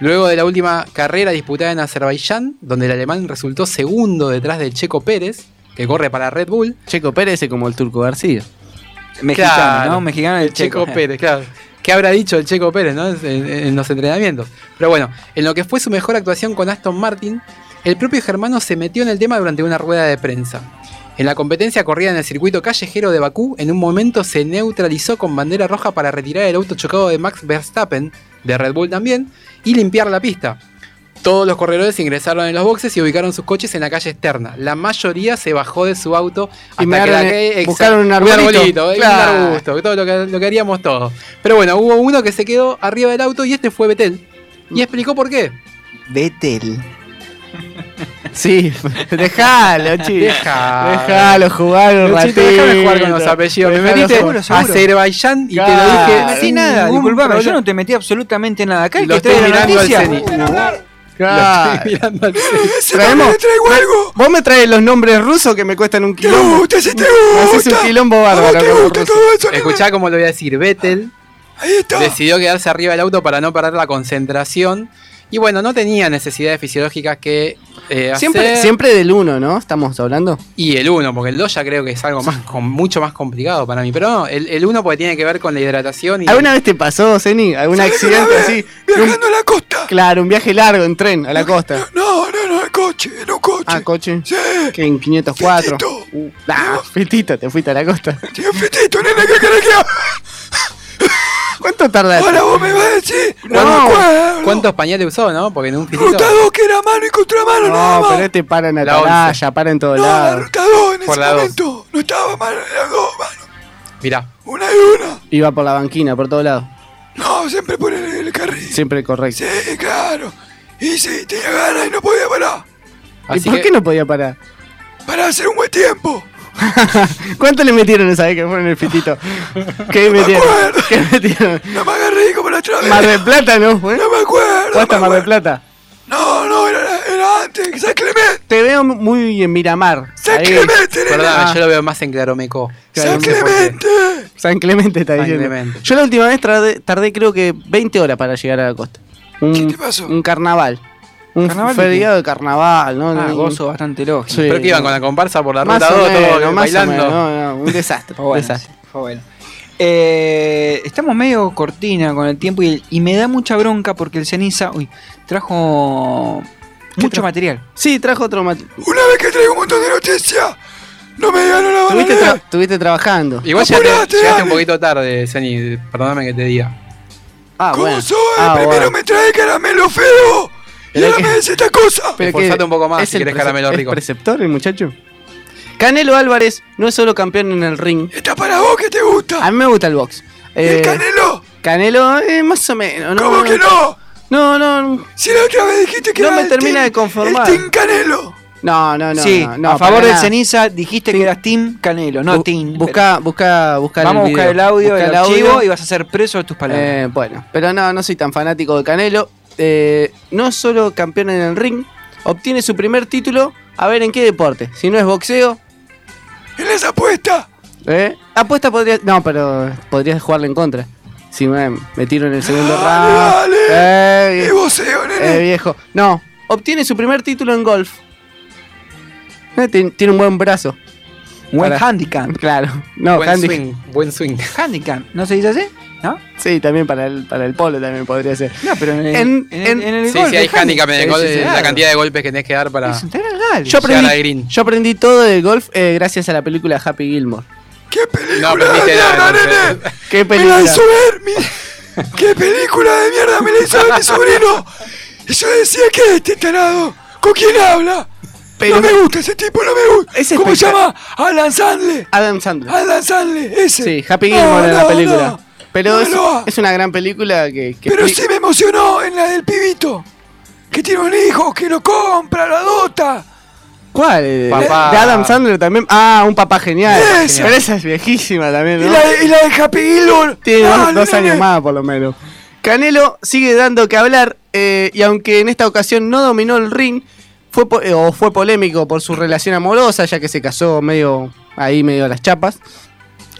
S6: Luego de la última carrera disputada en Azerbaiyán, donde el alemán resultó segundo detrás del Checo Pérez, que corre para Red Bull.
S5: Checo Pérez es como el Turco García.
S1: Mexicano,
S6: Claro.
S1: ¿no? Mexicano del
S6: El Checo
S1: checo.
S6: Pérez, claro. ¿Qué habrá dicho el Checo Pérez ¿no? en, en los entrenamientos? Pero bueno, en lo que fue su mejor actuación con Aston Martin, el propio Germano se metió en el tema durante una rueda de prensa. En la competencia corrida en el circuito callejero de Bakú, en un momento se neutralizó con bandera roja para retirar el auto chocado de Max Verstappen, de Red Bull también, y limpiar la pista. Todos los corredores ingresaron en los boxes y ubicaron sus coches en la calle externa. La mayoría se bajó de su auto hasta que
S5: mearon
S6: la
S5: en-
S6: calle-
S5: buscaron un arbolito.
S6: eh,
S5: Claro.
S6: un arbusto, todo lo que, lo que haríamos todos. Pero bueno, hubo uno que se quedó arriba del auto y este fue Betel.
S5: Mm.
S6: Y explicó por qué.
S1: Vettel.
S5: Sí, [laughs]
S6: [laughs]
S5: déjalo, chico.
S6: Déjalo.
S5: Déjalo jugar un
S6: Luchito,
S5: ratito.
S6: déjame jugar con los apellidos. Me
S5: Déjalo
S6: metiste
S5: jugar.
S1: seguro.
S6: Azerbaiyán y
S5: Claro.
S6: te
S1: No
S6: lo dije.
S1: metí nada,
S6: ningún
S1: disculpame, yo
S6: problema.
S1: no te metí absolutamente nada. Acá el
S6: Lo
S1: que
S6: estoy
S1: trae la
S6: mirando al
S1: noticia. [laughs]
S6: Ceni. Lo
S5: Claro.
S6: estoy mirando al Ceni.
S5: Traemos. Vos me traes los nombres rusos que me cuestan un quilombo.
S25: gusta, si te
S5: Haces un
S25: gusta.
S5: quilombo bárbaro.
S25: ¿A vos te
S5: con los
S25: gusta
S5: rusos.
S6: Escuchá cómo lo voy a decir. Vettel decidió quedarse arriba del auto para no perder la concentración. Y bueno, no tenía necesidades fisiológicas que eh,
S5: Siempre,
S6: hacer.
S5: siempre del uno, ¿no? Estamos hablando.
S6: Y el 1, porque el 2 ya creo que es algo más com- mucho más complicado para mí. Pero no, el 1 porque tiene que ver con la hidratación y.
S5: ¿Alguna vez te pasó, Zeni? ¿Algún accidente así? Viajando
S25: a la costa.
S5: Claro, un viaje largo en tren a la costa.
S25: No, no, no, el coche, no coche.
S5: Ah, coche. Que en 504. Uh, nah, fitito, te fuiste a la costa. [laughs]
S25: Tío Fitito, nene, ¿qué querés que haga?
S5: ¿Cuánto tardaste?
S25: Ahora vos me vas a decir. No, me
S6: ¿Cuántos-
S25: acuerdo.
S6: ¿Cuántos pañales usó, no? Porque en un fitito.
S25: Ruta 2 que era mano y contramano, nada
S5: No,
S25: más.
S5: pero este para en
S6: La once.
S5: Atalaya, para en todos lados.
S25: Ruta 2 en
S6: Por
S25: ese
S6: la dos.
S25: momento. No estaba mal, era dos, mano.
S6: Mirá.
S25: Una y una.
S5: Iba por la banquina, por todos lados.
S25: No, siempre por el, el carril.
S5: Siempre correcto.
S25: Sí, claro. Y sí, tenía ganas y no podía parar.
S5: ¿Y por qué no podía parar?
S25: Para hacer un buen tiempo.
S5: ¿Cuánto le metieron esa vez que fueron
S25: [laughs]
S5: el fitito? ¿Qué metieron? ¿Qué metieron?
S25: No me agarré como la otra vez.
S5: Mar del Plata, ¿no? No
S25: me acuerdo.
S5: hasta Mar del Plata?
S25: No, no, era, era Clemente, San Clemente.
S5: Te veo muy en Miramar.
S25: San
S5: Ahí.
S25: Clemente,
S6: Perdón,
S5: Ah,
S6: yo lo veo más en Claromeco.
S5: San Clemente. San Clemente está
S6: San
S5: diciendo.
S6: Clemente.
S5: Yo la última vez tardé, tardé creo que 20 horas para llegar a la costa. Un, Un carnaval. Un
S1: ¿Carnaval de qué?
S5: feriado de carnaval, ¿no?
S1: Ah,
S5: No,
S1: gozo bastante lógico.
S5: Sí. Pero que iban con
S6: la comparsa por la
S5: Más
S6: ruta
S5: o
S6: 2,
S5: menos,
S1: eh,
S6: todo
S5: más o
S6: bailando.
S5: menos, no, no, un desastre.
S1: Fue bueno,
S5: desastre.
S1: sí, fue bueno. Eh, estamos medio cortina con el tiempo y, y me da mucha bronca porque el ceniza uy, trajo mucho material.
S5: Sí, trajo otro material.
S25: Una vez que traigo un montón de noticias, no me digan una
S5: Estuviste, tra- estuviste trabajando.
S6: Igual llegaste, llegaste un poquito tarde, Zeni, perdóname que te diga.
S5: Ah,
S25: ¿Cómo
S6: bueno.
S25: soy?
S6: Ah,
S25: Primero
S6: bueno.
S25: me trae caramelo feo. Y
S6: Pero
S25: ahora
S6: que-
S25: me dice esta cosa.
S5: Pero
S6: Esforzate
S5: que-
S6: un poco más
S5: ¿es
S6: si
S5: el
S6: querés
S5: prece-
S6: caramelo
S5: es
S6: rico.
S5: preceptor el muchacho? Canelo Álvarez no es solo campeón en el ring.
S25: Está para vos que te gusta.
S5: A mí me gusta el box. Eh,
S25: Canelo?
S5: Canelo, eh, más o menos. ¿no?
S25: ¿Cómo que no?
S5: No, no.
S25: Si la otra vez dijiste que
S5: No
S25: era
S5: me
S25: el
S5: termina
S25: team-
S5: de conformar.
S25: El team Canelo.
S5: No, no, no.
S1: sí,
S5: no, no,
S1: a
S5: para
S1: favor del
S5: nada.
S1: ceniza dijiste que eras Team Canelo, no
S5: Bu-
S1: Team.
S5: Busca, busca, busca
S1: Vamos a buscar
S5: video.
S1: el audio,
S5: Busca
S1: el,
S5: el
S1: archivo
S5: audio.
S1: y vas a ser preso de tus palabras.
S5: Eh, bueno, pero no, no soy tan fanático de Canelo. Eh, no es solo campeón en el ring, obtiene su primer título. A ver en qué deporte. Si no es boxeo.
S25: En esa apuesta.
S5: ¿Eh? Apuesta podría. No, pero podrías jugarle en contra. Si me, me tiro en el segundo round. Eh,
S25: Es voceo, nene.
S5: eh, viejo. No, obtiene su primer título en golf. Eh, ti- tiene un buen brazo.
S1: Buen
S5: Para-
S1: handicap.
S5: Claro. No,
S6: buen
S5: handi-
S6: swing, buen swing.
S1: Handicap, ¿no se dice así? ¿No?
S5: Sí, también para el, para el polo también podría ser.
S1: No, pero en,
S5: En-
S1: en- en- en el
S6: Sí,
S1: golf
S6: sí, hay
S1: es
S6: handicap en el
S5: Sí,
S6: gol,
S5: sí, sí,
S6: la
S5: claro.
S6: cantidad de golpes que tenés que dar para.
S5: Yo
S6: Llegar
S5: aprendí,
S6: al green.
S5: yo aprendí todo del golf eh, gracias a la película Happy Gilmore.
S6: No aprendiste nada. entonces.
S5: ¡Qué
S25: Me la
S5: película!
S25: hizo ver. mi- ¡Qué película de mierda me la hizo ver mi sobrino! Y yo decía, ¿qué es este tarado? ¿Con quién habla?
S5: Pero-
S25: no me gusta ese tipo, no me gusta.
S5: Es
S25: ¿Cómo se
S5: espectac-
S25: llama? Alan Sandler.
S5: Adam Sandler.
S25: Alan Sandler, ese.
S5: Sí, Happy
S25: No,
S5: Gilmore era
S25: no,
S5: la película.
S25: no.
S5: Pero
S25: No,
S5: es,
S25: no.
S5: es una gran película que... que
S25: Pero
S5: expli-
S25: sí me emocionó en la del pibito. Que tiene un hijo, que lo compra, la dota.
S5: ¿Cuál? Eh,
S6: Papá.
S5: De Adam Sandler también. Ah, un papá genial.
S25: Esa.
S5: Pero esa es viejísima también, ¿no?
S25: Y, la, de- y la de Happy Gilmore. Ah,
S5: Tiene
S25: Dale,
S5: dos años
S25: nene.
S5: más, por lo menos. Canelo sigue dando que hablar eh, y aunque en esta ocasión no dominó el ring, fue po- eh, o fue polémico por su relación amorosa, ya que se casó medio ahí, medio a las chapas.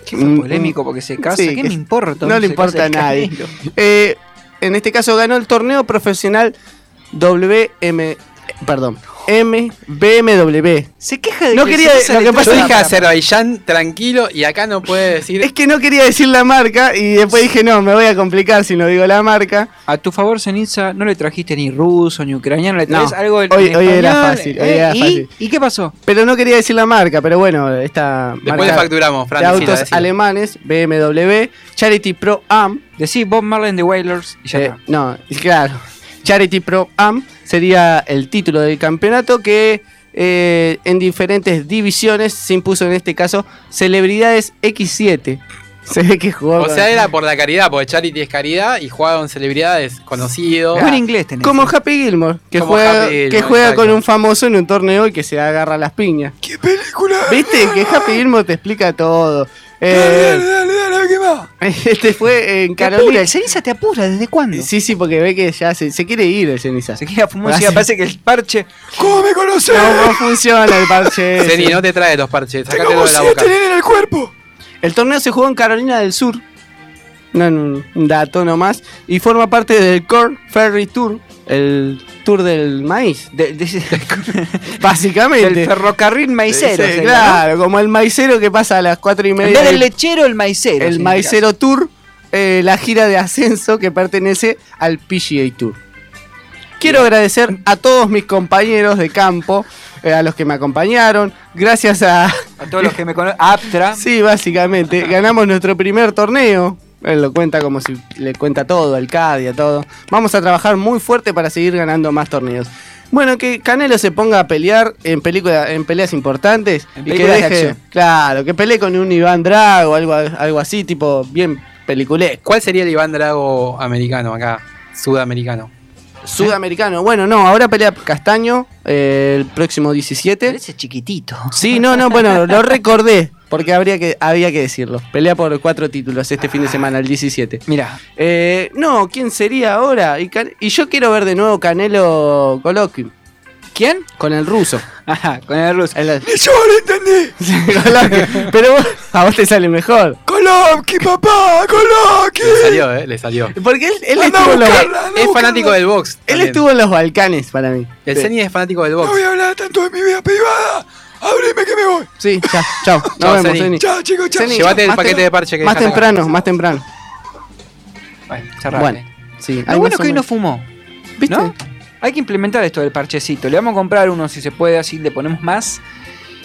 S1: ¿Qué fue
S5: Mm,
S1: polémico porque se casa?
S5: sí,
S1: ¿Qué
S5: que-
S1: me importa?
S5: no le
S1: Se
S5: importa
S1: casa
S5: a
S1: el
S5: nadie.
S1: Canelo.
S5: Eh, en este caso ganó el torneo profesional WM, eh, perdón, MBMW.
S1: Se queja de
S5: No
S1: que
S5: quería-
S1: se casa
S5: lo
S1: de
S5: que
S1: todo.
S5: pasa-
S6: Yo
S5: Para,
S6: dije
S5: para,
S6: Azerbaiyán tranquilo y acá no puede decir.
S5: Es que no quería decir la marca y después dije, no, me voy a complicar si no digo la marca.
S1: A tu favor, Ceniza, no le trajiste ni ruso ni ucraniano, le traes
S5: No,
S1: algo en
S5: hoy-
S1: en
S5: hoy era
S1: español, ¿eh?
S5: fácil, hoy era
S1: ¿y?
S5: fácil.
S1: ¿Y qué pasó?
S5: Pero no quería decir la marca, pero bueno, esta
S6: Después le
S5: marca
S6: facturamos, Fran.
S5: de
S6: decilo,
S5: autos
S6: decilo.
S5: alemanes, BMW, Charity Pro Am.
S1: Decí Bob Marley and the Wailers y ya
S5: eh,
S1: está.
S5: no, claro. Charity Pro Am sería el título del campeonato que eh, en diferentes divisiones se impuso en este caso Celebridades X7. [laughs] Se ve que jugó.
S6: O
S5: con-
S6: sea, era por la caridad, porque Charity es caridad y jugaban celebridades conocidos.
S1: Buen inglés tenés. ¿eh?
S5: como Happy Gilmore, que
S6: Como
S5: juega,
S6: Happy Gilmore,
S5: que juega con
S6: exacto.
S5: un famoso en un torneo y que se agarra las piñas.
S25: ¡Qué película!
S5: ¿Viste? Que Happy Gilmore te
S6: [laughs]
S5: explica todo.
S25: Dale,
S5: Eh,
S25: dale, dale, dale, a ver qué más.
S5: [laughs] Este fue en
S1: Te apura,
S5: Carolina.
S1: el ceniza te apura, ¿desde cuándo?
S5: Sí, sí, porque ve que ya se, se quiere ir el ceniza.
S1: Se quiere fumar, sí, parece que el parche.
S25: ¿Cómo me conocés?
S5: No, no funciona el parche.
S1: [laughs]
S5: ese.
S6: Zeni, no te trae los parches,
S25: Tengo
S6: sacátelo
S25: como
S6: de la
S25: siete
S6: boca.
S25: nenes en el cuerpo.
S5: El torneo se jugó en Carolina del Sur. No, no, un dato nomás. Y forma parte del Corn Ferry Tour, el tour del maíz.
S1: De, [laughs] de-
S5: Básicamente.
S1: del ferrocarril maicero.
S5: Sí,
S1: sería, ¿no?
S5: claro, como el maicero que pasa a las 4 y
S1: En
S5: media.
S1: vez del lechero, el maicero.
S5: el
S1: sería.
S5: maicero Tour, eh, la gira de ascenso que pertenece al PGA Tour. Quiero agradecer a todos mis compañeros de campo, eh, a los que me acompañaron. Gracias a,
S1: A todos los que me conocen. Ah, Aptra.
S5: Sí, básicamente. Ganamos nuestro primer torneo. Él lo cuenta como si le cuenta todo, al CAD y a todo. Vamos a trabajar muy fuerte para seguir ganando más torneos. Bueno, que Canelo se ponga a pelear en película, en peleas importantes
S1: En
S5: y que
S1: películas de
S5: deje,
S1: acción.
S5: claro, que pelee con un Iván Drago algo, algo así, tipo bien peliculé.
S6: ¿Cuál sería el Iván Drago americano acá? Sudamericano.
S5: Sudamericano. Bueno, no, ahora pelea Castaño eh, el próximo 17.
S1: Parece chiquitito.
S5: Sí, no, no, bueno,
S1: [laughs]
S5: lo recordé porque habría que había que decirlo. Pelea por cuatro títulos este fin de semana el 17.
S1: Mirá,
S5: Eh, no, ¿quién sería ahora? Y, Can- y yo quiero ver de nuevo Canelo Coloquio.
S1: ¿Quién?
S5: Con el ruso.
S1: Ajá, con el ruso. [laughs]
S25: Ni yo lo entendí.
S5: Pero vos, a vos te sale mejor.
S25: Golovkin, papá, Golovkin.
S6: Le salió, eh, le salió.
S5: Porque él, él
S6: Andá
S5: estuvo en los
S6: a
S5: Ba-
S6: buscarla, andá a buscarla. Él
S5: Él estuvo en los Balcanes para mí.
S6: El Ceni es fanático del box.
S25: No voy a hablar tanto de mi vida privada. Ábreme que me voy.
S5: Sí, chao, chao. Nos
S6: Chao,
S5: vemos,
S6: Ceni.
S5: Ceni.
S25: Chao, chicos, chao.
S5: Ceni,
S6: Llévate el
S5: más
S6: paquete
S5: tem-
S6: de parche que
S5: Más
S6: dejaste
S5: temprano, más temprano. Bueno, sí.
S1: Lo
S5: ahí
S1: bueno
S5: más
S1: que
S5: o
S1: hoy no
S5: menos.
S1: fumó. ¿No? Hay que implementar esto del parchecito. Le vamos a comprar uno si se puede, así le ponemos más.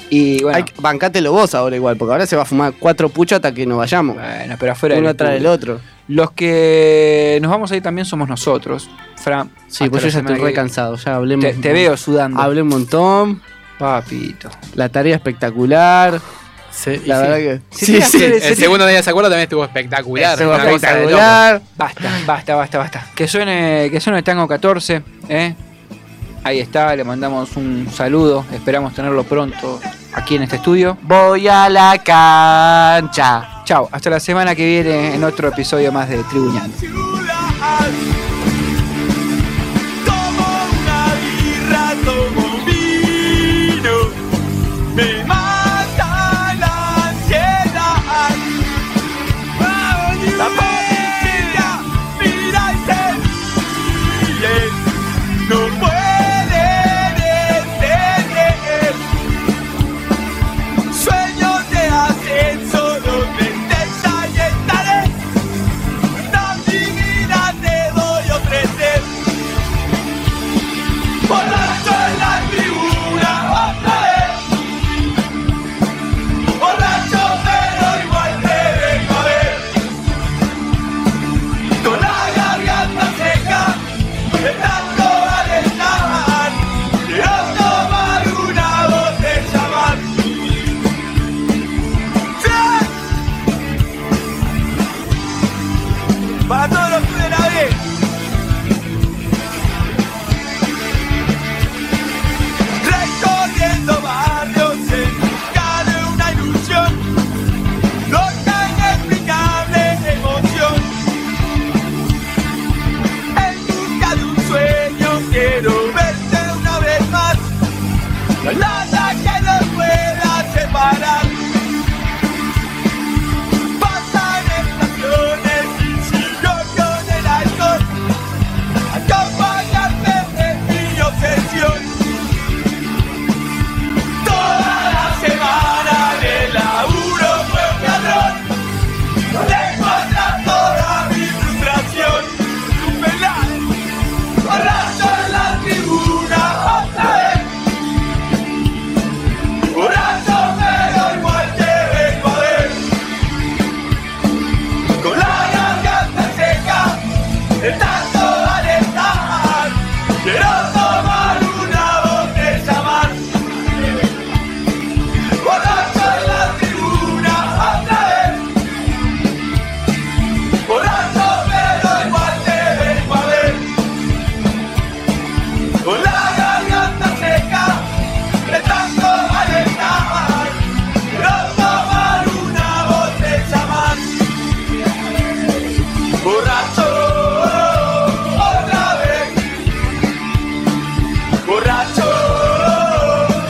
S1: Y bueno.
S5: Hay que- bancátelo vos ahora igual, porque ahora se va a fumar cuatro puchos hasta que nos vayamos.
S1: Bueno, pero afuera del
S5: Uno tras
S1: estudio.
S5: el otro.
S1: Los que nos vamos a ir también somos nosotros, Fran.
S5: Sí, pues yo ya estoy re cansado, ya hablemos.
S1: Te- te veo sudando.
S5: Hablé un montón.
S1: Papito.
S5: La tarea espectacular. la
S6: y
S5: verdad
S6: sí.
S5: que.
S6: Sí, sí, El segundo día de desacuerdo también estuvo espectacular.
S5: Estuvo
S6: una cosa de
S5: espectacular.
S1: Basta, basta, basta, basta. Que suene, que suene Tango 14, ¿eh? Ahí está, le mandamos un saludo. Esperamos tenerlo pronto aquí en este estudio.
S5: Voy a la cancha.
S1: Chao, hasta la semana que viene en otro episodio más de Tribuñando.
S2: birra tomo vino, me mata la ansiedad. La policía mira y se ríe, no puede detener. Sueños de ascenso donde intensa y estaré, la dignidad te doy a ofrecer. Borracho en la tribuna otra vez Borracho pero igual te vengo a ver Con la garganta seca De tanto alentar Quiero tomar una botella más ¡Sí! Para todos los que de la vez Recorriendo barrios en busca de una ilusión, loca inexplicable emoción. En busca de un sueño quiero verte una vez más, no hay nada que nos pueda separar. Pasan estaciones y sigo con el alcohol, acompañarte en mi obsesión. Toda la semana en el laburo fue un ladrón No le encuentras toda mi frustración Un penal Borracho en la tribuna otra vez Borracho pero igual te vengo a ver Con la garganta seca De tanto malestar Quiero tomar una botella más Borracho en la tribuna otra vez Borracho pero igual te vengo a ver Con la garganta seca De tanto malestar Quiero tomar una botella más Borracho otra vez Borracho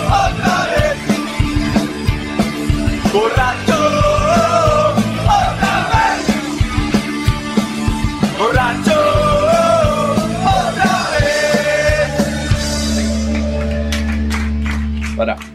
S2: otra vez Borracho, otra vez. Borracho, otra vez.
S26: Pará.